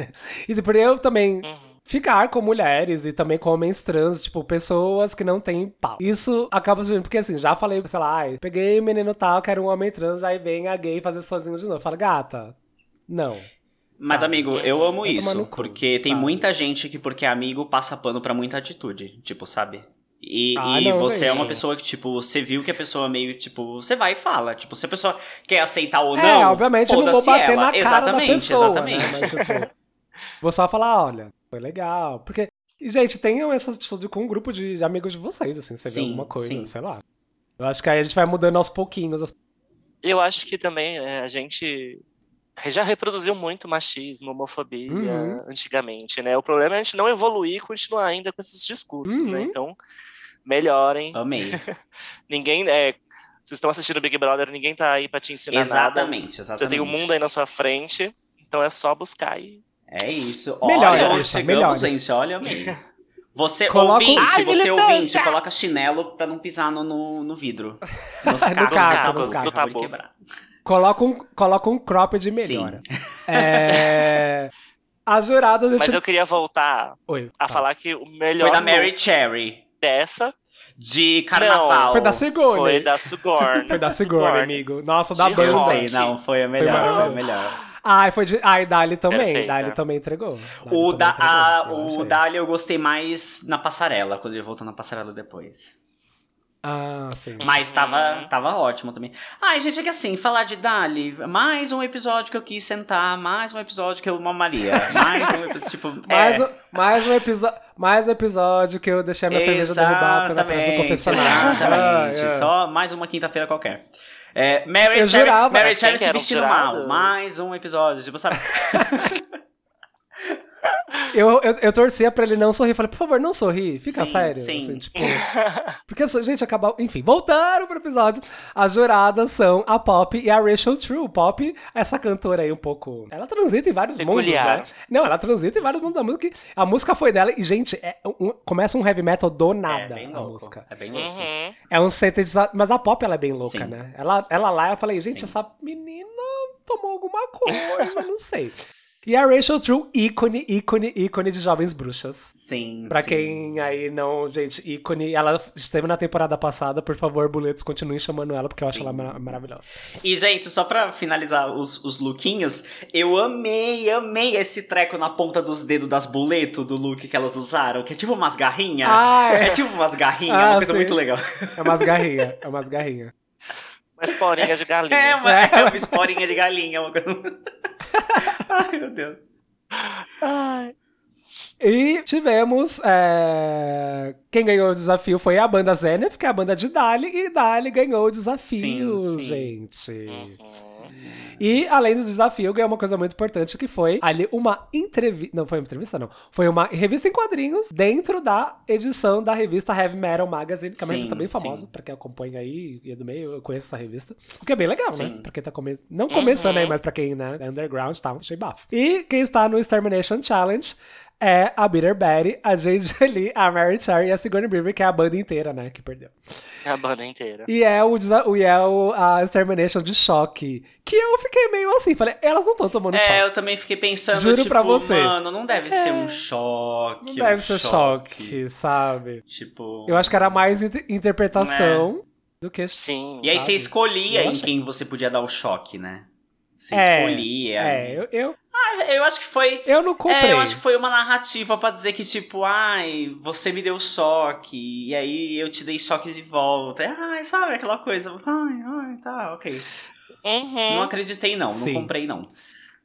[SPEAKER 1] E por eu também
[SPEAKER 2] Uhum.
[SPEAKER 1] ficar com mulheres e também com homens trans, tipo, pessoas que não têm pau. Isso acaba surgindo, porque assim, já falei, sei lá, ai, peguei um menino tal, quero um homem trans, aí vem a gay fazer sozinho de novo. Fala, gata, não.
[SPEAKER 3] Mas,
[SPEAKER 1] Sabe?
[SPEAKER 3] amigo, eu amo
[SPEAKER 1] Tá. É, Vai tomar
[SPEAKER 3] isso.
[SPEAKER 1] no cu,
[SPEAKER 3] Porque tem
[SPEAKER 1] sabe?
[SPEAKER 3] muita gente que, porque é amigo, passa pano pra muita atitude. Tipo, sabe? E,
[SPEAKER 1] Ah,
[SPEAKER 3] e
[SPEAKER 1] não,
[SPEAKER 3] você é
[SPEAKER 1] gente.
[SPEAKER 3] uma pessoa que, tipo, você viu que a pessoa meio, tipo, você vai e fala. Tipo, se a pessoa quer aceitar ou
[SPEAKER 1] É,
[SPEAKER 3] não.
[SPEAKER 1] obviamente eu não vou
[SPEAKER 3] foda-se
[SPEAKER 1] bater
[SPEAKER 3] ela.
[SPEAKER 1] na cara
[SPEAKER 3] exatamente,
[SPEAKER 1] da pessoa,
[SPEAKER 3] Exatamente,
[SPEAKER 1] né? Mas, tipo, vou só falar, olha, foi legal. Porque, e, gente, tenham essa atitude com um grupo de amigos de vocês, assim, você vê
[SPEAKER 3] Sim,
[SPEAKER 1] alguma coisa,
[SPEAKER 3] sim.
[SPEAKER 1] sei lá. Eu acho que aí a gente vai mudando aos pouquinhos. as-
[SPEAKER 2] Eu acho que também é, a gente já reproduziu muito machismo, homofobia
[SPEAKER 1] Uhum.
[SPEAKER 2] antigamente, né? O problema é a gente não evoluir e continuar ainda com esses discursos, né?
[SPEAKER 1] Uhum.
[SPEAKER 2] Então, melhorem.
[SPEAKER 3] Amei.
[SPEAKER 2] Ninguém. É, vocês estão assistindo Big Brother, ninguém tá aí pra te ensinar nada.
[SPEAKER 3] exatamente, exatamente.
[SPEAKER 2] Você tem o um mundo aí na sua frente, então é só buscar e.
[SPEAKER 3] É isso.
[SPEAKER 1] Melhor,
[SPEAKER 3] olha, onde
[SPEAKER 1] Larissa,
[SPEAKER 3] chegamos,
[SPEAKER 1] melhor.
[SPEAKER 3] gente. Olha, amei. Você
[SPEAKER 1] Coloca um- o-
[SPEAKER 3] ouvinte,
[SPEAKER 2] Ai,
[SPEAKER 3] você
[SPEAKER 2] militância!
[SPEAKER 3] ouvinte, coloca chinelo pra não pisar no, no, no vidro. Nos
[SPEAKER 1] No caco, nos
[SPEAKER 3] cacos, tá bom,
[SPEAKER 1] cacos.
[SPEAKER 3] tá bom, quebrar.
[SPEAKER 1] Coloca um, coloca um crop de melhora. É... As juradas, a gente...
[SPEAKER 2] Mas eu queria voltar
[SPEAKER 1] Oi,
[SPEAKER 2] a
[SPEAKER 1] tá.
[SPEAKER 2] falar que o melhor
[SPEAKER 3] Foi da
[SPEAKER 2] look
[SPEAKER 3] Mary Cherry.
[SPEAKER 2] dessa
[SPEAKER 3] De carnaval.
[SPEAKER 1] Foi da Sigourney.
[SPEAKER 2] foi da Sugorn.
[SPEAKER 1] Foi da Sigourney, amigo. Nossa, da
[SPEAKER 2] De
[SPEAKER 1] banda.
[SPEAKER 3] Eu
[SPEAKER 2] Rock.
[SPEAKER 3] sei, não, foi a melhor, foi a
[SPEAKER 1] maravilhoso.
[SPEAKER 3] melhor.
[SPEAKER 1] Ai, foi de... Ai, Dali também.
[SPEAKER 2] Perfeita.
[SPEAKER 1] Dali também entregou. Dali
[SPEAKER 3] é. O,
[SPEAKER 1] também
[SPEAKER 3] da,
[SPEAKER 1] entregou,
[SPEAKER 3] a-
[SPEAKER 1] eu
[SPEAKER 3] o
[SPEAKER 1] achei.
[SPEAKER 3] Dali eu gostei mais na passarela, quando ele voltou na passarela depois.
[SPEAKER 1] Ah, sim.
[SPEAKER 3] Mas
[SPEAKER 1] Uhum.
[SPEAKER 3] tava, tava ótimo também. Ai, gente, é que assim, falar de Dali, mais um episódio que eu quis sentar, mais um episódio que eu mamaria. Mais um episódio, tipo.
[SPEAKER 1] Mais,
[SPEAKER 3] é,
[SPEAKER 1] um, mais, um episo- mais um episódio que eu deixei a minha cerveja derrubada na praça do
[SPEAKER 3] Exatamente,
[SPEAKER 1] confessionário.
[SPEAKER 3] Exatamente.
[SPEAKER 1] Ah, é.
[SPEAKER 3] Só mais uma quinta-feira qualquer. É, Mary
[SPEAKER 1] Eu
[SPEAKER 3] Cherry,
[SPEAKER 1] jurava.
[SPEAKER 3] Mary
[SPEAKER 2] Mas quem que
[SPEAKER 3] Cherry se
[SPEAKER 2] eram os
[SPEAKER 3] vestindo mal.
[SPEAKER 2] jurados?
[SPEAKER 3] Mais um episódio, tipo, sabe?
[SPEAKER 1] Eu, eu, eu torcia pra ele não sorrir. Falei, por favor, não sorri. Fica
[SPEAKER 3] Sim,
[SPEAKER 1] sério.
[SPEAKER 3] sim.
[SPEAKER 1] Assim, tipo, porque, assim, gente, acabou. Enfim, voltaram pro episódio. As juradas são a Pop e a Rachel True. Pop, essa cantora aí um pouco. Ela transita em vários
[SPEAKER 2] Peculiar.
[SPEAKER 1] mundos, né? Não, ela transita em vários mundos da música. A música foi dela. E, gente, é um- começa um heavy metal do nada
[SPEAKER 3] é bem
[SPEAKER 1] a
[SPEAKER 3] louco.
[SPEAKER 1] música.
[SPEAKER 3] É bem louco.
[SPEAKER 2] Uhum.
[SPEAKER 1] É um sintetizador. Mas a Pop, ela é bem louca,
[SPEAKER 3] Sim.
[SPEAKER 1] né? Ela, ela lá, eu falei, gente, essa menina tomou alguma coisa, não sei. E a Rachel True, ícone, ícone, ícone de Jovens Bruxas.
[SPEAKER 3] Sim.
[SPEAKER 1] Pra
[SPEAKER 3] sim.
[SPEAKER 1] quem aí não, gente, ícone. Ela esteve na temporada passada, por favor, boletos, continuem chamando ela, porque eu acho ela mara- maravilhosa.
[SPEAKER 3] E, gente, só pra finalizar os, os lookinhos, eu amei, amei esse treco na ponta dos dedos das boleto do look que elas usaram, que é tipo umas garrinhas.
[SPEAKER 1] Ah,
[SPEAKER 3] é.
[SPEAKER 1] é.
[SPEAKER 3] tipo umas garrinhas,
[SPEAKER 1] Ah,
[SPEAKER 3] uma coisa
[SPEAKER 1] sim.
[SPEAKER 3] muito legal.
[SPEAKER 1] É umas garrinhas, é umas garrinhas.
[SPEAKER 2] Mas porinha de galinha.
[SPEAKER 3] É, uma,
[SPEAKER 1] É.
[SPEAKER 3] é uma esporinha de galinha. Uma coisa... Ai, meu Deus.
[SPEAKER 2] Ai.
[SPEAKER 1] E tivemos. é, Quem ganhou o desafio foi a banda Zenith, que é a banda de Dali, e Dali ganhou o desafio,
[SPEAKER 3] Sim, É. sim.
[SPEAKER 1] gente. E além do desafio, ganhou uma coisa muito importante que foi ali uma entrevista. Não foi uma entrevista, não. Foi uma revista em quadrinhos dentro da edição da revista Heavy Metal Magazine, que é uma
[SPEAKER 3] Sim,
[SPEAKER 1] revista bem famosa,
[SPEAKER 3] sim.
[SPEAKER 1] pra quem acompanha aí e é do meio, eu conheço essa revista. O que é bem legal, né?
[SPEAKER 3] Sim. Uhum.
[SPEAKER 1] Pra quem tá come... Não começando aí, mas pra quem, né? é Underground e tal, achei bafo. E quem está no Extermination Challenge. é a Bitter Betty, a Jade Jolie, a Mary Cherry e a Sigourney Weaver, que é a banda inteira, né, que perdeu.
[SPEAKER 2] A banda inteira.
[SPEAKER 1] E é, o, desa- o- e é o- a Extermination de choque, que eu fiquei meio assim, falei, elas não estão tomando
[SPEAKER 3] É,
[SPEAKER 1] choque.
[SPEAKER 3] eu também fiquei pensando,
[SPEAKER 1] Juro
[SPEAKER 3] tipo,
[SPEAKER 1] pra você. É.
[SPEAKER 3] mano, não deve ser um choque.
[SPEAKER 1] Não
[SPEAKER 3] um
[SPEAKER 1] deve ser choque, sabe?
[SPEAKER 3] Tipo...
[SPEAKER 1] Eu acho que era mais inter-
[SPEAKER 3] Né?
[SPEAKER 1] interpretação do que
[SPEAKER 2] Sim.
[SPEAKER 3] E aí você
[SPEAKER 1] sabe?
[SPEAKER 3] escolhia
[SPEAKER 1] Eu
[SPEAKER 3] em
[SPEAKER 1] achei.
[SPEAKER 3] quem você podia dar o choque, né? Você
[SPEAKER 1] É,
[SPEAKER 3] escolhia.
[SPEAKER 1] É, eu, eu,
[SPEAKER 3] Ah, eu acho que foi...
[SPEAKER 1] eu não comprei.
[SPEAKER 3] É, eu acho que foi uma narrativa pra dizer que, tipo, ai, você me deu choque, e aí eu te dei choque de volta. Ai, sabe aquela coisa? Ai, ai, tá, ok.
[SPEAKER 2] Uhum.
[SPEAKER 3] Não acreditei, não.
[SPEAKER 1] Sim.
[SPEAKER 3] Não comprei, não.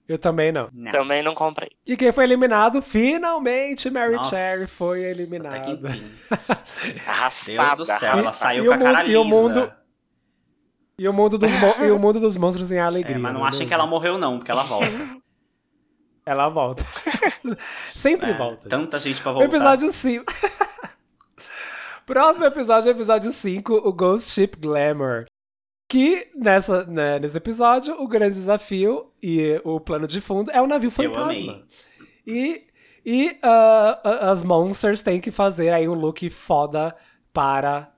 [SPEAKER 1] Eu também não.
[SPEAKER 3] Não.
[SPEAKER 2] Também não comprei.
[SPEAKER 1] E quem foi eliminado? Finalmente, Mary
[SPEAKER 3] Nossa,
[SPEAKER 1] Cherry foi
[SPEAKER 3] até que
[SPEAKER 1] eliminada.
[SPEAKER 3] enfim. Deus
[SPEAKER 2] Arrastada.
[SPEAKER 3] do céu,
[SPEAKER 2] arrastada.
[SPEAKER 3] ela saiu
[SPEAKER 1] e
[SPEAKER 3] com
[SPEAKER 1] o
[SPEAKER 3] a cara
[SPEAKER 1] mundo- e o
[SPEAKER 3] lisa.
[SPEAKER 1] mundo- E o mundo dos, mon- e o mundo dos monstros em
[SPEAKER 3] É,
[SPEAKER 1] alegria.
[SPEAKER 3] mas não
[SPEAKER 1] né,
[SPEAKER 3] achem
[SPEAKER 1] Deus?
[SPEAKER 3] que ela morreu, não, porque ela volta.
[SPEAKER 1] Ela volta. Sempre
[SPEAKER 3] É,
[SPEAKER 1] volta.
[SPEAKER 3] Tanta gente pra
[SPEAKER 1] O
[SPEAKER 3] voltar.
[SPEAKER 1] episódio 5. Próximo episódio, é episódio 5, o Ghost Ship Glamour. Que nessa, né, nesse episódio, o grande desafio e o plano de fundo é o navio
[SPEAKER 3] Eu
[SPEAKER 1] fantasma.
[SPEAKER 3] amei.
[SPEAKER 1] E, e ah, ah, as monsters têm que fazer aí um look foda para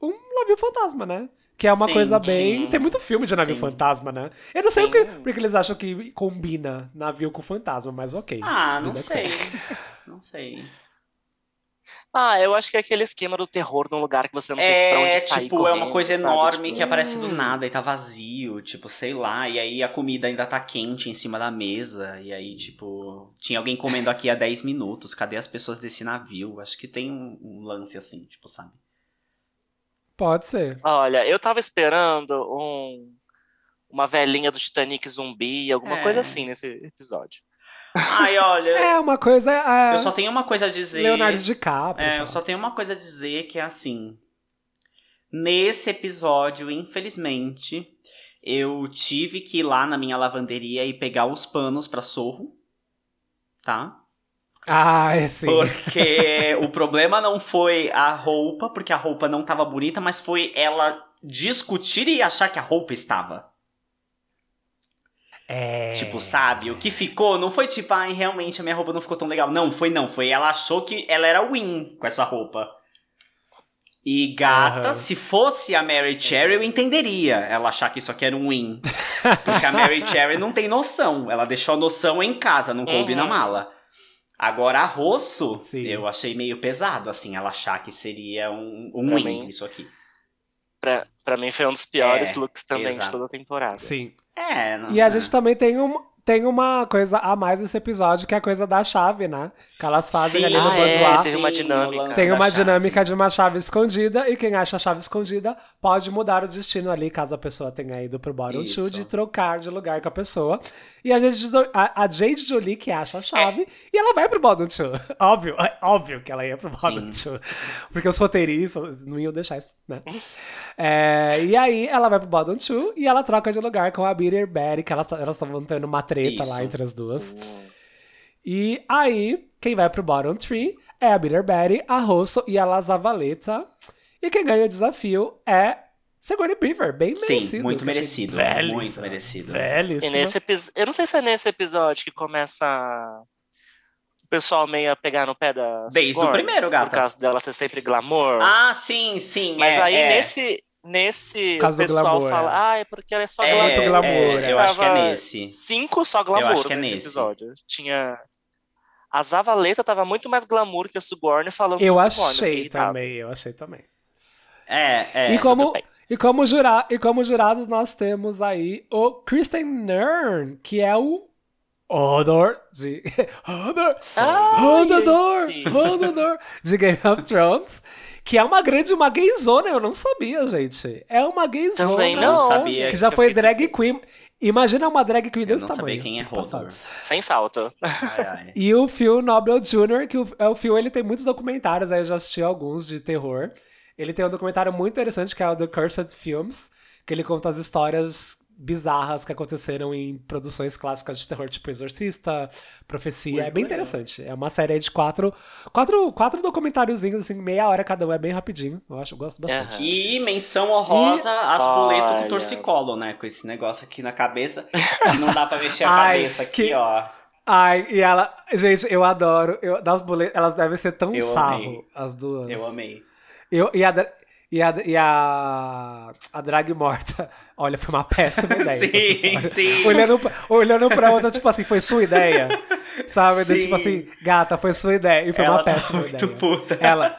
[SPEAKER 1] um navio fantasma, né? Que é uma
[SPEAKER 3] Sim,
[SPEAKER 1] coisa bem.
[SPEAKER 3] sim.
[SPEAKER 1] Tem muito filme de navio
[SPEAKER 3] Sim.
[SPEAKER 1] fantasma, né? Eu não sei
[SPEAKER 2] Sim.
[SPEAKER 1] porque, porque eles acham que combina navio com fantasma, mas ok.
[SPEAKER 3] Ah, não
[SPEAKER 1] Vida que
[SPEAKER 3] sei.
[SPEAKER 1] segue.
[SPEAKER 3] Não sei.
[SPEAKER 2] Ah, eu acho que é aquele esquema do terror num lugar que você não tem pra
[SPEAKER 3] É,
[SPEAKER 2] onde sair.
[SPEAKER 3] tipo, é uma
[SPEAKER 2] correndo,
[SPEAKER 3] coisa
[SPEAKER 2] sabe?
[SPEAKER 3] enorme
[SPEAKER 2] Tipo,
[SPEAKER 3] que aparece do nada e tá vazio, tipo, sei lá, e aí a comida ainda tá quente em cima da mesa, e aí, tipo, tinha alguém comendo aqui há 10 minutos, cadê as pessoas desse navio? Acho que tem um, um lance assim, tipo, sabe?
[SPEAKER 1] Pode ser.
[SPEAKER 2] Olha, eu tava esperando um, uma velhinha do Titanic zumbi, alguma
[SPEAKER 3] É.
[SPEAKER 2] coisa assim nesse episódio.
[SPEAKER 3] Ai, olha,
[SPEAKER 1] É, uma coisa é,
[SPEAKER 3] eu só tenho uma coisa a dizer.
[SPEAKER 1] Leonardo DiCaprio.
[SPEAKER 3] É,
[SPEAKER 1] sei
[SPEAKER 3] eu
[SPEAKER 1] lá.
[SPEAKER 3] só tenho uma coisa a dizer que é assim. Nesse episódio, infelizmente, eu tive que ir lá na minha lavanderia e pegar os panos pra sorro, tá?
[SPEAKER 1] Ah, é sim.
[SPEAKER 3] Porque o problema não foi a roupa, porque a roupa não tava bonita, mas foi ela discutir e achar que a roupa estava.
[SPEAKER 1] É.
[SPEAKER 3] Tipo, sabe? O que ficou não foi tipo, ai, realmente a minha roupa não ficou tão legal. Não, foi não. Foi ela achou que ela era win com essa roupa. E gata,
[SPEAKER 1] Aham.
[SPEAKER 3] se fosse a Mary Cherry, eu entenderia ela achar que isso aqui era um win. Porque a Mary Cherry não tem noção. Ela deixou a noção em casa, não coube na
[SPEAKER 2] Uhum.
[SPEAKER 3] mala. Agora, a Rosso,
[SPEAKER 1] Sim.
[SPEAKER 3] eu achei meio pesado, assim, ela achar que seria um, um
[SPEAKER 2] Pra
[SPEAKER 3] win
[SPEAKER 2] mim.
[SPEAKER 3] isso aqui.
[SPEAKER 2] Pra, pra mim foi um dos piores
[SPEAKER 3] É,
[SPEAKER 2] looks também
[SPEAKER 3] exato.
[SPEAKER 2] de toda a temporada.
[SPEAKER 1] Sim.
[SPEAKER 3] É, não,
[SPEAKER 1] E a
[SPEAKER 3] é.
[SPEAKER 1] gente também tem, um, tem uma coisa a mais nesse episódio, que é a coisa da chave, né? Que elas fazem
[SPEAKER 3] Sim,
[SPEAKER 1] ali no
[SPEAKER 2] ah, é,
[SPEAKER 1] bandoar.
[SPEAKER 2] teve uma
[SPEAKER 3] Sim,
[SPEAKER 2] dinâmica.
[SPEAKER 3] o lance
[SPEAKER 1] Tem
[SPEAKER 3] da
[SPEAKER 1] uma
[SPEAKER 3] chave.
[SPEAKER 1] dinâmica de uma chave escondida, e quem acha a chave escondida pode mudar o destino ali, caso a pessoa tenha ido pro Bottom
[SPEAKER 3] Isso.
[SPEAKER 1] Two, de trocar de lugar com a pessoa. E a, gente, a, a Jade Jolie que acha a chave, e ela vai pro Bottom Two. Óbvio, é óbvio que ela ia pro Bottom Two. Porque os roteiristas não iam deixar isso, né? É, e aí ela vai pro Bottom Two, e ela troca de lugar com a Bitter Betty, que ela tá- elas estavam tendo uma treta
[SPEAKER 3] Isso. Uhum.
[SPEAKER 1] lá entre as duas. E aí, quem vai pro bottom three é a Bitter Betty, a Rosso e a Lazavaleta. E quem ganha o desafio é Sigourney Beaver, bem
[SPEAKER 3] Sim,
[SPEAKER 1] merecido.
[SPEAKER 3] muito
[SPEAKER 1] que eu achei
[SPEAKER 3] merecido,
[SPEAKER 1] belíssima,
[SPEAKER 3] muito merecido.
[SPEAKER 2] E
[SPEAKER 1] Belíssima.
[SPEAKER 2] nesse episódio. Eu não sei se é nesse episódio que começa a- o pessoal meio a pegar no pé da.
[SPEAKER 3] Desde o
[SPEAKER 2] Sigourney,
[SPEAKER 3] primeiro, gata.
[SPEAKER 2] Por causa dela ser sempre glamour.
[SPEAKER 3] Ah, sim, sim.
[SPEAKER 2] Mas
[SPEAKER 3] é,
[SPEAKER 2] aí
[SPEAKER 3] é.
[SPEAKER 2] nesse. Nesse
[SPEAKER 1] Por causa
[SPEAKER 2] o
[SPEAKER 1] do
[SPEAKER 2] pessoal
[SPEAKER 1] glamour,
[SPEAKER 2] fala,
[SPEAKER 1] é.
[SPEAKER 2] ah, é porque ela é só
[SPEAKER 3] É,
[SPEAKER 2] glamour.
[SPEAKER 1] muito glamour,
[SPEAKER 2] Sendo
[SPEAKER 1] é.
[SPEAKER 3] eu acho que é
[SPEAKER 2] tava
[SPEAKER 3] nesse.
[SPEAKER 2] Cinco só glamour
[SPEAKER 3] acho que é
[SPEAKER 2] nesse
[SPEAKER 3] nesse.
[SPEAKER 2] episódio. Tinha. A Zavaleta tava muito mais glamour que a Sigourney falando
[SPEAKER 1] Eu
[SPEAKER 2] com a Sigourney, fiquei
[SPEAKER 1] achei
[SPEAKER 2] irritado.
[SPEAKER 1] também, eu achei também.
[SPEAKER 3] É, é.
[SPEAKER 1] e, como,
[SPEAKER 2] tudo bem.
[SPEAKER 1] e, como jura, e como jurados, nós temos aí o Kristen Nern, que é o Odor de.
[SPEAKER 2] Ah,
[SPEAKER 1] Odor!
[SPEAKER 2] Ai,
[SPEAKER 1] Rodador!
[SPEAKER 2] sim.
[SPEAKER 1] Rodador! De Game of Thrones. Que é uma grande, uma gayzona, eu não sabia, gente. É uma gayzona.
[SPEAKER 2] Também
[SPEAKER 3] não sabia,
[SPEAKER 1] Que
[SPEAKER 3] que
[SPEAKER 1] já
[SPEAKER 2] eu
[SPEAKER 1] foi
[SPEAKER 2] fiquei
[SPEAKER 1] drag queen. Imagina uma drag queen
[SPEAKER 3] Eu
[SPEAKER 1] desse
[SPEAKER 3] não
[SPEAKER 1] tamanho.
[SPEAKER 3] sabia quem é Rodor.
[SPEAKER 1] Passado.
[SPEAKER 2] Sem salto.
[SPEAKER 3] Ai, ai.
[SPEAKER 1] E o Phil Nobel Jr., que o, é o Phil ele tem muitos documentários, aí eu já assisti alguns de terror. Ele tem um documentário muito interessante que é o The Cursed Films, que ele conta as histórias bizarras que aconteceram em produções clássicas de terror, tipo Exorcista, Profecia. é bem interessante. É uma série de quatro, quatro, quatro documentáriozinhos, assim, meia hora cada um, é bem rapidinho. Eu acho, eu gosto bastante.
[SPEAKER 2] Aham.
[SPEAKER 3] E menção honrosa às boletas
[SPEAKER 2] Olha.
[SPEAKER 3] com torcicolo, né? Com esse negócio aqui na cabeça. Que não dá pra mexer a
[SPEAKER 1] Ai,
[SPEAKER 3] cabeça aqui,
[SPEAKER 1] que-
[SPEAKER 3] ó.
[SPEAKER 1] Ai, e ela. Gente, eu adoro. Eu, das boletas, elas devem ser tão
[SPEAKER 3] Eu
[SPEAKER 1] sarro,
[SPEAKER 3] amei.
[SPEAKER 1] as duas.
[SPEAKER 3] Eu amei.
[SPEAKER 1] Eu, e a, dra- e a, e a, a drag morta. Olha, foi uma péssima ideia.
[SPEAKER 3] Sim,
[SPEAKER 1] professora.
[SPEAKER 3] sim.
[SPEAKER 1] Olhando, pra- olhando pra outra, tipo assim, foi sua ideia. Sabe? Do Tipo
[SPEAKER 3] Sim.
[SPEAKER 1] assim, gata, foi sua ideia. E foi
[SPEAKER 3] Ela
[SPEAKER 1] uma
[SPEAKER 3] tá
[SPEAKER 1] péssima
[SPEAKER 3] muito
[SPEAKER 1] ideia.
[SPEAKER 3] puta.
[SPEAKER 1] Ela.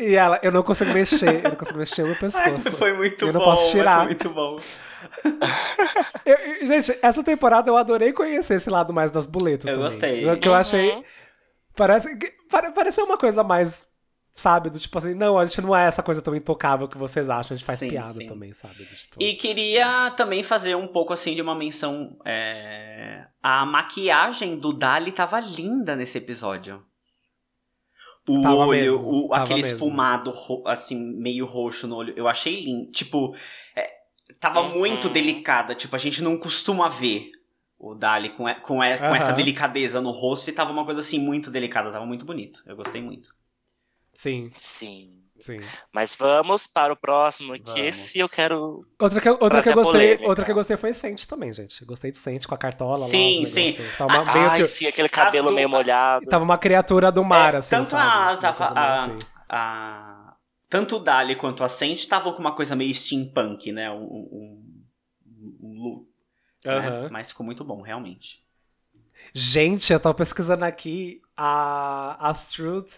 [SPEAKER 1] E ela, eu não consigo mexer, eu não consigo mexer o meu pescoço.
[SPEAKER 3] Ai, foi muito
[SPEAKER 1] Eu não
[SPEAKER 3] bom.
[SPEAKER 1] posso tirar.
[SPEAKER 3] Foi muito bom.
[SPEAKER 1] Eu- eu- gente, essa temporada eu adorei conhecer esse lado mais das boletas.
[SPEAKER 3] Eu
[SPEAKER 1] também.
[SPEAKER 3] gostei.
[SPEAKER 1] O Que eu
[SPEAKER 2] Uhum.
[SPEAKER 1] achei. Parece, que- pare- pareceu uma coisa mais, sabe? Do tipo assim, não, a gente não é essa coisa tão intocável que vocês acham, a gente faz
[SPEAKER 3] Sim,
[SPEAKER 1] piada
[SPEAKER 3] sim.
[SPEAKER 1] também, sabe? Do tipo-
[SPEAKER 3] E queria também fazer um pouco assim de uma menção. é, A maquiagem do Dali tava linda nesse episódio. O
[SPEAKER 1] Tava
[SPEAKER 3] olho,
[SPEAKER 1] mesmo,
[SPEAKER 3] o-
[SPEAKER 1] tava
[SPEAKER 3] aquele
[SPEAKER 1] mesmo.
[SPEAKER 3] esfumado, ro- assim, meio roxo no olho. Eu achei lindo. Tipo, é, tava
[SPEAKER 2] Uhum.
[SPEAKER 3] muito delicada. Tipo, a gente não costuma ver o Dali com, e- com, e- com essa
[SPEAKER 1] Aham.
[SPEAKER 3] delicadeza no rosto. E tava uma coisa assim muito delicada. Tava muito bonito. Eu gostei muito.
[SPEAKER 1] Sim,
[SPEAKER 2] Sim.
[SPEAKER 1] sim.
[SPEAKER 2] Mas vamos para o próximo, que
[SPEAKER 3] Vamos.
[SPEAKER 2] esse eu quero.
[SPEAKER 1] Outra que, eu- outra que,
[SPEAKER 2] Trazer
[SPEAKER 1] eu, gostei,
[SPEAKER 2] polêmica.
[SPEAKER 1] outra que eu gostei foi Sente também, gente. Eu gostei de Sente com a cartola
[SPEAKER 3] Sim,
[SPEAKER 1] lá. os
[SPEAKER 3] sim. Ah,
[SPEAKER 1] negocinhos. Tava uma, Tá meio
[SPEAKER 2] Ai,
[SPEAKER 1] que-
[SPEAKER 2] sim, aquele cabelo
[SPEAKER 3] As du-
[SPEAKER 2] meio molhado.
[SPEAKER 1] tava uma criatura do mar,
[SPEAKER 3] É,
[SPEAKER 1] assim.
[SPEAKER 3] tanto
[SPEAKER 1] sabe?
[SPEAKER 3] a
[SPEAKER 1] Uma
[SPEAKER 3] Zafa-
[SPEAKER 1] coisa meio
[SPEAKER 3] a- né?
[SPEAKER 1] assim.
[SPEAKER 3] a- tanto o Dali quanto a Sente estavam com uma coisa meio steampunk, né? Um, um, um- um look. né?
[SPEAKER 1] Aham.
[SPEAKER 3] Mas ficou muito bom, realmente.
[SPEAKER 1] Gente, eu tava pesquisando aqui a Astruth,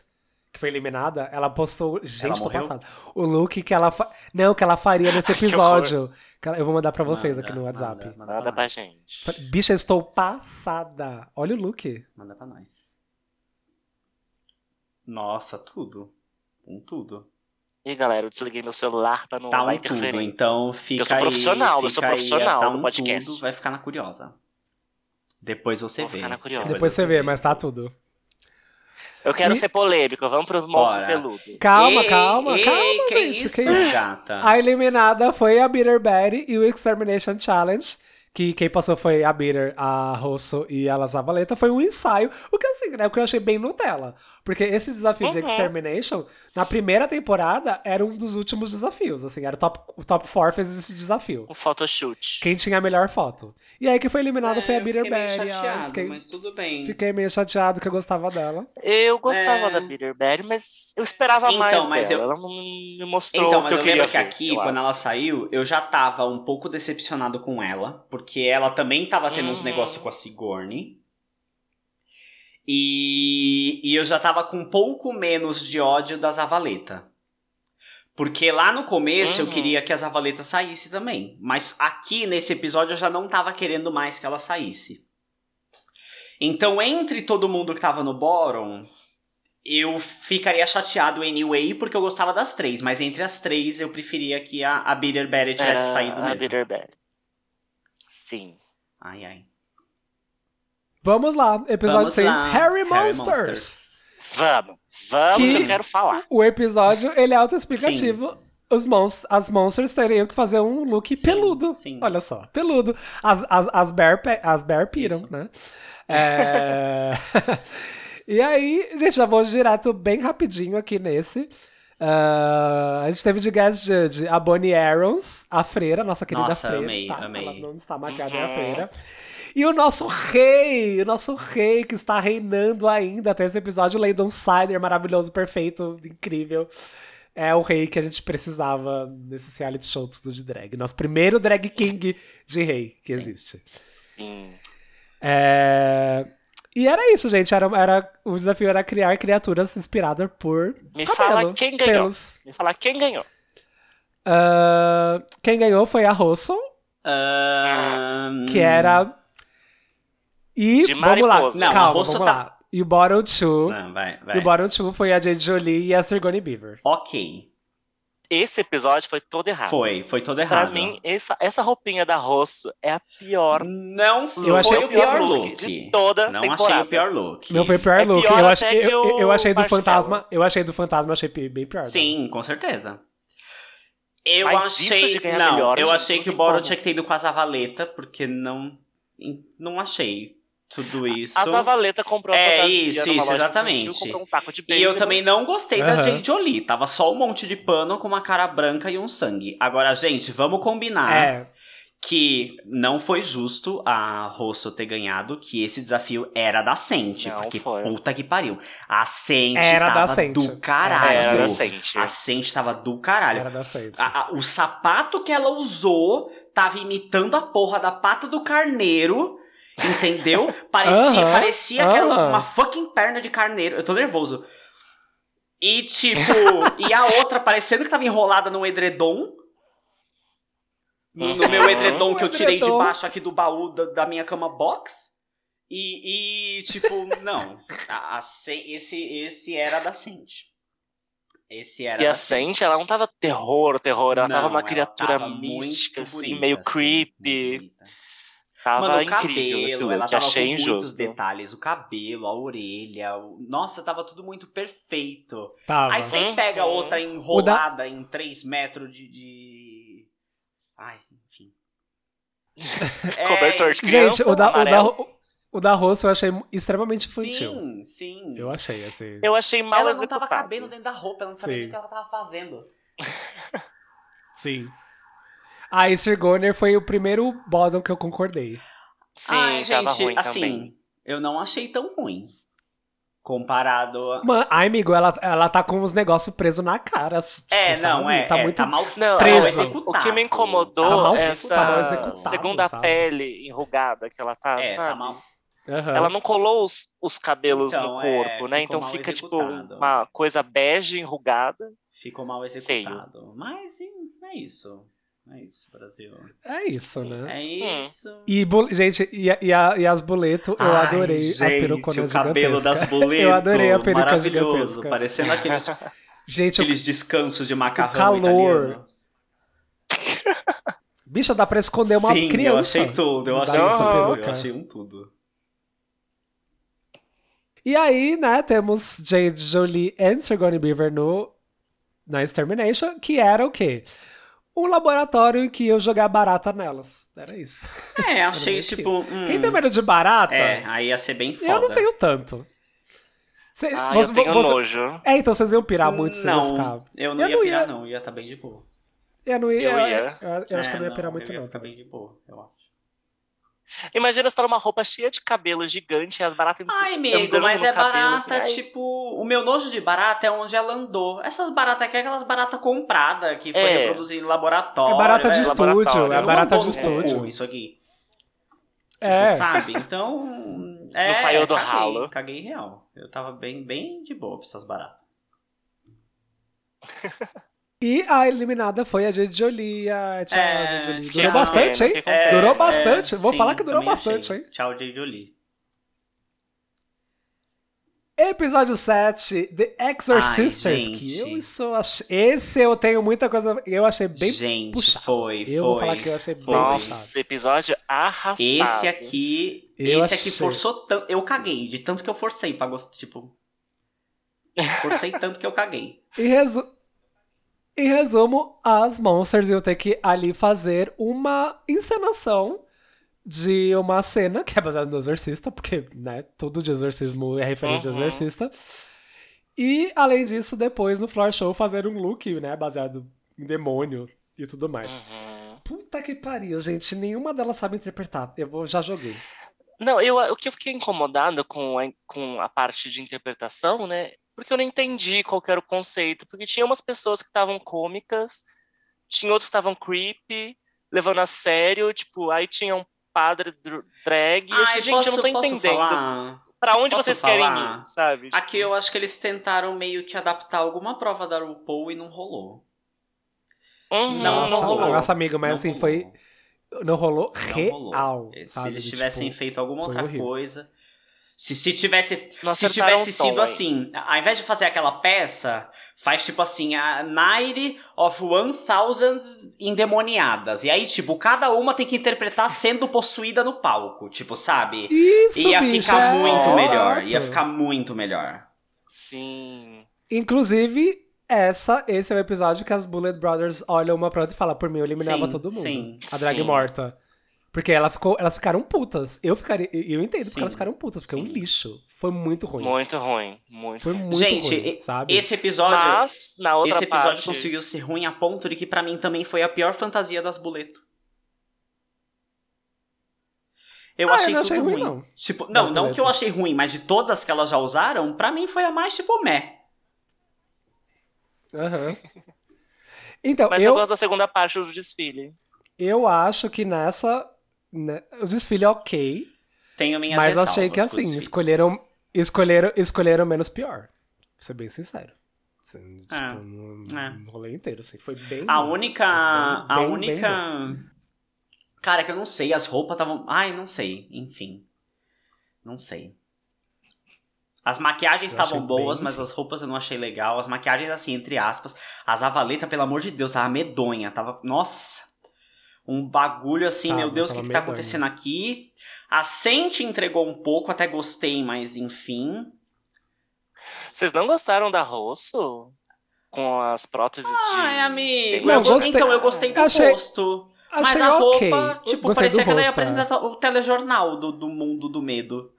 [SPEAKER 1] que foi eliminada, ela postou, gente, tô
[SPEAKER 3] morreu?
[SPEAKER 1] passado. O look que ela fa... não, que ela faria nesse
[SPEAKER 2] Que
[SPEAKER 1] episódio. Que ela- Eu vou mandar pra vocês
[SPEAKER 3] Manda,
[SPEAKER 1] aqui no WhatsApp.
[SPEAKER 3] Manda, manda,
[SPEAKER 2] Manda
[SPEAKER 3] pra
[SPEAKER 2] pra
[SPEAKER 3] nós,
[SPEAKER 2] gente.
[SPEAKER 1] Fa- Bicha, estou passada. Olha o look.
[SPEAKER 3] manda pra nós. Nossa, tudo. Um tudo.
[SPEAKER 2] E galera, eu desliguei meu celular pra não
[SPEAKER 3] Tá
[SPEAKER 2] dar
[SPEAKER 3] um tudo,
[SPEAKER 2] interferência.
[SPEAKER 3] então fica
[SPEAKER 2] Eu sou
[SPEAKER 3] aí,
[SPEAKER 2] profissional, eu
[SPEAKER 3] fica
[SPEAKER 2] sou
[SPEAKER 3] aí,
[SPEAKER 2] profissional
[SPEAKER 3] tá
[SPEAKER 2] do
[SPEAKER 3] um
[SPEAKER 2] podcast.
[SPEAKER 3] Tudo, vai ficar na curiosa. Depois você
[SPEAKER 2] Vou
[SPEAKER 3] vê.
[SPEAKER 2] ficar na curiosa. Olha,
[SPEAKER 3] é,
[SPEAKER 1] Depois você vê, mas tá tudo.
[SPEAKER 2] Eu quero
[SPEAKER 1] E-
[SPEAKER 2] ser polêmico, vamos pro Monstro
[SPEAKER 3] Bora.
[SPEAKER 2] Peludo.
[SPEAKER 1] Calma,
[SPEAKER 3] Ei,
[SPEAKER 1] calma,
[SPEAKER 3] ei,
[SPEAKER 1] calma,
[SPEAKER 3] que
[SPEAKER 1] gente.
[SPEAKER 3] Isso,
[SPEAKER 1] que-
[SPEAKER 3] gata.
[SPEAKER 1] A eliminada foi a Bitter Betty e o Extermination Challenge. Que quem passou foi a Bitter, a Rosso e a La Zavaleta. Foi um ensaio. O que assim, né? O que eu achei bem Nutella. Porque esse desafio de
[SPEAKER 2] Uhum.
[SPEAKER 1] Extermination, na primeira temporada, era um dos últimos desafios. Assim, era o top, o top 4 fez esse desafio.
[SPEAKER 2] Um photoshoot.
[SPEAKER 1] Quem tinha a melhor foto. E aí, quem foi eliminada foi a
[SPEAKER 3] É, eu fiquei
[SPEAKER 1] Bitter
[SPEAKER 3] meio
[SPEAKER 1] Betty.
[SPEAKER 3] chateado,
[SPEAKER 1] ah, fiquei,
[SPEAKER 3] mas tudo bem.
[SPEAKER 1] fiquei meio chateado que eu gostava dela.
[SPEAKER 2] Eu gostava
[SPEAKER 3] É.
[SPEAKER 2] da Bitterberry, mas eu esperava
[SPEAKER 3] Então,
[SPEAKER 2] mais
[SPEAKER 3] mas
[SPEAKER 2] dela.
[SPEAKER 3] eu-
[SPEAKER 2] Ela não me mostrou
[SPEAKER 3] Então,
[SPEAKER 2] o
[SPEAKER 3] mas
[SPEAKER 2] que eu,
[SPEAKER 3] eu,
[SPEAKER 2] queria
[SPEAKER 3] lembro que
[SPEAKER 2] ver,
[SPEAKER 3] aqui,
[SPEAKER 2] eu
[SPEAKER 3] quando
[SPEAKER 2] acho.
[SPEAKER 3] ela saiu, eu já tava um pouco decepcionado com ela, porque ela também tava tendo uns
[SPEAKER 2] Uhum.
[SPEAKER 3] negócios com a Sigourney. E, e eu já tava com um pouco menos de ódio da Zavaleta. Porque lá no começo eu
[SPEAKER 2] Uhum.
[SPEAKER 3] queria que a Zavaleta saísse também. Mas aqui nesse episódio eu já não tava querendo mais que ela saísse. Então, entre todo mundo que tava no Boron, eu ficaria chateado anyway, porque eu gostava das três. Mas entre as três eu preferia que a, a Bitter Betty
[SPEAKER 2] Era
[SPEAKER 3] tivesse
[SPEAKER 2] É,
[SPEAKER 3] saído
[SPEAKER 2] a
[SPEAKER 3] mesmo.
[SPEAKER 2] Bitterberry. Sim.
[SPEAKER 3] Ai, ai.
[SPEAKER 1] Vamos lá, episódio
[SPEAKER 3] Vamos
[SPEAKER 1] 6,
[SPEAKER 3] lá.
[SPEAKER 1] Harry Monsters.
[SPEAKER 2] Vamos, vamos que,
[SPEAKER 1] Que-
[SPEAKER 2] eu quero falar.
[SPEAKER 1] O episódio, ele é autoexplicativo. Os mons as monsters teriam que fazer um look peludo.
[SPEAKER 3] sim.
[SPEAKER 1] Olha só, peludo. As, as, as, bear, pe- as bear piram, né? É... e aí, gente, já vou direto bem rapidinho aqui nesse. Ah, a gente teve de guest judge a Bonnie Arons, a freira, nossa querida
[SPEAKER 3] Nossa,
[SPEAKER 1] freira.
[SPEAKER 3] amei,
[SPEAKER 1] tá?
[SPEAKER 3] amei.
[SPEAKER 1] Ela não está maquiada,
[SPEAKER 2] Uhum.
[SPEAKER 1] é a freira. E o nosso rei, o nosso rei que está reinando ainda até esse episódio, o Leydon Sider, maravilhoso, perfeito, incrível. É o rei que a gente precisava nesse reality show tudo de drag. Nosso primeiro drag king de rei que existe.
[SPEAKER 2] Sim.
[SPEAKER 1] É, E era isso, gente. Era, era... O desafio era criar criaturas inspiradas por.
[SPEAKER 2] Me
[SPEAKER 3] Tá
[SPEAKER 1] cabelo,
[SPEAKER 2] fala quem ganhou.
[SPEAKER 1] pelos.
[SPEAKER 2] Me falar quem ganhou.
[SPEAKER 1] Ah, quem ganhou foi a Rosso,
[SPEAKER 3] Ahn,
[SPEAKER 1] que era. E
[SPEAKER 2] Hum. De
[SPEAKER 1] vamos lá,
[SPEAKER 2] mariposa. Ah, Não,
[SPEAKER 3] a
[SPEAKER 1] calma,
[SPEAKER 3] Rosso
[SPEAKER 1] vamos
[SPEAKER 3] tá-
[SPEAKER 1] lá. E o Bottle 2.
[SPEAKER 3] Não, vai,
[SPEAKER 1] E
[SPEAKER 3] vai.
[SPEAKER 1] o Bottom Two foi a Jade Jolie e a Sergone Beaver.
[SPEAKER 3] Ok.
[SPEAKER 2] Esse episódio foi todo errado.
[SPEAKER 3] Foi, foi todo
[SPEAKER 2] Ah. Pra
[SPEAKER 3] errado.
[SPEAKER 2] mim, essa, essa roupinha da Rosso é a pior.
[SPEAKER 3] não foi
[SPEAKER 1] Eu achei
[SPEAKER 3] o pior look.
[SPEAKER 2] de toda
[SPEAKER 3] não
[SPEAKER 2] temporada.
[SPEAKER 3] achei o pior look.
[SPEAKER 1] Não foi pior
[SPEAKER 2] É
[SPEAKER 1] look.
[SPEAKER 2] pior
[SPEAKER 1] eu,
[SPEAKER 2] até
[SPEAKER 1] achei,
[SPEAKER 2] que
[SPEAKER 1] eu,
[SPEAKER 2] o
[SPEAKER 1] eu achei do
[SPEAKER 2] Marshmallow.
[SPEAKER 1] fantasma. Eu achei do fantasma, achei pi- bem pior.
[SPEAKER 3] Sim, com certeza. Eu
[SPEAKER 2] Mas isso
[SPEAKER 3] achei.
[SPEAKER 2] de ganhar
[SPEAKER 3] não,
[SPEAKER 2] melhor,
[SPEAKER 3] eu
[SPEAKER 2] gente,
[SPEAKER 3] achei
[SPEAKER 2] não
[SPEAKER 3] que o
[SPEAKER 2] tem
[SPEAKER 3] Boro
[SPEAKER 2] como.
[SPEAKER 3] tinha que ter ido com a Zavaleta, porque não. Não achei tudo isso.
[SPEAKER 2] A Zavaleta comprou
[SPEAKER 3] É,
[SPEAKER 2] a fantasia
[SPEAKER 3] isso,
[SPEAKER 2] numa
[SPEAKER 3] isso,
[SPEAKER 2] loja
[SPEAKER 3] exatamente.
[SPEAKER 2] infantil, comprou um taco de
[SPEAKER 3] E eu
[SPEAKER 2] beisebol.
[SPEAKER 3] também não gostei da
[SPEAKER 1] Aham.
[SPEAKER 3] Jade Jolie. Tava só um monte de pano com uma cara branca e um sangue. Agora, gente, vamos combinar
[SPEAKER 1] É.
[SPEAKER 3] que não foi justo a Rosso ter ganhado, que esse desafio era da Sente,
[SPEAKER 2] Não
[SPEAKER 3] porque
[SPEAKER 2] foi.
[SPEAKER 3] puta que pariu. A Sente
[SPEAKER 1] Era da
[SPEAKER 3] tava
[SPEAKER 1] Sente.
[SPEAKER 3] do caralho.
[SPEAKER 2] Era da Sente.
[SPEAKER 3] A Sente tava do caralho.
[SPEAKER 1] Era da frente.
[SPEAKER 3] A- a- o sapato que ela usou tava imitando a porra da pata do carneiro. Entendeu? Parecia,
[SPEAKER 1] Aham,
[SPEAKER 3] parecia que era
[SPEAKER 1] aham.
[SPEAKER 3] uma fucking perna de carneiro. Eu tô nervoso. E tipo, e a outra parecendo que tava enrolada num edredom. No, no meu
[SPEAKER 2] Uhum.
[SPEAKER 3] edredom que eu tirei de
[SPEAKER 1] Um Edredom.
[SPEAKER 3] baixo aqui do baú da, da minha cama box. E, e, tipo, não. A- a Sen- esse, esse era da Sente. Esse era
[SPEAKER 2] E
[SPEAKER 3] da
[SPEAKER 2] a Sente, ela não tava terror, terror, ela
[SPEAKER 3] Não,
[SPEAKER 2] tava uma
[SPEAKER 3] ela
[SPEAKER 2] criatura
[SPEAKER 3] tava muito
[SPEAKER 2] mística, assim,
[SPEAKER 3] bonita,
[SPEAKER 2] meio
[SPEAKER 3] assim, muito
[SPEAKER 2] creepy.
[SPEAKER 3] bonita.
[SPEAKER 2] Tava
[SPEAKER 3] Mano, o
[SPEAKER 2] incrível esse
[SPEAKER 3] cabelo, ela
[SPEAKER 2] look,
[SPEAKER 3] tava
[SPEAKER 2] achei
[SPEAKER 3] com muitos
[SPEAKER 2] injusto.
[SPEAKER 3] detalhes. O cabelo, a orelha, o- nossa, tava tudo muito perfeito.
[SPEAKER 1] Tava.
[SPEAKER 3] Aí você é
[SPEAKER 2] Uhum.
[SPEAKER 3] pega outra enrolada em 3 metros de... de- Ai, enfim. É,
[SPEAKER 2] Cobertor de criança,
[SPEAKER 1] Gente, o da, o, da,
[SPEAKER 2] amarelo.
[SPEAKER 1] o da Rosso eu achei extremamente infantil.
[SPEAKER 3] Sim, sim.
[SPEAKER 1] Eu achei, assim.
[SPEAKER 2] Eu achei mal
[SPEAKER 3] ela não
[SPEAKER 2] executado.
[SPEAKER 3] tava cabendo dentro da roupa, ela não sabia
[SPEAKER 1] Sim.
[SPEAKER 3] nem o que ela tava fazendo.
[SPEAKER 1] Sim. Aí, Sir Goner foi o primeiro bottom que eu concordei.
[SPEAKER 2] Sim,
[SPEAKER 3] Ai,
[SPEAKER 2] tava
[SPEAKER 3] gente,
[SPEAKER 2] ruim
[SPEAKER 3] assim,
[SPEAKER 2] também.
[SPEAKER 3] eu não achei tão ruim. Comparado a...
[SPEAKER 1] Mano, ai, amigo, ela, ela tá com uns negócios presos na cara. tipo,
[SPEAKER 3] É,
[SPEAKER 1] sabe?
[SPEAKER 3] não, é.
[SPEAKER 1] Tá
[SPEAKER 3] é,
[SPEAKER 1] muito.
[SPEAKER 3] tá mal,
[SPEAKER 2] Não, assim,
[SPEAKER 1] Preso.
[SPEAKER 2] o-
[SPEAKER 3] executado.
[SPEAKER 2] o que me incomodou
[SPEAKER 1] Tá mal-
[SPEAKER 2] é essa
[SPEAKER 1] tá mal executado,
[SPEAKER 2] segunda
[SPEAKER 1] sabe?
[SPEAKER 2] pele enrugada que ela tá,
[SPEAKER 3] É,
[SPEAKER 2] sabe?
[SPEAKER 3] tá mal.
[SPEAKER 1] Aham.
[SPEAKER 2] Ela não colou os, os cabelos
[SPEAKER 3] Então,
[SPEAKER 2] no
[SPEAKER 3] é,
[SPEAKER 2] corpo, né?
[SPEAKER 3] ficou
[SPEAKER 2] Então
[SPEAKER 3] mal
[SPEAKER 2] fica
[SPEAKER 3] executado.
[SPEAKER 2] tipo uma coisa bege enrugada.
[SPEAKER 3] Ficou mal executado. Mas sim, é isso. É isso, Brasil.
[SPEAKER 1] É isso, né?
[SPEAKER 3] É
[SPEAKER 2] Hum.
[SPEAKER 3] isso.
[SPEAKER 1] E, bu- gente, e, a- e, a- e as boleto, eu
[SPEAKER 3] Ai,
[SPEAKER 1] adorei a
[SPEAKER 3] gente,
[SPEAKER 1] perucona
[SPEAKER 3] o cabelo
[SPEAKER 1] gigantesca.
[SPEAKER 3] das boletas.
[SPEAKER 1] Eu adorei a peruca
[SPEAKER 3] Maravilhoso,
[SPEAKER 1] gigantesca.
[SPEAKER 3] parecendo aqueles,
[SPEAKER 1] Gente, o
[SPEAKER 3] aqueles descansos de macarrão
[SPEAKER 1] calor.
[SPEAKER 3] italiano.
[SPEAKER 1] bicho dá pra esconder é uma
[SPEAKER 3] Sim, eu
[SPEAKER 1] criança.
[SPEAKER 3] achei tudo. Eu
[SPEAKER 1] Dá
[SPEAKER 3] achei,
[SPEAKER 2] essa
[SPEAKER 3] tudo, eu
[SPEAKER 1] peruca.
[SPEAKER 3] achei um tudo.
[SPEAKER 1] E aí, né, temos Jade Jolie e Sigourney Beaver no, na Extermination, que era o quê? Um laboratório em que eu jogar barata nelas. Era isso.
[SPEAKER 3] É, achei
[SPEAKER 1] isso.
[SPEAKER 3] tipo. hum,
[SPEAKER 1] Quem tem medo de barata,
[SPEAKER 3] É, aí ia ser bem foda.
[SPEAKER 1] eu não tenho tanto. Cê-
[SPEAKER 2] Ah,
[SPEAKER 1] É, você-
[SPEAKER 2] eu tenho
[SPEAKER 1] você-
[SPEAKER 2] nojo.
[SPEAKER 1] É, então vocês iam pirar muito, vocês
[SPEAKER 3] não,
[SPEAKER 1] iam ficar...
[SPEAKER 3] eu não
[SPEAKER 1] Eu
[SPEAKER 3] ia
[SPEAKER 1] não
[SPEAKER 3] pirar,
[SPEAKER 1] ia-
[SPEAKER 3] não. Ia estar bem de boa.
[SPEAKER 1] Eu não ia...
[SPEAKER 2] Eu
[SPEAKER 1] Eu,
[SPEAKER 2] ia.
[SPEAKER 1] eu- eu acho que eu não ia pirar muito,
[SPEAKER 3] É, eu ia
[SPEAKER 1] não.
[SPEAKER 3] ficar
[SPEAKER 1] também.
[SPEAKER 3] bem de boa, eu acho.
[SPEAKER 2] Imagina você tá numa roupa cheia de cabelo gigante e as baratas
[SPEAKER 3] Ai, amigo,
[SPEAKER 2] andando
[SPEAKER 3] mas
[SPEAKER 2] no
[SPEAKER 3] é
[SPEAKER 2] cabelo, assim,
[SPEAKER 3] barata,
[SPEAKER 2] ai.
[SPEAKER 3] tipo. O meu nojo de barata é onde ela andou. Essas baratas aqui é aquelas baratas compradas que foi
[SPEAKER 2] É.
[SPEAKER 3] reproduzida em laboratório.
[SPEAKER 1] É barata de
[SPEAKER 3] né?
[SPEAKER 1] estúdio,
[SPEAKER 2] laboratório.
[SPEAKER 1] é
[SPEAKER 3] Não
[SPEAKER 1] barata de
[SPEAKER 3] andou no cu,
[SPEAKER 1] estúdio.
[SPEAKER 3] Isso aqui. Tipo,
[SPEAKER 1] É.
[SPEAKER 3] Sabe? Então. É,
[SPEAKER 2] Não saiu do
[SPEAKER 3] caguei,
[SPEAKER 2] ralo.
[SPEAKER 3] Caguei real. Eu tava bem, bem de boa pra essas baratas.
[SPEAKER 1] E a eliminada foi a Jade Jolie. A tchau,
[SPEAKER 3] É,
[SPEAKER 1] Jade Jolie.
[SPEAKER 3] tchau.
[SPEAKER 1] Durou bastante, hein?
[SPEAKER 2] Fiquei com pena.
[SPEAKER 3] É,
[SPEAKER 1] Durou bastante. Vou falar que durou
[SPEAKER 3] também
[SPEAKER 1] bastante, hein?
[SPEAKER 3] Tchau, J. Jolie.
[SPEAKER 1] Episódio 7, The
[SPEAKER 3] Ai,
[SPEAKER 1] Exorcistas,
[SPEAKER 3] gente.
[SPEAKER 1] que eu sou ach... Esse eu tenho muita coisa. Eu achei bem
[SPEAKER 3] Gente,
[SPEAKER 1] puxado.
[SPEAKER 3] foi,
[SPEAKER 1] Eu vou
[SPEAKER 3] foi,
[SPEAKER 1] falar que eu achei bem
[SPEAKER 3] foi.
[SPEAKER 1] puxado.
[SPEAKER 2] Nossa, episódio arrastado.
[SPEAKER 3] Esse aqui.
[SPEAKER 1] Eu
[SPEAKER 3] esse aqui
[SPEAKER 1] achei.
[SPEAKER 3] forçou tanto. Eu caguei, de tanto que eu forcei pra gostar. Tipo. Forcei tanto que eu caguei.
[SPEAKER 1] Em, resu... em resumo, as Monsters iam ter que ali fazer uma encenação de uma cena que é baseada no Exorcista, porque, né, tudo de exorcismo é referência de
[SPEAKER 2] Uhum.
[SPEAKER 1] Exorcista. E, além disso, depois no Floor Show fazer um look, né, baseado em demônio e tudo mais.
[SPEAKER 3] Hum.
[SPEAKER 2] Uhum.
[SPEAKER 1] Puta que pariu, gente, nenhuma delas sabe interpretar. Eu vou, já joguei.
[SPEAKER 2] Não, eu, o que eu fiquei incomodado com a, com a parte de interpretação, né? Porque eu não entendi qual que era o conceito. Porque tinha umas pessoas que estavam cômicas, tinha outros que estavam creepy, levando a sério, tipo, aí tinha um padre dr- drag. e eu achei, gente, eu não tô entendendo.
[SPEAKER 3] falar?
[SPEAKER 2] Pra onde
[SPEAKER 3] Posso
[SPEAKER 2] vocês
[SPEAKER 3] falar?
[SPEAKER 2] querem ir, sabe?
[SPEAKER 3] Aqui eu acho que eles tentaram meio que adaptar alguma prova da RuPaul e não rolou.
[SPEAKER 2] Uhum,
[SPEAKER 3] Não,
[SPEAKER 2] não
[SPEAKER 1] nossa,
[SPEAKER 2] rolou.
[SPEAKER 1] nossa amiga, mas
[SPEAKER 3] Não
[SPEAKER 1] assim,
[SPEAKER 3] rolou.
[SPEAKER 1] foi. Não rolou
[SPEAKER 3] Não
[SPEAKER 1] real.
[SPEAKER 3] rolou. É, Se
[SPEAKER 1] sabe?
[SPEAKER 3] eles
[SPEAKER 1] De,
[SPEAKER 3] tivessem
[SPEAKER 1] tipo,
[SPEAKER 3] feito alguma
[SPEAKER 1] foi
[SPEAKER 3] outra
[SPEAKER 1] horrível.
[SPEAKER 3] coisa. Se, se tivesse
[SPEAKER 2] Não
[SPEAKER 3] se
[SPEAKER 2] acertaram
[SPEAKER 3] tivesse
[SPEAKER 2] o tom
[SPEAKER 3] sido
[SPEAKER 2] aí.
[SPEAKER 3] assim, ao invés de fazer aquela peça, faz tipo assim, a Night of 1000 endemoniadas. E aí, tipo, cada uma tem que interpretar sendo possuída no palco, tipo, sabe?
[SPEAKER 1] Isso,
[SPEAKER 3] ia
[SPEAKER 1] bicho,
[SPEAKER 3] ficar
[SPEAKER 1] é,
[SPEAKER 3] muito
[SPEAKER 1] exato.
[SPEAKER 3] melhor, ia ficar muito melhor.
[SPEAKER 2] Sim.
[SPEAKER 1] Inclusive, essa, esse é o episódio que as Bullet Brothers olham uma pra outra e falam, por mim, eu eliminava
[SPEAKER 3] Sim,
[SPEAKER 1] todo mundo.
[SPEAKER 3] sim,
[SPEAKER 1] a drag
[SPEAKER 2] sim.
[SPEAKER 1] morta. Porque ela ficou, elas ficaram putas. Eu ficaria. Eu entendo
[SPEAKER 3] Sim,
[SPEAKER 1] porque elas ficaram putas, porque é um
[SPEAKER 3] sim.
[SPEAKER 1] lixo. Foi muito ruim.
[SPEAKER 2] Muito ruim. Muito.
[SPEAKER 1] Foi muito
[SPEAKER 3] Gente,
[SPEAKER 1] ruim,
[SPEAKER 3] e-
[SPEAKER 1] sabe?
[SPEAKER 3] esse episódio,
[SPEAKER 2] Mas, na outra
[SPEAKER 3] esse episódio
[SPEAKER 2] parte...
[SPEAKER 3] conseguiu ser ruim a ponto de que pra mim também foi a pior fantasia das boleto. Eu
[SPEAKER 1] Ah, eu
[SPEAKER 3] achei
[SPEAKER 1] não
[SPEAKER 3] tudo
[SPEAKER 1] achei ruim,
[SPEAKER 3] ruim.
[SPEAKER 1] não.
[SPEAKER 3] Tipo, não,
[SPEAKER 1] Mas
[SPEAKER 3] não
[SPEAKER 1] beleza.
[SPEAKER 3] que eu achei ruim, mas de todas que elas já usaram, pra mim foi a mais tipo meh.
[SPEAKER 1] Aham. Então,
[SPEAKER 2] Mas eu...
[SPEAKER 1] eu,
[SPEAKER 2] gosto da segunda parte do desfile.
[SPEAKER 1] eu acho que nessa. né, o desfile é ok,
[SPEAKER 3] Tenho minhas
[SPEAKER 1] mas
[SPEAKER 3] ressalvas
[SPEAKER 1] achei que
[SPEAKER 3] com
[SPEAKER 1] assim,
[SPEAKER 3] isso.
[SPEAKER 1] escolheram, escolheram, escolheram menos pior. Pra ser bem sincero. Assim, tipo,
[SPEAKER 3] É,
[SPEAKER 1] no,
[SPEAKER 3] é.
[SPEAKER 1] no rolê inteiro, assim. Foi bem.
[SPEAKER 3] A única.
[SPEAKER 1] Bem,
[SPEAKER 3] a
[SPEAKER 1] bem,
[SPEAKER 3] única. Cara, é que eu não sei, as roupas estavam. Ai, não sei. Enfim. Não sei. As maquiagens
[SPEAKER 1] Eu achei
[SPEAKER 3] estavam
[SPEAKER 1] bem
[SPEAKER 3] boas, mas as roupas eu não achei legal. As maquiagens, assim, entre aspas. As avaletas, pelo amor de Deus, tava medonha. Tava. Nossa! Um bagulho assim,
[SPEAKER 1] Tava,
[SPEAKER 3] meu Deus, o que,
[SPEAKER 1] tava
[SPEAKER 3] que tá
[SPEAKER 1] medonha.
[SPEAKER 3] acontecendo aqui? A Sente entregou um pouco, até gostei, mas enfim.
[SPEAKER 2] Vocês não gostaram da Rosso? Com as próteses de...
[SPEAKER 3] Ai, amigo.
[SPEAKER 2] Não,
[SPEAKER 3] eu go-
[SPEAKER 1] gostei.
[SPEAKER 3] Então, eu gostei do
[SPEAKER 1] Achei-
[SPEAKER 3] rosto. Mas
[SPEAKER 1] Achei
[SPEAKER 3] a roupa,
[SPEAKER 1] ok.
[SPEAKER 3] tipo,
[SPEAKER 1] Gostei do
[SPEAKER 3] parecia que ela ia
[SPEAKER 1] rosto, é.
[SPEAKER 3] apresentar o telejornal do, do mundo do medo.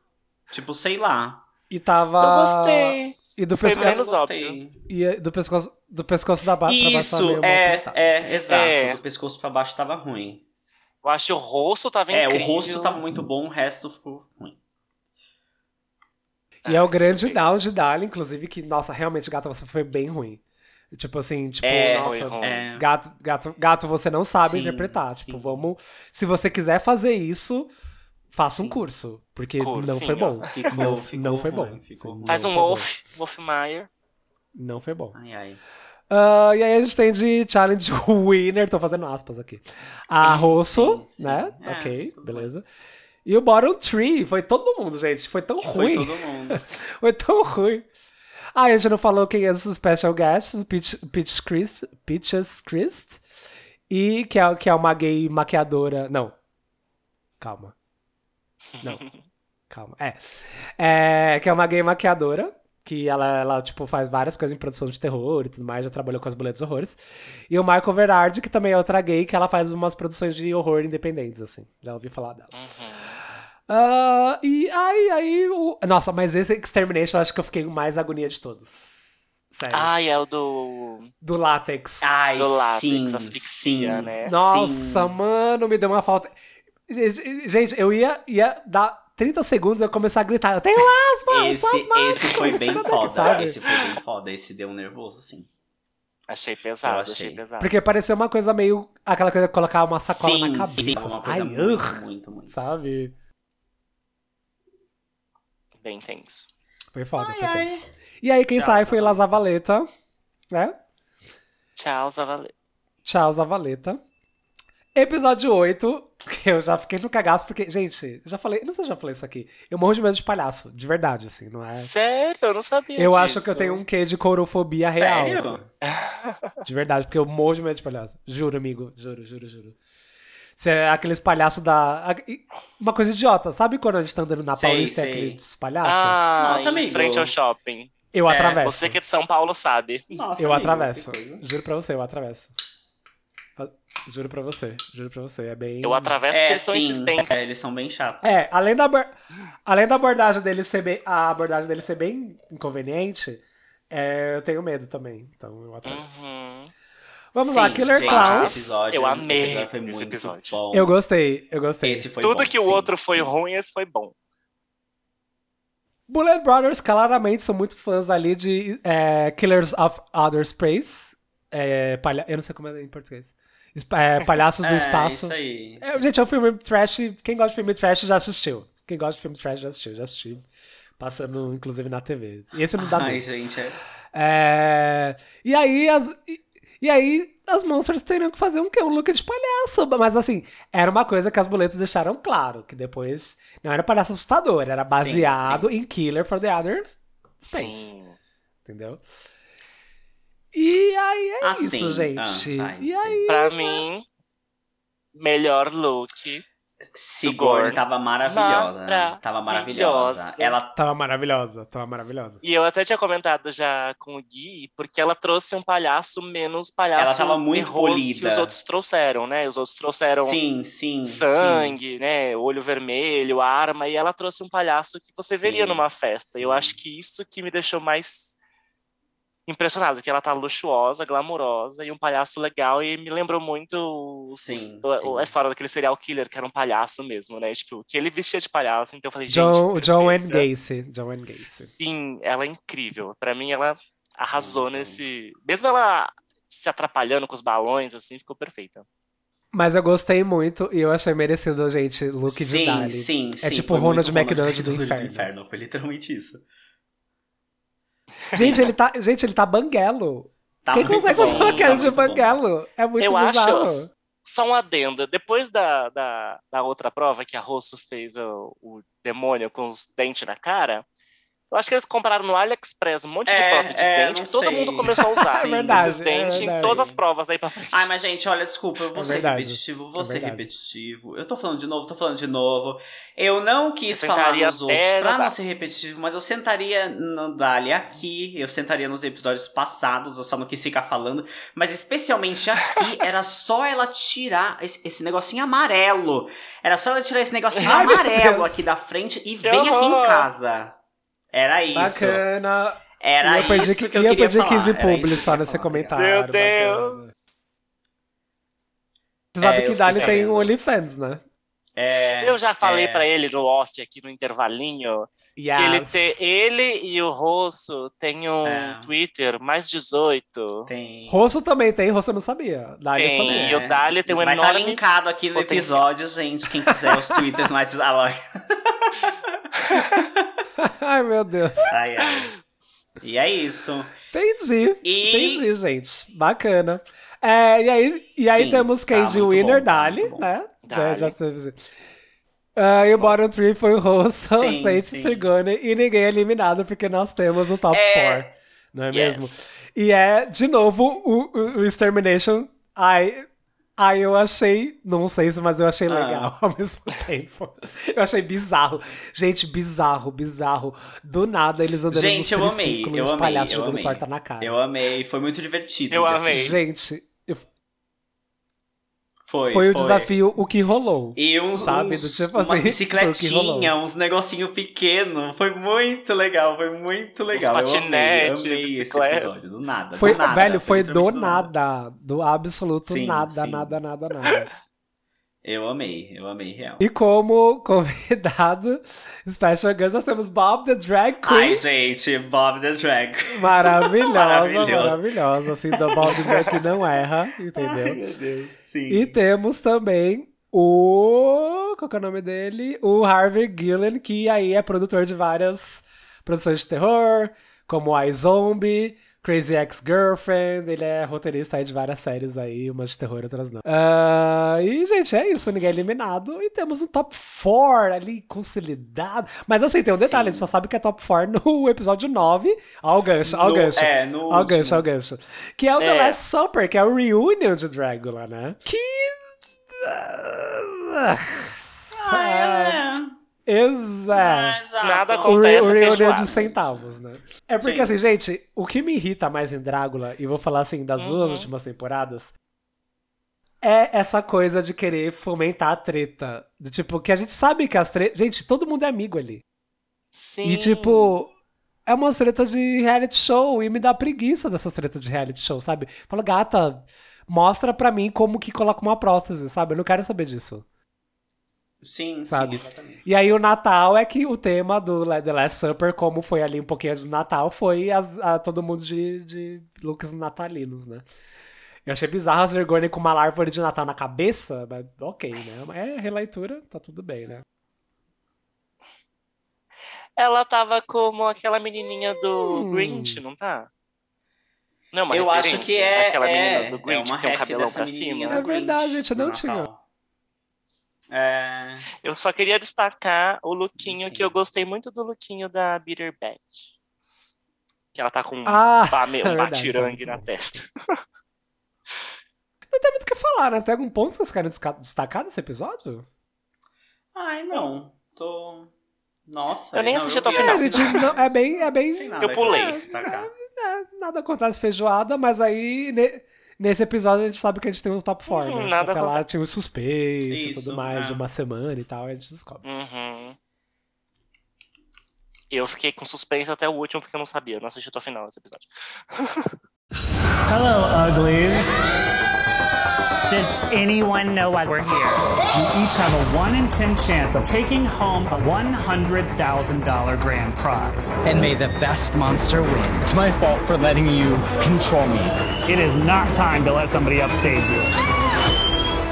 [SPEAKER 3] Tipo, sei lá.
[SPEAKER 1] E tava.
[SPEAKER 2] Eu gostei.
[SPEAKER 1] E do,
[SPEAKER 2] Foi
[SPEAKER 1] pesco...
[SPEAKER 2] menos
[SPEAKER 3] Eu gostei.
[SPEAKER 1] e é, do pescoço. Do pescoço da ba... pra baixo tava meio
[SPEAKER 3] Isso,
[SPEAKER 1] mal
[SPEAKER 3] é,
[SPEAKER 1] pintado.
[SPEAKER 3] é, exato.
[SPEAKER 2] É.
[SPEAKER 3] Do pescoço pra baixo tava ruim.
[SPEAKER 2] Eu acho que o rosto tava
[SPEAKER 3] é,
[SPEAKER 2] incrível.
[SPEAKER 3] o rosto tava muito bom, o resto ficou ruim.
[SPEAKER 1] E é o grande down de Dali, inclusive, que, nossa, realmente, gata, você foi bem ruim. Tipo assim, tipo,
[SPEAKER 3] É,
[SPEAKER 1] nossa,
[SPEAKER 2] foi ruim.
[SPEAKER 3] É.
[SPEAKER 1] Gato, gato, gato, você não sabe
[SPEAKER 3] Sim,
[SPEAKER 1] interpretar.
[SPEAKER 3] sim.
[SPEAKER 1] Tipo, vamos. Se você quiser fazer isso, faça um curso. Porque não foi
[SPEAKER 2] Cursinho.
[SPEAKER 1] bom.
[SPEAKER 3] Ficou,
[SPEAKER 1] Não-
[SPEAKER 3] ficou
[SPEAKER 1] não foi
[SPEAKER 3] ruim,
[SPEAKER 1] bom.
[SPEAKER 3] Ficou
[SPEAKER 1] Sim.
[SPEAKER 3] ruim.
[SPEAKER 2] Faz um
[SPEAKER 1] Não, foi
[SPEAKER 2] Wolf, Wolf Mayer.
[SPEAKER 1] Não foi bom.
[SPEAKER 3] Ai, ai.
[SPEAKER 1] Ah, e aí a gente tem de challenge winner, tô fazendo aspas aqui. A Rosso,
[SPEAKER 3] sim, sim.
[SPEAKER 1] né?
[SPEAKER 3] É,
[SPEAKER 1] ok,
[SPEAKER 3] tudo
[SPEAKER 1] beleza. E o Bottom Tree, foi todo mundo, gente. Foi tão
[SPEAKER 3] Foi
[SPEAKER 1] ruim.
[SPEAKER 3] todo mundo.
[SPEAKER 1] Foi tão ruim. Ah, a gente não falou quem é os special guests, o Peach, Peach Christ, Peaches Christ. E que é, que é uma gay maquiadora. Não. Calma. Não. Calma. É. é. Que é uma gay maquiadora. Que ela, ela, tipo, faz várias coisas em produção de terror e tudo mais. Já trabalhou com as boletas horrores. E o Michael Verardi, que também é outra gay, que ela faz umas produções de horror independentes, assim. Já ouvi falar dela. Ah, e aí, aí. O... Nossa, mas esse Extermination eu acho que eu fiquei mais agonia de todos. Sério.
[SPEAKER 2] Ai, é o do...
[SPEAKER 1] Do látex.
[SPEAKER 3] Ai,
[SPEAKER 2] Do látex,
[SPEAKER 3] sim,
[SPEAKER 2] asfixia,
[SPEAKER 3] sim,
[SPEAKER 2] né?
[SPEAKER 3] É sim.
[SPEAKER 1] Nossa, mano, me deu uma falta. Gente, gente, eu ia, ia dar 30 segundos e eu começar a gritar. Eu tenho asmas!
[SPEAKER 3] Esse,
[SPEAKER 1] asmas!
[SPEAKER 3] esse foi bem
[SPEAKER 1] Tira daqui,
[SPEAKER 3] foda. né?
[SPEAKER 1] sabe?
[SPEAKER 3] Esse foi bem foda. Esse deu um nervoso, assim.
[SPEAKER 2] Achei pesado,
[SPEAKER 3] Eu
[SPEAKER 2] achei.
[SPEAKER 3] achei.
[SPEAKER 2] pesado.
[SPEAKER 1] Porque pareceu uma coisa meio. aquela coisa de colocar uma sacola
[SPEAKER 3] sim,
[SPEAKER 1] na cabeça.
[SPEAKER 3] sim, foi uma coisa
[SPEAKER 1] Ai,
[SPEAKER 3] muito,
[SPEAKER 1] urgh,
[SPEAKER 3] muito, muito.
[SPEAKER 1] sabe?
[SPEAKER 2] Bem tenso.
[SPEAKER 1] Foi foda,
[SPEAKER 3] Ai,
[SPEAKER 1] foi
[SPEAKER 3] ai.
[SPEAKER 1] tenso. E aí, quem
[SPEAKER 3] Tchau,
[SPEAKER 1] sai foi
[SPEAKER 3] Zavaleta.
[SPEAKER 1] Lazavaleta, né?
[SPEAKER 2] Tchau, Zavaleta.
[SPEAKER 1] Tchau, Zavaleta. Episódio 8, que eu já fiquei no cagaço, porque, gente, eu já falei, não sei se eu já falei isso aqui. Eu morro de medo de palhaço, de verdade, assim, não é?
[SPEAKER 2] Sério, eu não sabia
[SPEAKER 1] Eu acho
[SPEAKER 2] disso.
[SPEAKER 1] que eu tenho um quê de courofobia real.
[SPEAKER 3] Sério?
[SPEAKER 1] assim. De verdade, porque eu morro de medo de palhaço. Juro, amigo. Juro, juro, juro. Você é aqueles palhaços da. a- e- Uma coisa idiota, sabe quando a gente tá andando na
[SPEAKER 3] Sei,
[SPEAKER 1] Paulista e é
[SPEAKER 3] sei.
[SPEAKER 1] aqueles palhaços?
[SPEAKER 2] Ah,
[SPEAKER 3] Nossa,
[SPEAKER 2] em
[SPEAKER 3] amigo.
[SPEAKER 2] frente ao shopping.
[SPEAKER 1] eu
[SPEAKER 3] é,
[SPEAKER 1] atravesso.
[SPEAKER 2] Você que é de São Paulo sabe.
[SPEAKER 3] Nossa,
[SPEAKER 1] Eu
[SPEAKER 3] amigo,
[SPEAKER 1] atravesso.
[SPEAKER 3] que coisa.
[SPEAKER 1] Juro pra você, eu atravesso. Fa- Juro pra você, juro pra você. É bem.
[SPEAKER 2] Eu atravesso porque
[SPEAKER 3] É,
[SPEAKER 2] eles são
[SPEAKER 3] sim.
[SPEAKER 2] insistentes.
[SPEAKER 3] É, eles são bem chatos.
[SPEAKER 1] É, além da, abor- além da abordagem dele ser bem. A abordagem dele ser bem inconveniente, é, eu tenho medo também. Então eu atravesso.
[SPEAKER 2] Uhum.
[SPEAKER 1] Vamos lá,
[SPEAKER 3] Sim,
[SPEAKER 1] Killer
[SPEAKER 3] gente,
[SPEAKER 1] Clowns.
[SPEAKER 3] Esse episódio,
[SPEAKER 2] Eu amei
[SPEAKER 3] esse episódio foi
[SPEAKER 2] esse
[SPEAKER 3] muito
[SPEAKER 2] episódio.
[SPEAKER 3] Bom.
[SPEAKER 1] Eu gostei, eu gostei.
[SPEAKER 3] Esse foi
[SPEAKER 2] Tudo
[SPEAKER 3] bom,
[SPEAKER 2] que o
[SPEAKER 3] sim, É,
[SPEAKER 2] outro foi
[SPEAKER 3] sim.
[SPEAKER 2] ruim, esse foi bom.
[SPEAKER 1] Bullet Brothers, claramente, são muito fãs ali de é, Killers of Outer Space. É, palha- eu não sei como é em português. Espa- é, Palhaços do
[SPEAKER 3] É,
[SPEAKER 1] Espaço.
[SPEAKER 3] Isso aí.
[SPEAKER 1] É, gente, é um filme trash. Quem gosta de filme trash já assistiu. Quem gosta de filme trash já assistiu. Já assisti. Passando, inclusive, na TV. E Esse não dá
[SPEAKER 3] Ai,
[SPEAKER 1] medo.
[SPEAKER 3] gente. é-
[SPEAKER 1] É, E aí as. E, e aí as monsters teriam que fazer um quê? Um look de palhaço. Mas assim, era uma coisa que as boletas deixaram claro, que depois não era palhaço assustador, era baseado em Killer for the Other Space.
[SPEAKER 2] Sim.
[SPEAKER 1] Entendeu? E aí é
[SPEAKER 3] Assim,
[SPEAKER 1] isso,
[SPEAKER 3] ah,
[SPEAKER 1] gente.
[SPEAKER 3] tá,
[SPEAKER 1] e aí.
[SPEAKER 2] Pra mim, melhor look.
[SPEAKER 3] Sigourney tava maravilhosa. né? Tava maravilhosa.
[SPEAKER 2] Maravilhosa.
[SPEAKER 3] Ela
[SPEAKER 1] Tava maravilhosa, tava maravilhosa.
[SPEAKER 2] E eu até tinha comentado já com o Gui, porque ela trouxe um palhaço menos palhaço
[SPEAKER 3] Ela tava muito
[SPEAKER 2] terror que
[SPEAKER 3] polida.
[SPEAKER 2] os outros trouxeram, né? Os outros trouxeram
[SPEAKER 3] sim, sim. sim.
[SPEAKER 2] sangue, né? Olho vermelho, arma, e ela trouxe um palhaço que você
[SPEAKER 3] Sim,
[SPEAKER 2] veria numa festa. Eu
[SPEAKER 3] sim.
[SPEAKER 2] acho que isso que me deixou mais impressionado que ela tá luxuosa, glamourosa e um palhaço legal e me lembrou muito o-
[SPEAKER 3] Sim,
[SPEAKER 2] os- o-
[SPEAKER 3] sim.
[SPEAKER 2] a história daquele serial killer que era um palhaço mesmo, né? Tipo, que ele vestia de palhaço, então eu falei, gente,
[SPEAKER 1] John, John Wayne
[SPEAKER 2] perfeita.
[SPEAKER 1] Gacy. John Wayne Gacy.
[SPEAKER 2] Sim, ela é incrível. Pra mim, ela arrasou
[SPEAKER 3] Muito bom.
[SPEAKER 2] nesse. Mesmo ela se atrapalhando com os balões, assim, ficou perfeita.
[SPEAKER 1] Mas eu gostei muito e eu achei merecido, gente, look de
[SPEAKER 3] sim,
[SPEAKER 1] Dali.
[SPEAKER 3] sim,
[SPEAKER 1] É
[SPEAKER 3] sim,
[SPEAKER 1] tipo
[SPEAKER 3] foi
[SPEAKER 1] Ronald
[SPEAKER 3] muito
[SPEAKER 1] McDonald do inferno.
[SPEAKER 3] Foi literalmente isso.
[SPEAKER 1] Gente, ele tá, gente, ele tá banguelo.
[SPEAKER 3] Tá
[SPEAKER 1] Quem
[SPEAKER 3] muito
[SPEAKER 1] consegue
[SPEAKER 3] bom,
[SPEAKER 1] fazer uma
[SPEAKER 3] tá
[SPEAKER 1] cara de
[SPEAKER 3] muito bom.
[SPEAKER 1] banguelo? É muito
[SPEAKER 2] Eu
[SPEAKER 1] bizarro.
[SPEAKER 2] acho. Só um adendo. Depois da, da, da outra prova que a Rosso fez o, o demônio com os dentes na cara, eu acho que eles compraram no AliExpress um monte de
[SPEAKER 3] É,
[SPEAKER 2] prótese de
[SPEAKER 3] é,
[SPEAKER 2] dente
[SPEAKER 3] não
[SPEAKER 2] que todo
[SPEAKER 3] sei. Ah,
[SPEAKER 2] mundo começou a usar
[SPEAKER 1] É verdade,
[SPEAKER 2] esses
[SPEAKER 1] é
[SPEAKER 2] dentes em
[SPEAKER 1] verdade.
[SPEAKER 2] todas as provas daí pra frente.
[SPEAKER 3] Ai, mas gente, olha, desculpa, eu vou
[SPEAKER 1] É
[SPEAKER 3] ser
[SPEAKER 1] verdade,
[SPEAKER 3] repetitivo, vou
[SPEAKER 1] é
[SPEAKER 3] ser
[SPEAKER 1] verdade.
[SPEAKER 3] repetitivo. Eu tô falando de novo, tô falando de novo. Eu não quis
[SPEAKER 2] Você
[SPEAKER 3] falar
[SPEAKER 2] sentaria
[SPEAKER 3] nos outros
[SPEAKER 2] até
[SPEAKER 3] pra
[SPEAKER 2] nadar.
[SPEAKER 3] não ser repetitivo, mas eu sentaria no Dali aqui, eu sentaria nos episódios passados, eu só não quis ficar falando. Mas especialmente aqui, era só ela tirar esse, esse negocinho amarelo. Era só ela tirar esse negocinho
[SPEAKER 1] Ai, meu
[SPEAKER 3] amarelo
[SPEAKER 1] Deus.
[SPEAKER 3] aqui da frente e
[SPEAKER 2] Que
[SPEAKER 3] vem aqui em
[SPEAKER 2] horror.
[SPEAKER 3] casa. Era isso.
[SPEAKER 1] Bacana.
[SPEAKER 3] Era
[SPEAKER 1] e eu perdi,
[SPEAKER 3] isso que eu
[SPEAKER 1] e eu
[SPEAKER 3] queria
[SPEAKER 1] perdi
[SPEAKER 3] falar.
[SPEAKER 1] 15
[SPEAKER 3] era isso que eu
[SPEAKER 1] publi
[SPEAKER 3] queria
[SPEAKER 1] só nesse
[SPEAKER 3] falar, obrigado.
[SPEAKER 1] comentário.
[SPEAKER 2] Meu Deus.
[SPEAKER 1] bacana. Você sabe
[SPEAKER 3] É, eu
[SPEAKER 1] que
[SPEAKER 3] fiquei
[SPEAKER 1] Dali tem
[SPEAKER 3] sabendo.
[SPEAKER 1] um OnlyFans, né?
[SPEAKER 3] É,
[SPEAKER 2] Eu já falei
[SPEAKER 3] é.
[SPEAKER 2] pra ele no off aqui no intervalinho
[SPEAKER 1] Yes.
[SPEAKER 2] que ele, te, ele e o Rosso têm um
[SPEAKER 3] É.
[SPEAKER 2] Twitter mais 18.
[SPEAKER 3] Tem.
[SPEAKER 1] Rosso também tem, Rosso eu não sabia. Dali eu
[SPEAKER 2] Tem,
[SPEAKER 1] sabia.
[SPEAKER 2] e o Dali tem um
[SPEAKER 3] Vai
[SPEAKER 2] enorme
[SPEAKER 3] estar É. tá linkado aqui no
[SPEAKER 2] potencial.
[SPEAKER 3] episódio, gente. Quem quiser os twitters mais. Ah, lá.
[SPEAKER 1] Ai, meu Deus.
[SPEAKER 3] Ai, ai. E é isso.
[SPEAKER 1] Entendi.
[SPEAKER 3] E-
[SPEAKER 1] Entendi, gente. Bacana. É, e aí, e aí
[SPEAKER 3] Sim,
[SPEAKER 1] temos
[SPEAKER 3] tá
[SPEAKER 1] Cage
[SPEAKER 3] muito
[SPEAKER 1] Winner,
[SPEAKER 3] bom, tá
[SPEAKER 1] Dali,
[SPEAKER 3] muito bom.
[SPEAKER 1] né?
[SPEAKER 2] Dali.
[SPEAKER 1] É, já teve. Ah, e o bottom 3 foi o Rosso,
[SPEAKER 3] Sim,
[SPEAKER 1] Saints
[SPEAKER 3] sim.
[SPEAKER 1] e Sergone, e ninguém é eliminado porque nós temos o top 4,
[SPEAKER 3] É.
[SPEAKER 1] não é
[SPEAKER 2] Yes.
[SPEAKER 1] mesmo? E é, de novo, o, o, o Extermination. Ai, ai, eu achei, não sei se, mas eu achei
[SPEAKER 3] Ah.
[SPEAKER 1] legal ao mesmo tempo. Eu achei bizarro. Gente, bizarro, bizarro. Do nada eles andando nos
[SPEAKER 3] Gente, eu amei.
[SPEAKER 1] triciclos,
[SPEAKER 3] Eu
[SPEAKER 1] os
[SPEAKER 3] amei.
[SPEAKER 1] palhaços
[SPEAKER 3] eu
[SPEAKER 1] jogando
[SPEAKER 3] amei.
[SPEAKER 1] torta na cara.
[SPEAKER 3] Eu amei. Foi muito divertido.
[SPEAKER 2] Eu
[SPEAKER 3] de
[SPEAKER 2] amei.
[SPEAKER 3] assistir.
[SPEAKER 1] Gente, eu-
[SPEAKER 3] Foi,
[SPEAKER 1] foi, o desafio, o que rolou.
[SPEAKER 3] E uns,
[SPEAKER 1] Sabe,
[SPEAKER 3] uns,
[SPEAKER 1] do tipo assim, foi
[SPEAKER 3] umas
[SPEAKER 1] o que
[SPEAKER 3] bicicletinhas,
[SPEAKER 1] rolou.
[SPEAKER 3] uns negocinho pequeno. Foi muito legal, foi muito legal. eu amei, eu
[SPEAKER 2] patinete,
[SPEAKER 3] amei esse
[SPEAKER 2] bicicleta.
[SPEAKER 3] episódio, do nada.
[SPEAKER 1] Foi,
[SPEAKER 3] do nada,
[SPEAKER 1] velho, foi do
[SPEAKER 3] literalmente
[SPEAKER 1] nada. Do absoluto
[SPEAKER 3] Sim,
[SPEAKER 1] nada,
[SPEAKER 3] sim.
[SPEAKER 1] nada, nada, nada.
[SPEAKER 3] Eu amei, eu amei, real.
[SPEAKER 1] E como convidado special guest, nós temos Bob the Drag Queen.
[SPEAKER 3] Ai, gente, Bob the Drag.
[SPEAKER 1] maravilhosa,
[SPEAKER 3] Maravilhoso.
[SPEAKER 1] maravilhosa. Assim, do Bob the Drag Queen não erra,
[SPEAKER 3] Ai,
[SPEAKER 1] entendeu?
[SPEAKER 3] meu Deus, sim.
[SPEAKER 1] E temos também o. Qual que é o nome dele? O Harvey Gillen, que aí é produtor de várias produções de terror, como I Zombie, Crazy Ex-Girlfriend. Ele é roteirista aí de várias séries aí, umas de terror, outras não. Ah, e, gente, é isso. Ninguém é eliminado. E temos um top 4 ali consolidado. Mas assim, tem um detalhe: a gente só sabe que é top 4 no episódio 9. Ó, o gancho, ó, o
[SPEAKER 3] No-
[SPEAKER 1] gancho.
[SPEAKER 3] é, no
[SPEAKER 1] Ó, o gancho,
[SPEAKER 3] último.
[SPEAKER 1] ó, o gancho. Que é o The
[SPEAKER 2] É.
[SPEAKER 1] Last Supper, que é o reunion de Drácula, né? Que.
[SPEAKER 3] Ai, é. Ah,
[SPEAKER 1] Exato.
[SPEAKER 3] exato.
[SPEAKER 2] Nada
[SPEAKER 1] O, re
[SPEAKER 2] Acontece
[SPEAKER 1] o reunion
[SPEAKER 2] feijoada.
[SPEAKER 1] de centavos, né? É porque,
[SPEAKER 3] Sim.
[SPEAKER 1] assim, gente, o que me irrita mais em Drácula, e vou falar assim das duas últimas temporadas, é essa coisa de querer fomentar a treta. Do tipo, que a gente sabe que as tretas. Gente, todo mundo é amigo ali.
[SPEAKER 2] Sim.
[SPEAKER 1] E, tipo, é uma treta de reality show e me dá preguiça dessas tretas de reality show, sabe? Fala, gata, mostra pra mim como que coloca uma prótese, sabe? Eu não quero saber disso.
[SPEAKER 3] Sim,
[SPEAKER 1] Sabe?
[SPEAKER 3] Sim, completamente.
[SPEAKER 1] E aí, o Natal é que o tema do La- The Last Supper, como foi ali um pouquinho antes do Natal, foi as- a, todo mundo de, de looks natalinos, né? Eu achei bizarro as vergonhas com uma árvore de Natal na cabeça, mas ok, né? Mas É releitura, tá tudo bem, né?
[SPEAKER 2] Ela tava como aquela menininha do
[SPEAKER 1] Hum.
[SPEAKER 2] Grinch, não tá? Não, é uma
[SPEAKER 3] eu acho
[SPEAKER 2] referência?
[SPEAKER 3] que é.
[SPEAKER 2] Aquela
[SPEAKER 3] é,
[SPEAKER 2] menina do Grinch
[SPEAKER 3] é uma
[SPEAKER 2] que tem um
[SPEAKER 3] ref
[SPEAKER 2] cabelão
[SPEAKER 3] dessa
[SPEAKER 2] pra
[SPEAKER 3] menininha
[SPEAKER 2] cima.
[SPEAKER 1] É
[SPEAKER 3] do Grinch,
[SPEAKER 1] verdade, gente, eu não
[SPEAKER 3] no
[SPEAKER 1] tinha.
[SPEAKER 3] Natal. É.
[SPEAKER 2] Eu só queria destacar o lookinho que
[SPEAKER 3] Lookinho.
[SPEAKER 2] eu gostei muito do lookinho da Bitter Bat. Que ela tá com um,
[SPEAKER 1] Ah,
[SPEAKER 2] bame-
[SPEAKER 1] é
[SPEAKER 2] um
[SPEAKER 1] verdade,
[SPEAKER 2] batirangue
[SPEAKER 1] tá
[SPEAKER 2] na
[SPEAKER 1] muito
[SPEAKER 2] testa.
[SPEAKER 1] muito o que falar, né? Tem algum ponto que vocês querem desca- destacar desse episódio?
[SPEAKER 3] Ai, não. Tô. Nossa.
[SPEAKER 2] Eu nem
[SPEAKER 3] não,
[SPEAKER 2] assisti até o
[SPEAKER 3] vi-
[SPEAKER 2] final.
[SPEAKER 1] É, gente, não- é bem, é
[SPEAKER 3] Tem
[SPEAKER 1] bem.
[SPEAKER 3] nada tá
[SPEAKER 2] Eu pulei.
[SPEAKER 3] aqui pra destacar.
[SPEAKER 1] é, nada acontece feijoada, mas aí ne- nesse episódio a gente sabe que a gente tem um top 4,
[SPEAKER 2] Hum,
[SPEAKER 1] né?
[SPEAKER 2] nada
[SPEAKER 1] Até lá
[SPEAKER 2] acontece.
[SPEAKER 1] tinha os suspeitos e tudo
[SPEAKER 3] Isso,
[SPEAKER 1] mais,
[SPEAKER 3] é.
[SPEAKER 1] de uma semana e tal, e a gente descobre.
[SPEAKER 2] Uhum. Eu fiquei com suspense até o último porque eu não sabia. Eu não assisti até o final desse episódio.
[SPEAKER 7] Hello, uglies. Does anyone know why we're here? You each have a 1 in 10 chance of taking home a $100,000 grand prize.
[SPEAKER 8] and may the best monster win. It's my fault for letting you control me.
[SPEAKER 7] It is not time to let somebody upstage you.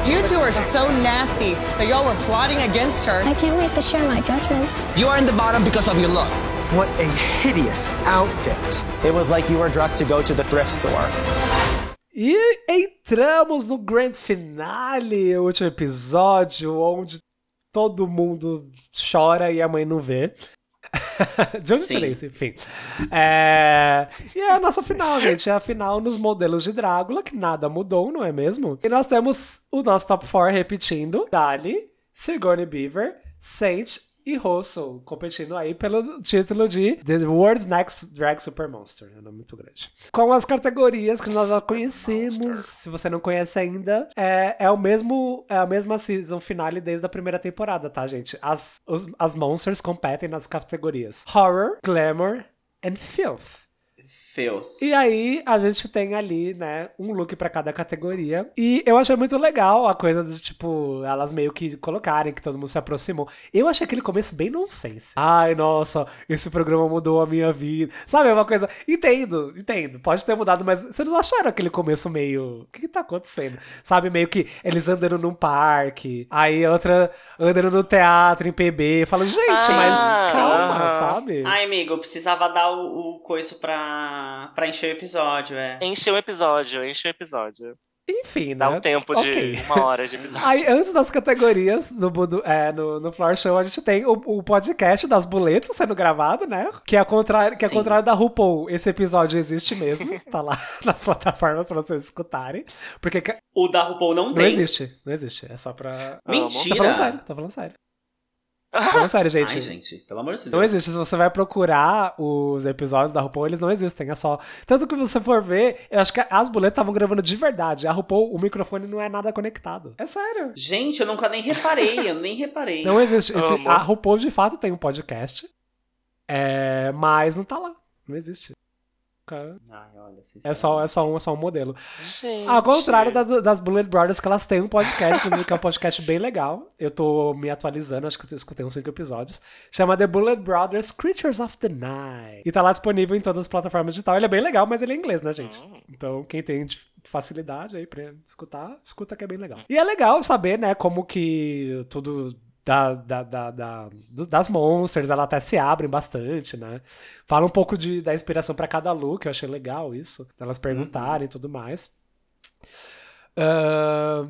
[SPEAKER 9] You two are so nasty that y'all were plotting against her.
[SPEAKER 10] I can't wait to share my judgments.
[SPEAKER 8] You are in the bottom because of your look. What a hideous outfit. It was like you were dressed to go to the thrift store.
[SPEAKER 1] E entramos no grand finale, o último episódio, onde todo mundo chora e a mãe não vê. De onde eu
[SPEAKER 3] Sim.
[SPEAKER 1] tirei isso? Enfim. É... E é a nossa final, gente. É a final nos modelos de Drácula, que nada mudou, não é mesmo? E nós temos o nosso top 4 repetindo: Dali, Sigourney Beaver, Saint e Russell, competindo aí pelo título de The World's Next Drag Super Monster. É um nome muito grande. Com as categorias que nós já conhecemos, se você não conhece ainda, é, é o mesmo, é a mesma season finale desde a primeira temporada, tá, gente? As, os- as monsters competem nas categorias Horror, Glamour and Filth.
[SPEAKER 3] Filth.
[SPEAKER 1] E aí, a gente tem ali, né, um look pra cada categoria. E eu achei muito legal a coisa de, tipo, elas meio que colocarem que todo mundo se aproximou. Eu achei aquele começo bem nonsense. Ai, nossa, esse programa mudou a minha vida. Sabe, é uma coisa. Entendo, entendo. Pode ter mudado, mas vocês não acharam aquele começo meio. O que, que tá acontecendo? Sabe, meio que eles andando num parque, aí outra andando no teatro, em PB. Eu falo, gente, mas calma,
[SPEAKER 2] Ah, aham.
[SPEAKER 1] sabe?
[SPEAKER 3] Ai, amigo, eu precisava dar o, o coiso pra, pra encher o episódio, é.
[SPEAKER 2] Encheu o episódio, encheu o episódio.
[SPEAKER 1] Enfim, né?
[SPEAKER 2] Dá um tempo de
[SPEAKER 1] Ok.
[SPEAKER 2] uma hora de episódio.
[SPEAKER 1] Aí, antes das categorias no, Budu- é, no, no Floor Show, a gente tem o, o podcast das boletas sendo gravado, né? Que é, contrário, que é
[SPEAKER 3] Sim.
[SPEAKER 1] contrário da RuPaul. Esse episódio existe mesmo. tá lá nas plataformas pra vocês escutarem. Porque ca-
[SPEAKER 3] O da RuPaul não,
[SPEAKER 1] não
[SPEAKER 3] tem.
[SPEAKER 1] existe, não existe. É só pra. Tô
[SPEAKER 2] Ah,
[SPEAKER 3] Mentira!
[SPEAKER 1] falando sério, tô falando sério. Tô falando sério, gente.
[SPEAKER 3] Ai, gente, pelo amor de
[SPEAKER 1] Não
[SPEAKER 3] Deus.
[SPEAKER 1] existe. Se você vai procurar os episódios da RuPaul, eles não existem. É só. Tanto que você for ver, eu acho que as boletas estavam gravando de verdade. A RuPaul, o microfone não é nada conectado. É sério.
[SPEAKER 3] Gente, eu nunca nem reparei, eu nem reparei.
[SPEAKER 1] Não existe. Esse-
[SPEAKER 2] Amo.
[SPEAKER 1] a RuPaul de fato tem um podcast. é, mas não tá lá. Não existe. Cara,
[SPEAKER 3] Ai, olha, vocês
[SPEAKER 1] É só, é só, um, é só um modelo.
[SPEAKER 2] Gente.
[SPEAKER 1] Ao contrário da- das Bullet Brothers, que elas têm um podcast, inclusive, que é um podcast bem legal. Eu tô me atualizando, acho que eu escutei uns cinco episódios. Chama The Bullet Brothers Creatures of the Night. E tá lá disponível em todas as plataformas digital. Ele é bem legal, mas ele é em inglês, né, gente?
[SPEAKER 3] Hum.
[SPEAKER 1] Então, quem tem dif- facilidade aí pra escutar, escuta que é bem legal. E é legal saber, né, como que tudo. Da, da, da, da- do- das monsters, elas até se abrem bastante, né? Fala um pouco de, da inspiração pra cada look, eu achei legal isso. Elas perguntarem e tudo mais. Ah,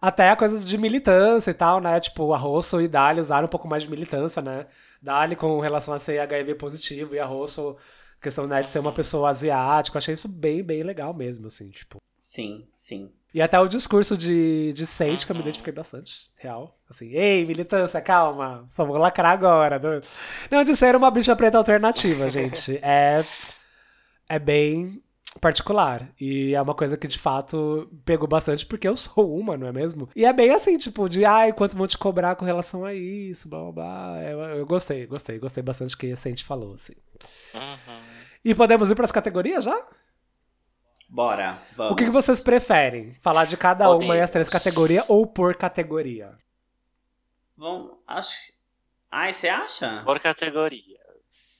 [SPEAKER 1] até a coisa de militância e tal, né? Tipo, a Rosso e Dali usaram um pouco mais de militância, né? Dali com relação a ser HIV positivo e a Rosso, questão né, de ser uma pessoa asiática. Eu Achei isso bem, bem legal mesmo, assim, tipo.
[SPEAKER 3] Sim, sim.
[SPEAKER 1] E até o discurso de, de Saint, que eu me identifiquei bastante, real. Assim, ei, militância, calma, só vou lacrar agora. Não, não de ser uma bicha preta alternativa, gente. É, é bem particular. E é uma coisa que, de fato, pegou bastante, porque eu sou uma, não é mesmo? E é bem assim, tipo, de, ai, quanto vão te cobrar com relação a isso, blá, blá, blá. É, Eu, eu gostei, gostei, gostei bastante que a Saint falou, assim. E podemos ir para as categorias já?
[SPEAKER 3] Bora, vamos.
[SPEAKER 1] O que, que vocês preferem? Falar de cada
[SPEAKER 3] Podemos.
[SPEAKER 1] uma e as três categorias ou por categoria?
[SPEAKER 3] Vamos, acho... Ai, você acha?
[SPEAKER 2] Por categoria.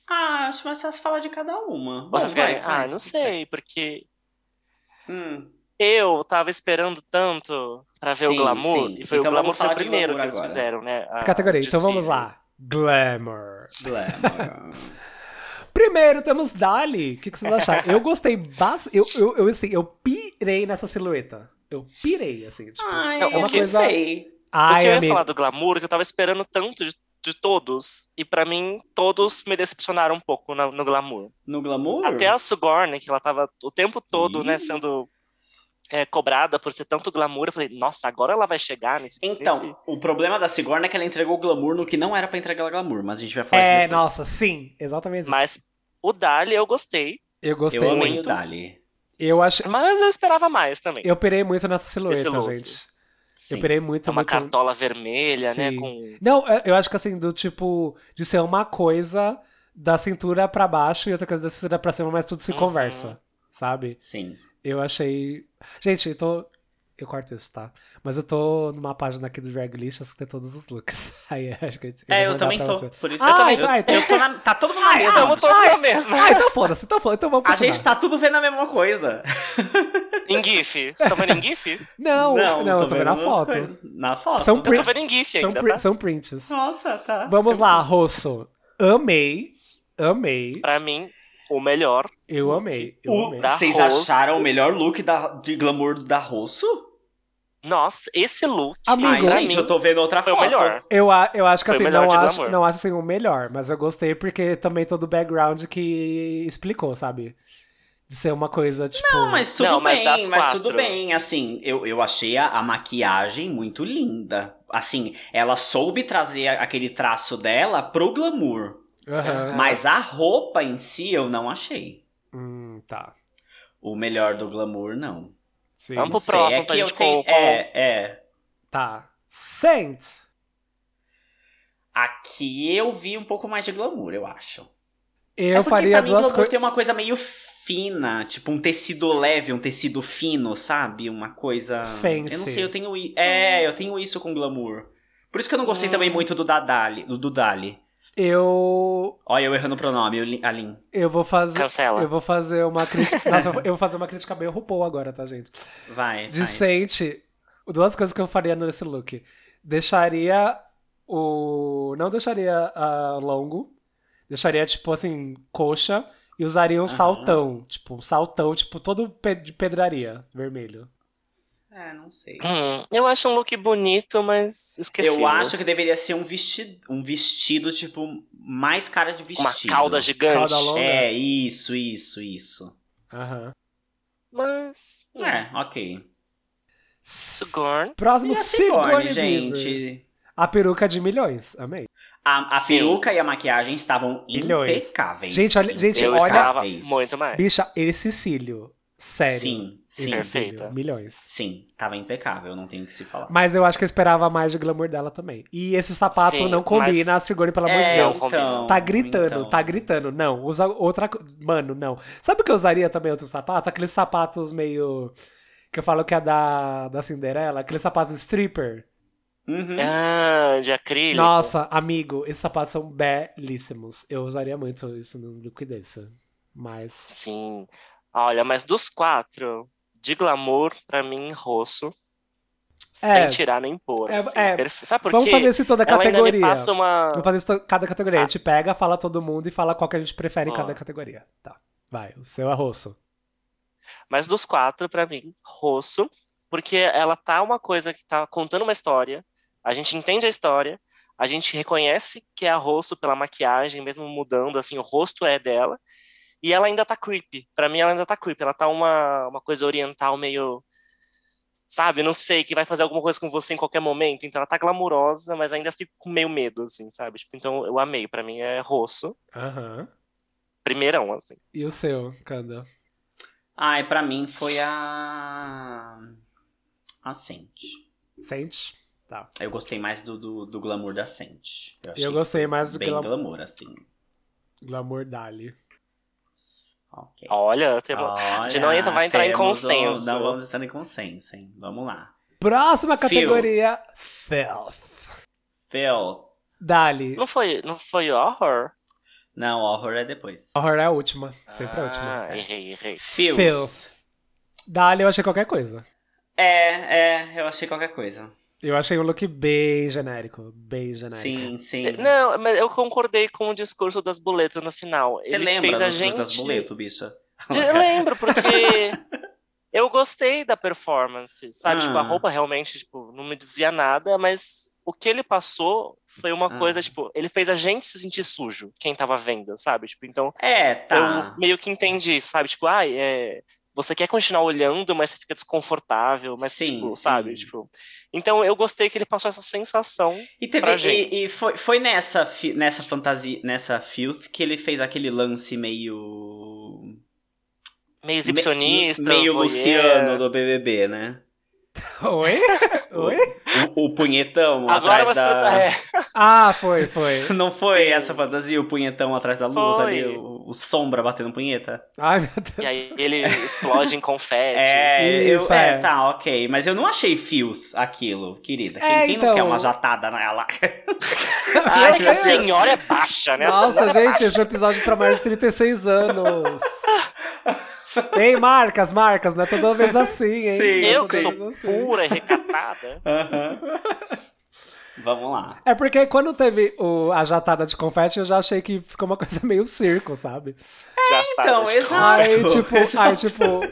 [SPEAKER 3] Ah, acho mais fácil falar de cada uma.
[SPEAKER 2] Vocês
[SPEAKER 3] Vai,
[SPEAKER 2] querem?
[SPEAKER 3] vai.
[SPEAKER 2] Ah, não sei, porque
[SPEAKER 3] Hum,
[SPEAKER 2] eu tava esperando tanto pra ver
[SPEAKER 3] Sim,
[SPEAKER 2] o glamour.
[SPEAKER 3] sim.
[SPEAKER 2] E foi
[SPEAKER 3] Então
[SPEAKER 2] o glamour
[SPEAKER 3] vamos
[SPEAKER 2] foi
[SPEAKER 3] falar
[SPEAKER 2] o
[SPEAKER 3] de
[SPEAKER 2] primeiro que
[SPEAKER 3] glamour
[SPEAKER 2] eles
[SPEAKER 3] agora.
[SPEAKER 2] fizeram, né? a-
[SPEAKER 1] categoria,
[SPEAKER 2] o
[SPEAKER 1] então vamos
[SPEAKER 2] desfile.
[SPEAKER 1] lá. Glamour.
[SPEAKER 3] glamour.
[SPEAKER 1] Primeiro temos Dali. O que, que vocês acharam? Eu gostei bastante. Eu, eu, eu, assim, eu pirei nessa silhueta. Eu pirei, assim. Tipo,
[SPEAKER 3] Ai,
[SPEAKER 2] É
[SPEAKER 3] eu
[SPEAKER 2] uma
[SPEAKER 3] não
[SPEAKER 1] coisa-
[SPEAKER 3] sei.
[SPEAKER 2] O que
[SPEAKER 1] ai,
[SPEAKER 2] eu ia
[SPEAKER 1] amigo.
[SPEAKER 2] falar do glamour, que eu tava esperando tanto de, de todos. E pra mim, todos me decepcionaram um pouco na- no glamour.
[SPEAKER 3] No glamour?
[SPEAKER 1] Hum.
[SPEAKER 2] Até a Sigourney, que ela tava o tempo todo, né,
[SPEAKER 3] Ih.
[SPEAKER 2] sendo é, cobrada por ser tanto glamour. Eu falei, nossa, agora ela vai chegar nesse...
[SPEAKER 3] Então,
[SPEAKER 2] nesse-
[SPEAKER 3] o problema da Sigourney é que ela entregou glamour no que não era pra entregar glamour, mas a gente vai falar
[SPEAKER 1] É,
[SPEAKER 3] isso depois.
[SPEAKER 1] nossa, sim. Exatamente.
[SPEAKER 2] Mas o Dali eu gostei,
[SPEAKER 1] eu gostei
[SPEAKER 3] Eu amei o
[SPEAKER 1] muito.
[SPEAKER 3] Dali.
[SPEAKER 1] Eu, achei,
[SPEAKER 2] mas eu esperava mais também.
[SPEAKER 1] eu pirei muito nessa silhueta,
[SPEAKER 2] look.
[SPEAKER 1] gente.
[SPEAKER 3] Sim.
[SPEAKER 1] Eu pirei muito,
[SPEAKER 2] É uma
[SPEAKER 1] muito.
[SPEAKER 2] cartola vermelha, né,
[SPEAKER 1] Sim.
[SPEAKER 2] com...
[SPEAKER 1] Não, eu- eu acho que assim, do tipo, de ser uma coisa da cintura pra baixo e outra coisa da cintura pra cima, mas tudo
[SPEAKER 3] Uhum.
[SPEAKER 1] se conversa, sabe?
[SPEAKER 3] Sim.
[SPEAKER 1] Eu achei. Gente, eu tô. Eu corto isso, tá? Mas eu tô numa página aqui do Drag Lixas que tem todos os looks. Aí acho que a gente-
[SPEAKER 3] É,
[SPEAKER 1] vou
[SPEAKER 3] eu
[SPEAKER 1] mandar
[SPEAKER 3] também
[SPEAKER 1] pra
[SPEAKER 3] tô,
[SPEAKER 1] você.
[SPEAKER 3] por isso
[SPEAKER 1] ah,
[SPEAKER 3] eu também-
[SPEAKER 1] então-
[SPEAKER 3] eu-
[SPEAKER 1] ah, então-
[SPEAKER 3] eu tô na- tá todo mundo na
[SPEAKER 1] Ah,
[SPEAKER 3] mesma,
[SPEAKER 1] então-
[SPEAKER 3] eu tô na
[SPEAKER 1] ah,
[SPEAKER 2] mesma.
[SPEAKER 1] Ah, então foda-se, então foda-se, então vamos
[SPEAKER 3] A
[SPEAKER 1] continuar.
[SPEAKER 3] gente tá tudo vendo a mesma coisa.
[SPEAKER 2] Em GIF. Você tá vendo em GIF?
[SPEAKER 1] Não, não,
[SPEAKER 3] tô
[SPEAKER 1] eu tô vendo na
[SPEAKER 3] as
[SPEAKER 1] foto.
[SPEAKER 3] coisas. Na foto.
[SPEAKER 1] São
[SPEAKER 2] Eu tô
[SPEAKER 1] print-
[SPEAKER 2] vendo em GIF
[SPEAKER 1] São,
[SPEAKER 2] ainda,
[SPEAKER 1] pri-
[SPEAKER 2] tá?
[SPEAKER 1] são prints.
[SPEAKER 3] Nossa, tá.
[SPEAKER 1] Vamos lá, Rosso. Amei. Amei.
[SPEAKER 2] Pra mim, o melhor.
[SPEAKER 1] Eu amei. Eu
[SPEAKER 3] O-
[SPEAKER 1] amei.
[SPEAKER 2] Da
[SPEAKER 3] vocês
[SPEAKER 2] Rosso.
[SPEAKER 3] acharam o melhor look da- de glamour da Rosso?
[SPEAKER 2] Nossa, esse look.
[SPEAKER 1] Amigo,
[SPEAKER 3] Ai,
[SPEAKER 2] pra
[SPEAKER 3] gente,
[SPEAKER 2] mim,
[SPEAKER 3] eu tô vendo outra
[SPEAKER 2] foi o
[SPEAKER 3] foto.
[SPEAKER 2] melhor.
[SPEAKER 1] Eu, a- eu acho que
[SPEAKER 2] Foi o
[SPEAKER 1] assim,
[SPEAKER 2] melhor
[SPEAKER 1] não
[SPEAKER 2] de
[SPEAKER 1] acho,
[SPEAKER 2] glamour.
[SPEAKER 1] não acho assim o melhor, mas eu gostei porque também todo o background que explicou, sabe? De ser uma coisa tipo.
[SPEAKER 3] Não, mas tudo
[SPEAKER 2] Não, mas
[SPEAKER 3] bem, mas,
[SPEAKER 2] das
[SPEAKER 3] tudo
[SPEAKER 2] quatro.
[SPEAKER 3] bem. Assim, eu, eu achei a, a maquiagem muito linda. Assim, ela soube trazer a- aquele traço dela pro glamour.
[SPEAKER 1] Aham.
[SPEAKER 3] Mas a roupa em si eu não achei.
[SPEAKER 1] Hum, tá.
[SPEAKER 3] O melhor do glamour, não.
[SPEAKER 1] Sim.
[SPEAKER 2] Vamos
[SPEAKER 3] Não
[SPEAKER 2] pro próximo pra gente
[SPEAKER 3] tenho-
[SPEAKER 2] colocar.
[SPEAKER 3] É, é.
[SPEAKER 1] Tá. Saints.
[SPEAKER 3] Aqui eu vi um pouco mais de glamour, eu acho.
[SPEAKER 1] Eu
[SPEAKER 3] é porque
[SPEAKER 1] faria
[SPEAKER 3] pra mim,
[SPEAKER 1] duas
[SPEAKER 3] glamour
[SPEAKER 1] coisas.
[SPEAKER 3] tem uma coisa meio fina, tipo um tecido leve, um tecido fino, sabe? Uma coisa.
[SPEAKER 1] Fancy. Hum.
[SPEAKER 3] Eu não sei, eu tenho. i- É, eu tenho isso com glamour. Por isso que eu não gostei também muito do Dadali, do Dudali.
[SPEAKER 1] Eu.
[SPEAKER 3] Olha, eu errando o pronome, eu li- Alin.
[SPEAKER 1] Eu vou fazer.
[SPEAKER 2] Cancela.
[SPEAKER 1] Eu vou fazer uma crítica. Nossa, eu vou- eu vou fazer uma crítica meio RuPaul agora, tá, gente?
[SPEAKER 3] Vai. vai.
[SPEAKER 1] Vicente, duas coisas que eu faria nesse look. Deixaria o. Não deixaria ah, longo. Deixaria, tipo assim, coxa. E usaria um saltão. Tipo, um saltão, tipo, todo pe- de pedraria vermelho.
[SPEAKER 3] É, não sei.
[SPEAKER 2] Hum, eu acho um look bonito, mas esqueci.
[SPEAKER 3] Eu acho que deveria ser um vestido, um vestido, tipo, mais cara de
[SPEAKER 2] Uma
[SPEAKER 3] vestido.
[SPEAKER 2] cauda gigante.
[SPEAKER 1] é Cauda longa.
[SPEAKER 3] É, isso, isso, isso.
[SPEAKER 1] Aham.
[SPEAKER 2] Mas.
[SPEAKER 1] Hum.
[SPEAKER 3] É, ok.
[SPEAKER 2] Sigourn.
[SPEAKER 1] Próximo
[SPEAKER 3] E a
[SPEAKER 1] Sigourney
[SPEAKER 3] Sigourney,
[SPEAKER 1] Weaver.
[SPEAKER 3] gente.
[SPEAKER 1] A peruca de milhões. Amei.
[SPEAKER 3] A, a
[SPEAKER 2] Sim.
[SPEAKER 3] peruca e a maquiagem estavam
[SPEAKER 1] Milhões.
[SPEAKER 3] impecáveis.
[SPEAKER 1] Gente, olha- gente,
[SPEAKER 2] Eu
[SPEAKER 1] olha-
[SPEAKER 2] esperava
[SPEAKER 3] Impecáveis.
[SPEAKER 2] muito mais.
[SPEAKER 1] Bicha, esse cílio. Sério.
[SPEAKER 3] Sim,
[SPEAKER 1] Esse
[SPEAKER 3] sim,
[SPEAKER 1] cílio,
[SPEAKER 2] Perfeita.
[SPEAKER 1] Milhões.
[SPEAKER 3] sim. Tava impecável, não tenho o que se falar.
[SPEAKER 1] Mas eu acho que eu esperava mais de glamour dela também. E esse sapato
[SPEAKER 2] Sim,
[SPEAKER 1] não combina a Sigourney, pelo amor de
[SPEAKER 3] É,
[SPEAKER 1] Deus.
[SPEAKER 2] combina.
[SPEAKER 1] Tá gritando,
[SPEAKER 3] então.
[SPEAKER 1] tá gritando. Não, usa outra. co- Mano, não. Sabe o que eu usaria também outro sapato? Aqueles sapatos meio. Que eu falo que é da, da Cinderela, aqueles sapatos stripper.
[SPEAKER 3] Uhum.
[SPEAKER 2] Ah, de acrílico.
[SPEAKER 1] Hum? Nossa, amigo, esses sapatos são belíssimos. Eu usaria muito isso no look desse. Mas.
[SPEAKER 2] Sim. Olha, mas dos quatro, de glamour, pra mim, rosto.
[SPEAKER 1] É.
[SPEAKER 2] Sem tirar nem pôr.
[SPEAKER 1] É,
[SPEAKER 2] assim,
[SPEAKER 1] é.
[SPEAKER 2] perfe- Sabe por
[SPEAKER 1] Vamos
[SPEAKER 2] quê?
[SPEAKER 1] fazer isso em toda
[SPEAKER 2] Ela ainda me
[SPEAKER 1] categoria.
[SPEAKER 2] passa uma. Ah.
[SPEAKER 1] Vamos fazer isso em to- cada categoria. A gente pega, fala todo mundo e fala qual que a gente prefere em
[SPEAKER 2] Ó.
[SPEAKER 1] cada categoria. Tá. Vai, o seu arroço.
[SPEAKER 2] Mas dos quatro, pra mim, Rosso, porque ela tá uma coisa que tá contando uma história, a gente entende a história, a gente reconhece que é a Rosso pela maquiagem, mesmo mudando, assim, o rosto é dela, e ela ainda tá creepy. Pra mim, ela ainda tá creepy. Ela tá uma, uma coisa oriental meio. Sabe, não sei, que vai fazer alguma coisa com você em qualquer momento. Então ela tá glamurosa, mas ainda fico com meio medo, assim, sabe? Tipo, então eu amei, pra mim é rosso.
[SPEAKER 1] Aham.
[SPEAKER 2] Primeirão, assim.
[SPEAKER 1] E o seu, Kanda?
[SPEAKER 3] Ai, pra mim foi a. A Sente.
[SPEAKER 1] Sente? Tá.
[SPEAKER 3] Eu gostei mais do, do, do glamour da Sente. achei
[SPEAKER 1] Eu gostei
[SPEAKER 3] que foi
[SPEAKER 1] mais do
[SPEAKER 3] bem
[SPEAKER 1] glam-
[SPEAKER 3] glamour, assim.
[SPEAKER 1] Glamour Dali.
[SPEAKER 3] Ok.
[SPEAKER 2] Olha, tem uma- a gente não entra- vai entrar em
[SPEAKER 3] temos o-
[SPEAKER 2] consenso.
[SPEAKER 3] Não, vamos entrar em consenso, hein? Vamos lá.
[SPEAKER 1] Próxima
[SPEAKER 3] Fio.
[SPEAKER 1] categoria: Filth.
[SPEAKER 3] Phil.
[SPEAKER 1] Dali.
[SPEAKER 2] Não foi, não foi horror?
[SPEAKER 3] Não, horror é depois.
[SPEAKER 1] Horror é a última. Sempre a última.
[SPEAKER 2] Ah, errei, errei.
[SPEAKER 3] Phil.
[SPEAKER 1] Filth. Dali eu achei qualquer coisa.
[SPEAKER 3] É, é, eu achei qualquer coisa.
[SPEAKER 1] Eu achei um look bem genérico. Bem genérico.
[SPEAKER 3] Sim, sim.
[SPEAKER 2] Né, É, Não, mas eu concordei com o discurso das boletas no final.
[SPEAKER 3] Você
[SPEAKER 2] Ele
[SPEAKER 3] lembra
[SPEAKER 2] fez a
[SPEAKER 3] dos
[SPEAKER 2] gente...
[SPEAKER 3] das boleto, bicha?
[SPEAKER 2] Eu lembro, porque eu gostei da performance, sabe?
[SPEAKER 3] Ah.
[SPEAKER 2] Tipo, a roupa realmente tipo, não me dizia nada, mas o que ele passou foi uma
[SPEAKER 3] Ah.
[SPEAKER 2] coisa, tipo, ele fez a gente se sentir sujo, quem tava vendo, sabe? Tipo, então
[SPEAKER 3] É, tá.
[SPEAKER 2] eu meio que entendi, sabe? Tipo, ai, é, você quer continuar olhando, mas você fica desconfortável, mas
[SPEAKER 3] Sim,
[SPEAKER 2] tipo,
[SPEAKER 3] sim.
[SPEAKER 2] sabe? Tipo, então eu gostei que ele passou essa sensação.
[SPEAKER 3] E, teve,
[SPEAKER 2] pra gente.
[SPEAKER 3] e, e foi, foi nessa, fi- nessa fantasia, nessa filth, que ele fez aquele lance meio.
[SPEAKER 2] Meio exibicionista.
[SPEAKER 3] me- meio
[SPEAKER 2] voyeur.
[SPEAKER 3] Luciano do BBB, né?
[SPEAKER 1] Oi? Oi?
[SPEAKER 3] O, o punhetão
[SPEAKER 2] Agora
[SPEAKER 3] atrás
[SPEAKER 2] você
[SPEAKER 3] da.
[SPEAKER 2] tá. É.
[SPEAKER 1] Ah, foi, foi.
[SPEAKER 3] Não foi essa fantasia, o punhetão atrás da luz
[SPEAKER 2] Foi.
[SPEAKER 3] ali, o, o sombra batendo punheta?
[SPEAKER 1] Ai, meu Deus.
[SPEAKER 2] E aí ele explode em confete.
[SPEAKER 3] É, eu-
[SPEAKER 1] Isso,
[SPEAKER 3] é,
[SPEAKER 1] é.
[SPEAKER 3] tá, ok. Mas eu não achei fios aquilo, querida. Quem,
[SPEAKER 1] É,
[SPEAKER 3] quem
[SPEAKER 1] então-
[SPEAKER 3] não quer uma jatada nela?
[SPEAKER 2] Pior
[SPEAKER 3] Ai,
[SPEAKER 2] que a
[SPEAKER 3] meu Deus.
[SPEAKER 2] senhora é baixa, né? A
[SPEAKER 1] Nossa,
[SPEAKER 2] senhora é
[SPEAKER 1] gente,
[SPEAKER 2] baixa.
[SPEAKER 1] esse é um episódio pra mais de 36 anos. Tem marcas, marcas, não é toda vez assim, hein?
[SPEAKER 3] Sim,
[SPEAKER 1] Não é
[SPEAKER 2] Eu
[SPEAKER 1] toda
[SPEAKER 2] que sou
[SPEAKER 1] vez assim.
[SPEAKER 2] pura e recatada.
[SPEAKER 3] É. Aham. Vamos lá.
[SPEAKER 1] É porque quando teve o- a jatada de confete, eu já achei que ficou uma coisa meio circo, sabe?
[SPEAKER 2] Já
[SPEAKER 3] então, exato.
[SPEAKER 1] Aí, tipo,
[SPEAKER 3] tá
[SPEAKER 1] aí, tipo,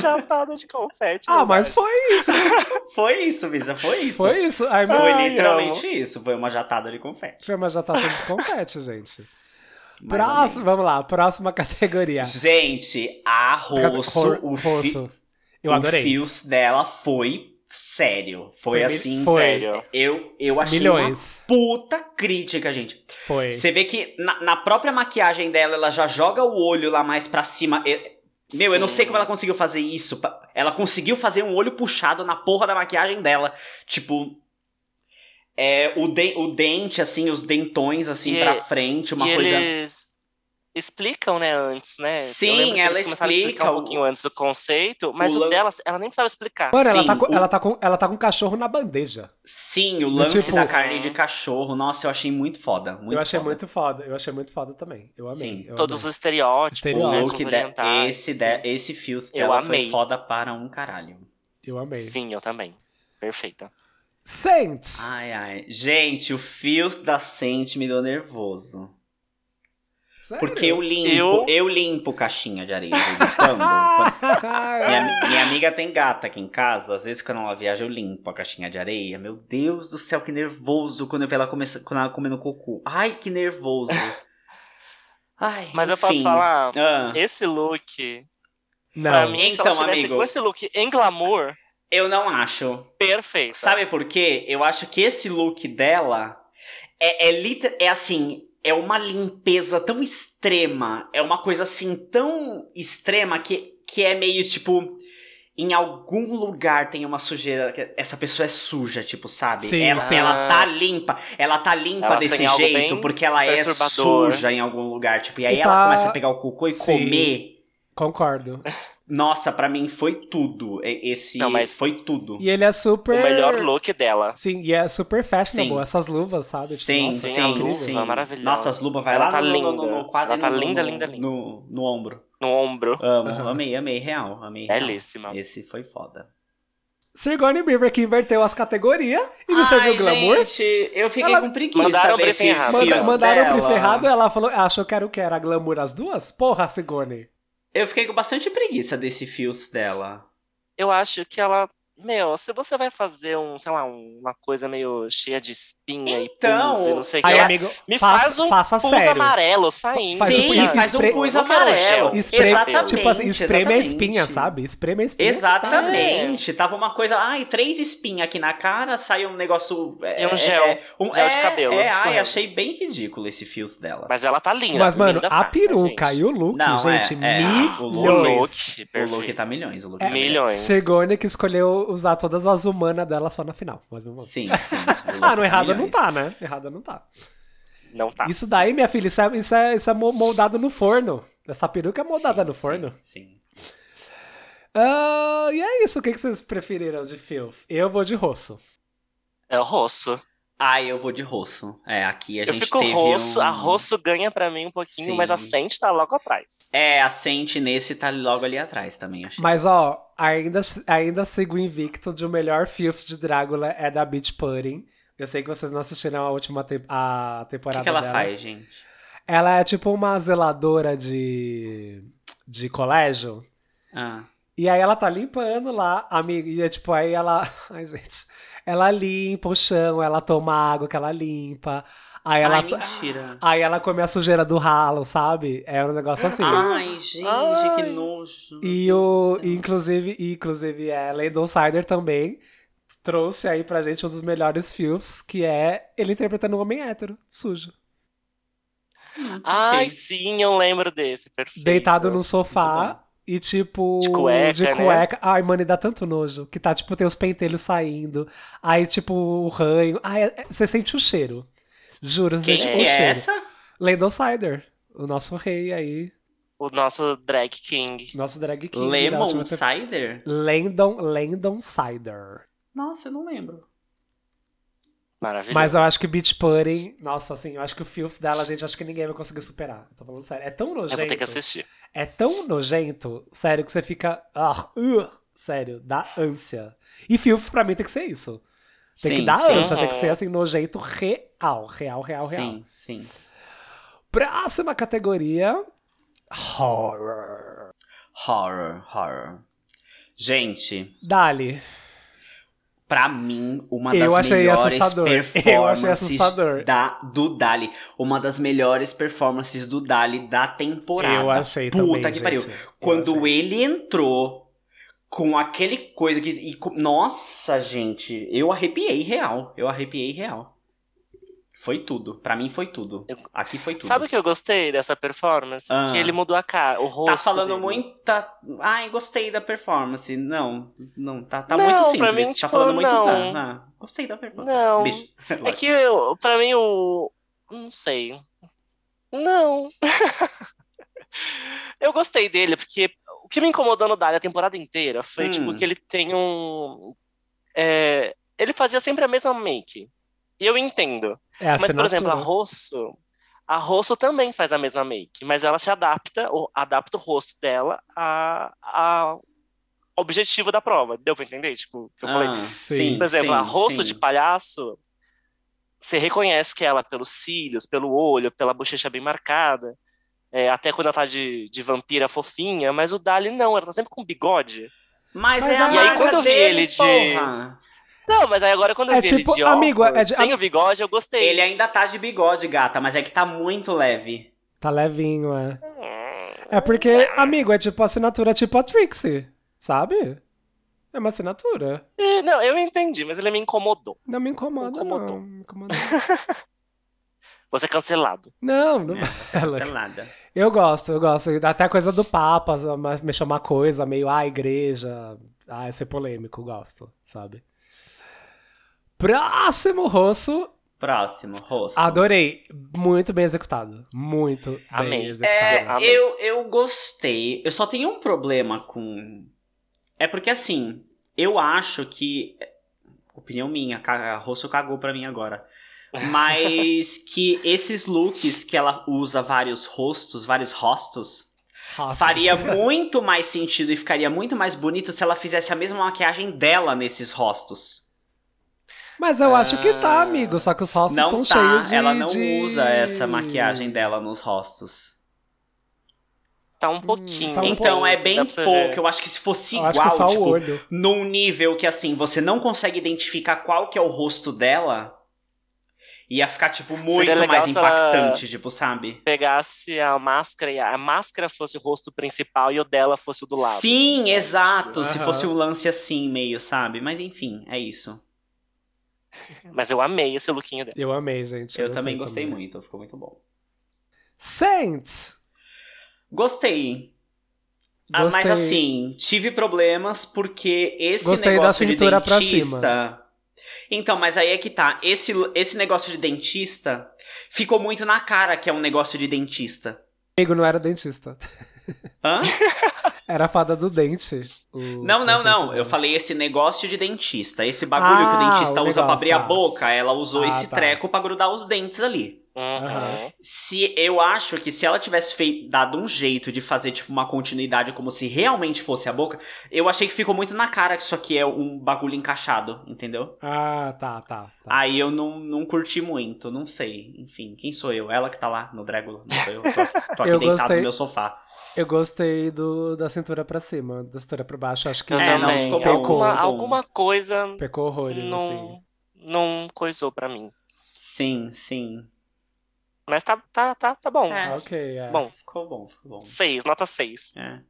[SPEAKER 2] Jatada de confete.
[SPEAKER 1] ah, mas foi isso,
[SPEAKER 3] Foi isso, Misa, foi isso.
[SPEAKER 1] foi isso. Aí,
[SPEAKER 3] Foi
[SPEAKER 2] Ai,
[SPEAKER 3] literalmente isso. Foi uma jatada de confete.
[SPEAKER 1] foi uma jatada de confete, gente.
[SPEAKER 3] Mais ou
[SPEAKER 1] Próximo, vamos lá, próxima categoria.
[SPEAKER 3] Gente, a Rosso,
[SPEAKER 1] Cor-
[SPEAKER 3] o, fi,
[SPEAKER 1] rosso. Eu
[SPEAKER 3] o
[SPEAKER 1] adorei.
[SPEAKER 3] filth dela foi sério. Foi,
[SPEAKER 1] Foi
[SPEAKER 3] assim,
[SPEAKER 1] foi.
[SPEAKER 2] Sério.
[SPEAKER 3] Eu, eu achei
[SPEAKER 1] Milhões.
[SPEAKER 3] uma puta crítica, gente.
[SPEAKER 1] Foi.
[SPEAKER 3] Você vê que na, na própria maquiagem dela, ela já joga o olho lá mais pra cima. E- meu, eu não
[SPEAKER 2] Sim.
[SPEAKER 3] sei como ela conseguiu fazer isso. Pa- Ela conseguiu fazer um olho puxado na porra da maquiagem dela. Tipo. É, o, de- o dente, assim, os dentões, assim,
[SPEAKER 2] E- é-
[SPEAKER 3] pra frente, uma
[SPEAKER 2] e
[SPEAKER 3] coisa.
[SPEAKER 2] eles explicam, né, antes, né? Eu
[SPEAKER 3] Sim,
[SPEAKER 2] lembro que
[SPEAKER 3] ela
[SPEAKER 2] eles começaram a
[SPEAKER 3] explica
[SPEAKER 2] explicar
[SPEAKER 3] o-
[SPEAKER 2] um pouquinho antes do conceito, mas
[SPEAKER 3] o
[SPEAKER 2] o,
[SPEAKER 3] lan-
[SPEAKER 2] dela, ela nem precisava explicar.
[SPEAKER 1] Mano, ela
[SPEAKER 3] Sim,
[SPEAKER 1] tá, com,
[SPEAKER 3] o-
[SPEAKER 1] ela, tá com, ela tá com um cachorro na bandeja.
[SPEAKER 3] Sim, o lance
[SPEAKER 1] tipo-
[SPEAKER 3] da
[SPEAKER 2] é.
[SPEAKER 3] carne de cachorro. Nossa, eu achei muito foda. Muito
[SPEAKER 1] eu achei
[SPEAKER 3] foda.
[SPEAKER 1] muito foda. Eu achei muito foda também. Eu amei.
[SPEAKER 3] Sim,
[SPEAKER 1] eu
[SPEAKER 2] Todos
[SPEAKER 1] amei.
[SPEAKER 2] os estereótipos,
[SPEAKER 3] O
[SPEAKER 1] Estereótipo.
[SPEAKER 2] né,
[SPEAKER 3] look,
[SPEAKER 2] os
[SPEAKER 3] de-
[SPEAKER 2] orientais.
[SPEAKER 3] esse, de- esse filtro
[SPEAKER 2] Eu
[SPEAKER 3] dela foi
[SPEAKER 2] amei.
[SPEAKER 3] foda para um caralho.
[SPEAKER 1] Eu amei.
[SPEAKER 2] Sim, eu também. Perfeita.
[SPEAKER 1] Saints!
[SPEAKER 3] Ai, ai. Gente, o filtro da Sente me deu nervoso.
[SPEAKER 1] Sério?
[SPEAKER 3] Porque eu limpo, eu,
[SPEAKER 2] Eu-
[SPEAKER 3] limpo caixinha de areia. de vez em quando. Quando- minha, minha amiga tem gata aqui em casa, às vezes quando ela viaja eu limpo a caixinha de areia. Meu Deus do céu, que nervoso quando eu vi ela, começa, quando ela comendo cocô. Ai, que nervoso. Ai,
[SPEAKER 2] Mas eu
[SPEAKER 3] enfim.
[SPEAKER 2] posso falar,
[SPEAKER 3] Ah.
[SPEAKER 2] esse look, pra
[SPEAKER 1] Não.
[SPEAKER 2] mim, se
[SPEAKER 3] Então,
[SPEAKER 2] ela tivesse
[SPEAKER 3] amigo.
[SPEAKER 2] com esse look em glamour,
[SPEAKER 3] Eu não acho.
[SPEAKER 2] perfeito.
[SPEAKER 3] Sabe por quê? Eu acho que esse look dela é, é, liter- é assim. É uma limpeza tão extrema. É uma coisa assim tão extrema que, que é meio tipo. Em algum lugar tem uma sujeira. que Essa pessoa é suja, tipo, sabe?
[SPEAKER 1] Sim,
[SPEAKER 3] ela,
[SPEAKER 1] sim.
[SPEAKER 3] ela tá limpa. Ela tá limpa
[SPEAKER 2] Ela
[SPEAKER 3] desse
[SPEAKER 2] tem algo
[SPEAKER 3] jeito
[SPEAKER 2] bem
[SPEAKER 3] porque ela é
[SPEAKER 2] perturbador.
[SPEAKER 3] suja em algum lugar. Tipo, e aí
[SPEAKER 1] E
[SPEAKER 3] ela
[SPEAKER 1] tá-
[SPEAKER 3] começa a pegar o cocô e
[SPEAKER 1] Sim.
[SPEAKER 3] comer.
[SPEAKER 1] Concordo.
[SPEAKER 3] Nossa, pra mim foi tudo. E- Esse
[SPEAKER 2] Não, mas-
[SPEAKER 3] foi tudo.
[SPEAKER 1] E ele é super.
[SPEAKER 2] O melhor look dela.
[SPEAKER 1] Sim, e é super fashionable.
[SPEAKER 3] Sim.
[SPEAKER 1] Essas luvas, sabe? Tipo,
[SPEAKER 3] Sim,
[SPEAKER 1] nossa,
[SPEAKER 3] sim,
[SPEAKER 2] a
[SPEAKER 1] incrível.
[SPEAKER 2] luva, maravilhosa.
[SPEAKER 3] Nossa, as luvas vai
[SPEAKER 2] Ela
[SPEAKER 3] lá
[SPEAKER 2] tá
[SPEAKER 3] no, no-
[SPEAKER 2] linda.
[SPEAKER 3] no- no- quase
[SPEAKER 2] Ela tá
[SPEAKER 3] no,
[SPEAKER 2] linda,
[SPEAKER 3] no-
[SPEAKER 2] linda, linda.
[SPEAKER 3] No, no ombro.
[SPEAKER 2] No ombro.
[SPEAKER 3] Amo, amei, amei, real, amei. real.
[SPEAKER 2] Belíssima.
[SPEAKER 3] Esse foi foda.
[SPEAKER 1] Sirgone Weaver que inverteu as categorias e me serviu glamour.
[SPEAKER 3] gente, eu fiquei
[SPEAKER 1] Ela-
[SPEAKER 3] com preguiça
[SPEAKER 2] Mandaram o
[SPEAKER 3] desse
[SPEAKER 2] briefing errado.
[SPEAKER 1] Manda-
[SPEAKER 3] filtro
[SPEAKER 1] mandaram
[SPEAKER 3] dela.
[SPEAKER 1] pro ferrado ela falou, achou que era o que? Era glamour as duas? Porra,
[SPEAKER 3] É
[SPEAKER 1] Sigourney.
[SPEAKER 3] Eu fiquei com bastante preguiça desse filtro dela.
[SPEAKER 2] eu acho que ela. Meu, se você vai fazer um, sei lá, um- uma coisa meio cheia de espinha
[SPEAKER 3] Então,
[SPEAKER 2] e pus, e não sei o que.
[SPEAKER 1] Aí,
[SPEAKER 2] ela-
[SPEAKER 1] amigo,
[SPEAKER 2] me
[SPEAKER 1] faça,
[SPEAKER 2] faz um
[SPEAKER 1] faça
[SPEAKER 2] pus
[SPEAKER 1] sério.
[SPEAKER 2] amarelo saindo.
[SPEAKER 1] Faz um-
[SPEAKER 3] Sim,
[SPEAKER 1] e
[SPEAKER 3] faz
[SPEAKER 1] espre-
[SPEAKER 3] um pus
[SPEAKER 2] Não quero
[SPEAKER 3] amarelo.
[SPEAKER 2] gel.
[SPEAKER 1] Espreme-
[SPEAKER 3] Exatamente,
[SPEAKER 1] é tipo assim, espreme a
[SPEAKER 3] exatamente.
[SPEAKER 1] espinha, sabe? Espreme a espinha.
[SPEAKER 3] Exatamente. Tava uma coisa, ai, três espinhas aqui na cara, saiu um negócio. É,
[SPEAKER 2] E um gel.
[SPEAKER 3] É, um,
[SPEAKER 2] Gel
[SPEAKER 3] é,
[SPEAKER 2] de cabelo,
[SPEAKER 3] É, ai,
[SPEAKER 2] escorrendo.
[SPEAKER 3] achei bem ridículo esse filtro dela.
[SPEAKER 2] Mas ela tá linda.
[SPEAKER 1] Mas, mano,
[SPEAKER 2] linda
[SPEAKER 1] a
[SPEAKER 2] faca,
[SPEAKER 1] peruca
[SPEAKER 2] gente.
[SPEAKER 1] e o look,
[SPEAKER 3] Não, é,
[SPEAKER 1] gente,
[SPEAKER 3] é. O
[SPEAKER 2] o
[SPEAKER 3] look-
[SPEAKER 1] milhões.
[SPEAKER 2] look,
[SPEAKER 3] O look
[SPEAKER 2] perfeito.
[SPEAKER 3] tá milhões, o look tá
[SPEAKER 2] Milhões.
[SPEAKER 1] Sigourney que escolheu usar todas as humanas dela só na final. Mas vamos lá.
[SPEAKER 3] Sim, sim. o look
[SPEAKER 1] Ah, não,
[SPEAKER 3] tá
[SPEAKER 1] errada não
[SPEAKER 3] milhões.
[SPEAKER 1] tá, né? Errada não tá.
[SPEAKER 2] Não tá.
[SPEAKER 1] Isso daí, minha filha, isso é, isso é- isso é mo- moldado no forno. Essa peruca é moldada no forno.
[SPEAKER 3] Sim.
[SPEAKER 1] Ah, e é isso. O que que vocês preferiram de filth? Eu vou de rosso.
[SPEAKER 2] É o rosto.
[SPEAKER 3] Ah, eu vou de rosso. É, aqui a
[SPEAKER 2] Eu
[SPEAKER 3] gente
[SPEAKER 2] fico
[SPEAKER 3] teve
[SPEAKER 2] rosto,
[SPEAKER 3] um...
[SPEAKER 2] a rosto ganha pra mim um pouquinho,
[SPEAKER 3] Sim.
[SPEAKER 2] mas a Sente tá logo atrás.
[SPEAKER 3] É, a Sente nesse tá logo ali atrás também, achei.
[SPEAKER 1] Mas, ó, ainda, ainda sigo invicto de o melhor filth de Drácula é da Beach Pudding. Eu sei que vocês não assistiram a última te- a
[SPEAKER 3] O
[SPEAKER 1] temporada
[SPEAKER 3] que, que ela
[SPEAKER 1] dela.
[SPEAKER 3] faz, gente?
[SPEAKER 1] Ela é tipo uma zeladora de, de colégio.
[SPEAKER 3] Ah,
[SPEAKER 1] E aí ela tá limpando lá, amiga. E é tipo, aí ela. Ai, gente. Ela limpa o chão, ela toma água que ela limpa. Aí ela. tá-
[SPEAKER 3] Ai, mentira.
[SPEAKER 1] aí ela come a sujeira do ralo, sabe? É um negócio assim.
[SPEAKER 3] Ai, gente, que nojo.
[SPEAKER 1] E o, e inclusive, e inclusive é, Landon Sider também trouxe aí pra gente um dos melhores filmes, que é ele interpretando um homem hétero, sujo.
[SPEAKER 2] Ai, sim, eu lembro desse. Perfeito.
[SPEAKER 1] Deitado no sofá
[SPEAKER 3] muito
[SPEAKER 1] E tipo.
[SPEAKER 2] De cueca,
[SPEAKER 1] De
[SPEAKER 2] né?
[SPEAKER 1] cueca. Ai, mano, e dá tanto nojo. Que tá, tipo, tem os pentelhos saindo. Aí, tipo, o ranho. Ai, é- é- você sente o cheiro. Juro, você
[SPEAKER 2] Quem
[SPEAKER 1] sente
[SPEAKER 2] que
[SPEAKER 1] o
[SPEAKER 2] é
[SPEAKER 1] cheiro.
[SPEAKER 2] essa?
[SPEAKER 1] Landon Sider. O nosso rei aí.
[SPEAKER 2] O nosso drag king.
[SPEAKER 1] Nosso drag king. da
[SPEAKER 3] Lemon
[SPEAKER 1] última temporada.
[SPEAKER 3] Cider?
[SPEAKER 1] Landon, Landon Sider.
[SPEAKER 3] Nossa, eu não lembro.
[SPEAKER 2] Maravilhoso.
[SPEAKER 1] Mas eu acho que Beach Pudding, nossa, assim, eu acho que o filth dela, gente, acho que ninguém vai conseguir superar. Eu tô falando sério. É tão
[SPEAKER 2] Eu
[SPEAKER 1] nojento.
[SPEAKER 2] vou ter que assistir.
[SPEAKER 1] É tão nojento, sério, que você fica. Ah, uh, sério, dá ânsia. E filth pra mim tem que ser isso. Tem que
[SPEAKER 3] Sim,
[SPEAKER 1] dar
[SPEAKER 3] sim.
[SPEAKER 1] ânsia, tem que ser assim, nojento real. Real, real, real.
[SPEAKER 3] Sim, sim.
[SPEAKER 1] Próxima categoria: Horror.
[SPEAKER 3] Horror, horror. Gente,
[SPEAKER 1] Dali.
[SPEAKER 3] pra mim, uma
[SPEAKER 1] Eu
[SPEAKER 3] das
[SPEAKER 1] achei
[SPEAKER 3] melhores
[SPEAKER 1] assustador. Eu achei
[SPEAKER 3] performances
[SPEAKER 1] assustador.
[SPEAKER 3] da, do Dali. Uma das melhores performances do Dali da temporada.
[SPEAKER 1] Eu achei
[SPEAKER 3] Puta
[SPEAKER 1] também,
[SPEAKER 3] que
[SPEAKER 1] gente.
[SPEAKER 3] pariu.
[SPEAKER 1] Eu
[SPEAKER 3] Quando
[SPEAKER 1] achei.
[SPEAKER 3] ele entrou com aquele coisa que. e com- nossa, gente, eu arrepiei real. Eu arrepiei real. Foi tudo. Pra mim foi tudo. Aqui foi tudo.
[SPEAKER 2] Sabe o que eu gostei dessa performance?
[SPEAKER 3] Ah.
[SPEAKER 2] Que ele mudou a cara, o rosto.
[SPEAKER 3] Tá falando
[SPEAKER 2] dele.
[SPEAKER 3] muita. Ai, gostei da performance. Não, não, tá, tá
[SPEAKER 2] Não,
[SPEAKER 3] muito
[SPEAKER 2] pra
[SPEAKER 3] simples.
[SPEAKER 2] mim,
[SPEAKER 3] tá
[SPEAKER 2] tipo,
[SPEAKER 3] falando muito.
[SPEAKER 2] não.
[SPEAKER 3] Não. não, gostei da performance.
[SPEAKER 2] Não.
[SPEAKER 3] Bicho,
[SPEAKER 2] É que eu, pra mim o. Não sei. Não. eu gostei dele, porque o que me incomodou no Dali a temporada inteira foi
[SPEAKER 3] Hum.
[SPEAKER 2] tipo que ele tem um. é, ele fazia sempre a mesma make. E eu entendo.
[SPEAKER 1] É a
[SPEAKER 2] mas, por exemplo, a
[SPEAKER 1] assinatura.
[SPEAKER 2] Rosso. A Rosso também faz a mesma make, mas ela se adapta, ou adapta o rosto dela a, a objetivo da prova. Deu pra entender? Tipo, o que eu falei.
[SPEAKER 3] Ah,
[SPEAKER 1] Sim,
[SPEAKER 2] Por exemplo, a rosto
[SPEAKER 3] sim.
[SPEAKER 2] de palhaço, você reconhece que é ela pelos cílios, pelo olho, pela bochecha bem marcada. é, até quando ela tá de, de vampira fofinha, mas o Dali não, ela tá sempre com bigode.
[SPEAKER 3] Mas,
[SPEAKER 1] Mas
[SPEAKER 3] é a
[SPEAKER 1] aí,
[SPEAKER 3] marca
[SPEAKER 2] quando eu vi
[SPEAKER 3] dele,
[SPEAKER 2] ele de-
[SPEAKER 3] porra.
[SPEAKER 2] Não, mas aí agora quando eu
[SPEAKER 1] É
[SPEAKER 2] vi
[SPEAKER 1] tipo,
[SPEAKER 2] ele de
[SPEAKER 1] amigo,
[SPEAKER 2] óculos,
[SPEAKER 1] é de-
[SPEAKER 2] sem o bigode, eu gostei.
[SPEAKER 3] Ele ainda tá de bigode, gata, mas é que tá muito leve.
[SPEAKER 1] Tá levinho, é. É porque, amigo, é tipo a assinatura tipo a Trixie, sabe? É uma assinatura.
[SPEAKER 2] E, É, Não, eu entendi, mas ele me incomodou.
[SPEAKER 1] Não me incomoda, não.
[SPEAKER 2] Incomodou.
[SPEAKER 1] Me incomoda.
[SPEAKER 2] Vou ser é cancelado.
[SPEAKER 1] não, não.
[SPEAKER 3] É, Sei
[SPEAKER 1] Ela-
[SPEAKER 3] lá, nada.
[SPEAKER 1] Eu gosto, eu gosto. Até a coisa do Papa, mas mexer uma coisa meio, ah, igreja. Ah, ser polêmico, gosto, sabe? Próximo rosto.
[SPEAKER 3] Próximo, rosto.
[SPEAKER 1] Adorei. Muito bem executado. Muito
[SPEAKER 2] Amei.
[SPEAKER 1] bem
[SPEAKER 3] É,
[SPEAKER 1] executado.
[SPEAKER 2] Amém.
[SPEAKER 3] eu, eu gostei. Eu só tenho um problema com. É porque assim, eu acho que. Opinião minha, ca- a Rosso cagou pra mim agora. Mas que esses looks que ela usa vários rostos, vários rostos,
[SPEAKER 1] Nossa.
[SPEAKER 3] faria muito mais sentido e ficaria muito mais bonito se ela fizesse a mesma maquiagem dela nesses rostos.
[SPEAKER 1] Mas eu acho que tá, amigo. Só que os rostos
[SPEAKER 3] Ah, Não
[SPEAKER 1] estão
[SPEAKER 3] tá,
[SPEAKER 1] cheios de.
[SPEAKER 3] ela não
[SPEAKER 1] de-
[SPEAKER 3] usa essa maquiagem dela nos rostos.
[SPEAKER 2] Tá um pouquinho.
[SPEAKER 1] tá um
[SPEAKER 3] Então é bem
[SPEAKER 2] dá pra você ver.
[SPEAKER 3] pouco. Eu acho que se fosse
[SPEAKER 1] Eu
[SPEAKER 3] igual,
[SPEAKER 1] acho que é só
[SPEAKER 3] tipo,
[SPEAKER 1] o olho.
[SPEAKER 3] num nível que assim, você não consegue identificar qual que é o rosto dela, ia ficar, tipo, muito
[SPEAKER 2] legal
[SPEAKER 3] mais
[SPEAKER 2] se ela-
[SPEAKER 3] impactante, tipo, sabe?
[SPEAKER 2] Pegasse a máscara e a a máscara fosse o rosto principal e o dela fosse o do lado. assim, né?
[SPEAKER 3] Sim, exato. Se
[SPEAKER 1] Aham.
[SPEAKER 3] fosse um lance assim, meio, sabe? Mas enfim, é isso.
[SPEAKER 2] Mas eu amei esse lookinho dela.
[SPEAKER 1] Eu amei, gente.
[SPEAKER 3] Eu, também gostei muito, ficou muito bom.
[SPEAKER 1] Saints!
[SPEAKER 3] Gostei.
[SPEAKER 1] Gostei.
[SPEAKER 3] Ah,
[SPEAKER 2] Hum.
[SPEAKER 3] mas assim, tive problemas porque esse
[SPEAKER 1] Gostei da
[SPEAKER 3] negócio
[SPEAKER 1] cintura
[SPEAKER 3] de
[SPEAKER 1] pra
[SPEAKER 3] dentista. Então, mas aí é que tá. Esse, esse negócio de dentista ficou muito na cara que é um negócio de dentista.
[SPEAKER 1] Amigo, não era dentista.
[SPEAKER 3] Hã?
[SPEAKER 1] Era a fada do dente. o
[SPEAKER 3] Não, não,
[SPEAKER 1] conceito
[SPEAKER 3] não.
[SPEAKER 1] dela.
[SPEAKER 3] Eu falei esse negócio de dentista. Esse bagulho que o
[SPEAKER 1] né? Ah,
[SPEAKER 3] dentista
[SPEAKER 1] o
[SPEAKER 3] usa pra
[SPEAKER 1] negócio,
[SPEAKER 3] abrir a
[SPEAKER 1] tá.
[SPEAKER 3] boca, ela usou
[SPEAKER 1] Ah,
[SPEAKER 3] esse
[SPEAKER 1] tá.
[SPEAKER 3] treco pra grudar os dentes ali.
[SPEAKER 2] Uhum.
[SPEAKER 3] Se eu acho que se ela tivesse feito, dado um jeito de fazer tipo uma continuidade como se realmente fosse a boca, eu achei que ficou muito na cara que isso aqui é um bagulho encaixado, entendeu?
[SPEAKER 1] Ah, tá, tá. tá.
[SPEAKER 3] Aí eu não, não curti muito, não sei. Enfim, quem sou eu? Ela que tá lá no Drégula, não sou eu. Tô, tô aqui
[SPEAKER 1] Eu
[SPEAKER 3] deitado
[SPEAKER 1] gostei.
[SPEAKER 3] no meu sofá.
[SPEAKER 1] Eu gostei do, da cintura pra cima, da cintura pra baixo. Acho que
[SPEAKER 2] Eu
[SPEAKER 3] É, não,
[SPEAKER 2] também.
[SPEAKER 3] ficou bom,
[SPEAKER 1] pecou,
[SPEAKER 2] alguma,
[SPEAKER 3] bom.
[SPEAKER 2] alguma coisa
[SPEAKER 1] pecou horrores,
[SPEAKER 2] não,
[SPEAKER 1] assim.
[SPEAKER 2] não coisou pra mim.
[SPEAKER 3] Sim, sim.
[SPEAKER 2] Mas tá, tá, tá, tá bom.
[SPEAKER 3] É.
[SPEAKER 1] Ah, Ok, é.
[SPEAKER 2] Bom,
[SPEAKER 3] Ficou bom, ficou bom.
[SPEAKER 2] seis, nota seis.
[SPEAKER 3] É.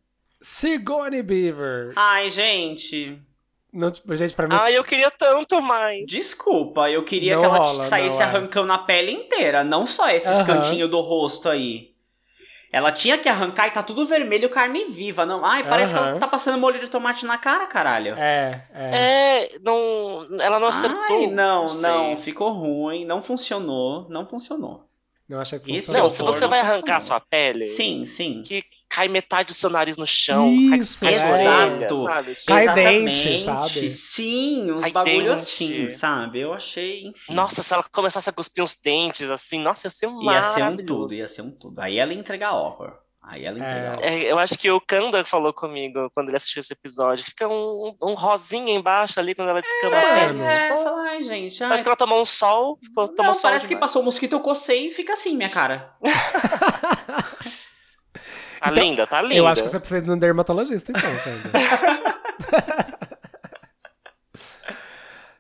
[SPEAKER 1] Sigourney Beaver.
[SPEAKER 3] Ai, gente.
[SPEAKER 1] Não, tipo, gente, pra mim...
[SPEAKER 2] Ai, eu queria tanto mais.
[SPEAKER 3] Desculpa, eu queria
[SPEAKER 1] Não
[SPEAKER 3] que ela
[SPEAKER 1] rola,
[SPEAKER 3] saísse
[SPEAKER 1] não, é.
[SPEAKER 3] arrancando a pele inteira, não só esses
[SPEAKER 1] Aham.
[SPEAKER 3] cantinhos do rosto aí. Ela tinha que arrancar e tá tudo vermelho, carne viva. Não, ai, parece que
[SPEAKER 2] Aham.
[SPEAKER 3] ela tá passando molho de tomate na cara, caralho.
[SPEAKER 1] É,
[SPEAKER 2] É, não, ela não acertou.
[SPEAKER 3] Ai, não,
[SPEAKER 2] sei.
[SPEAKER 3] não, ficou ruim, não funcionou, não funcionou.
[SPEAKER 1] Não achei que
[SPEAKER 3] Isso
[SPEAKER 1] funcionou.
[SPEAKER 2] Não, se você vai arrancar a sua
[SPEAKER 3] funcionou.
[SPEAKER 2] pele,
[SPEAKER 3] Sim, sim.
[SPEAKER 2] que cai metade do seu nariz no chão,
[SPEAKER 1] Isso,
[SPEAKER 2] cai, cai sua
[SPEAKER 3] exato.
[SPEAKER 2] orelha, sabe?
[SPEAKER 1] Cai
[SPEAKER 3] Exatamente.
[SPEAKER 1] dente, sabe?
[SPEAKER 3] Sim, uns
[SPEAKER 2] Cai
[SPEAKER 3] bagulho
[SPEAKER 2] dente.
[SPEAKER 3] assim, sabe? Eu achei, enfim.
[SPEAKER 2] Nossa, se ela começasse a cuspir uns dentes, assim, nossa, ia ser
[SPEAKER 3] Ia
[SPEAKER 2] maravilhoso.
[SPEAKER 3] ser um tudo, ia ser um tudo. Aí ela ia entregar horror. Aí ela ia
[SPEAKER 1] É.
[SPEAKER 3] entregar horror.
[SPEAKER 2] É, eu acho que o Kanda falou comigo quando ele assistiu esse episódio. Fica um, um rosinha embaixo ali quando ela descama a pele.
[SPEAKER 3] É, é, fala, ai, gente. Ai.
[SPEAKER 2] Parece que ela tomou um sol. Ficou, tomou
[SPEAKER 3] Não,
[SPEAKER 2] sol
[SPEAKER 3] parece que
[SPEAKER 2] demais.
[SPEAKER 3] passou o mosquito, eu cocei e fica assim, minha cara.
[SPEAKER 2] Tá linda, tá linda.
[SPEAKER 1] Eu acho que você precisa ir num dermatologista, então, Kendall.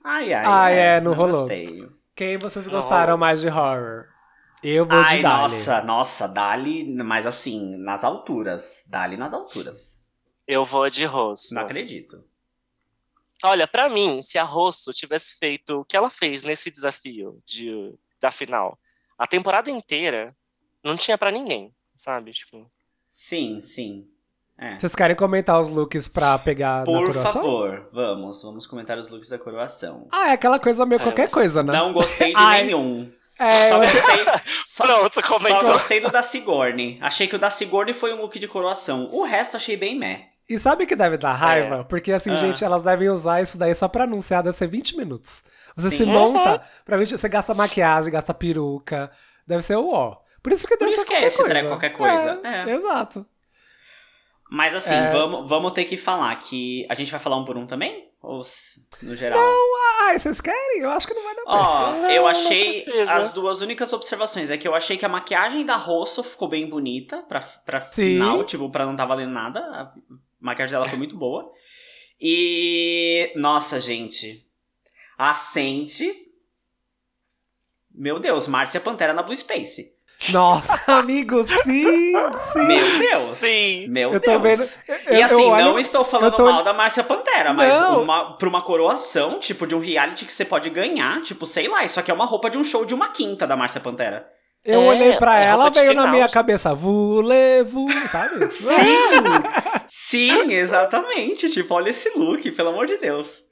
[SPEAKER 3] Ai, ai.
[SPEAKER 1] Ai, é, não rolou.
[SPEAKER 3] gostei.
[SPEAKER 1] Quem vocês gostaram mais de horror? Eu vou
[SPEAKER 3] Ai,
[SPEAKER 1] de Dali.
[SPEAKER 3] nossa, nossa, Dali, mas assim, nas alturas. Dali nas alturas.
[SPEAKER 2] Eu vou de rosto.
[SPEAKER 3] Não acredito.
[SPEAKER 2] Olha, pra mim, se a Rosso tivesse feito o que ela fez nesse desafio de, da final, a temporada inteira não tinha pra ninguém, sabe? Tipo,
[SPEAKER 3] Sim, sim. É.
[SPEAKER 1] Vocês querem comentar os looks pra pegar na
[SPEAKER 3] Por
[SPEAKER 1] coroação?
[SPEAKER 3] favor, vamos, vamos comentar os looks da coroação.
[SPEAKER 1] Ah, é aquela coisa meio
[SPEAKER 2] É,
[SPEAKER 1] qualquer
[SPEAKER 2] mas
[SPEAKER 1] coisa, né?
[SPEAKER 3] Não gostei de
[SPEAKER 1] Ai,
[SPEAKER 3] nenhum.
[SPEAKER 1] É,
[SPEAKER 3] Só
[SPEAKER 1] eu-
[SPEAKER 3] gostei, só,
[SPEAKER 2] Pronto,
[SPEAKER 3] só
[SPEAKER 2] comentou.
[SPEAKER 3] gostei do da Sigourney. Achei que o da Sigourney foi um look de coroação. O resto achei bem meh.
[SPEAKER 1] E sabe o que deve dar raiva? Porque assim,
[SPEAKER 3] Ah.
[SPEAKER 1] gente, elas devem usar isso daí só pra anunciar, deve ser 20 minutos. Você
[SPEAKER 3] Sim.
[SPEAKER 1] se
[SPEAKER 2] Uhum.
[SPEAKER 1] monta, pra 20, você gasta maquiagem, gasta peruca, deve ser o ó. Por isso que deve
[SPEAKER 3] isso
[SPEAKER 1] ser
[SPEAKER 3] que é
[SPEAKER 1] qualquer
[SPEAKER 3] esse
[SPEAKER 1] coisa.
[SPEAKER 3] treco, qualquer coisa.
[SPEAKER 1] É,
[SPEAKER 3] É.
[SPEAKER 1] Exato.
[SPEAKER 3] Mas assim,
[SPEAKER 1] É.
[SPEAKER 3] vamos, vamos ter que falar que. A gente vai falar um por um também? Ou s- no geral?
[SPEAKER 1] Ah, vocês querem? Eu acho que não vai dar
[SPEAKER 3] Ó,
[SPEAKER 2] Não,
[SPEAKER 3] eu
[SPEAKER 2] não
[SPEAKER 3] achei
[SPEAKER 2] precisa.
[SPEAKER 3] as duas únicas observações. É que eu achei que a maquiagem da Rosso ficou bem bonita pra, pra
[SPEAKER 1] Sim.
[SPEAKER 3] final, tipo, pra não tá valendo nada. A maquiagem dela foi muito boa. E. Nossa, gente. Ascente. Meu Deus, Márcia Pantera na Blue Space.
[SPEAKER 1] pena. Nossa, amigo, sim, sim.
[SPEAKER 3] Meu Deus!
[SPEAKER 2] Sim.
[SPEAKER 3] Meu
[SPEAKER 1] Eu
[SPEAKER 3] Deus!
[SPEAKER 1] tô vendo. eu-
[SPEAKER 3] E
[SPEAKER 1] eu
[SPEAKER 3] assim,
[SPEAKER 1] olho-
[SPEAKER 3] não estou falando
[SPEAKER 1] eu tô-
[SPEAKER 3] mal da Márcia Pantera, mas
[SPEAKER 1] Não.
[SPEAKER 3] uma, pra uma coroação, tipo, de um reality que você pode ganhar, tipo, sei lá, isso aqui é uma roupa de um show de uma quinta da Márcia Pantera.
[SPEAKER 1] Eu
[SPEAKER 2] É,
[SPEAKER 1] olhei pra
[SPEAKER 2] é
[SPEAKER 1] ela,
[SPEAKER 2] roupa de
[SPEAKER 1] veio na
[SPEAKER 2] final,
[SPEAKER 1] minha
[SPEAKER 2] gente.
[SPEAKER 1] cabeça, vule, vule, sabe?
[SPEAKER 3] Sim! Sim, exatamente. Tipo, olha esse look, pelo amor de Deus.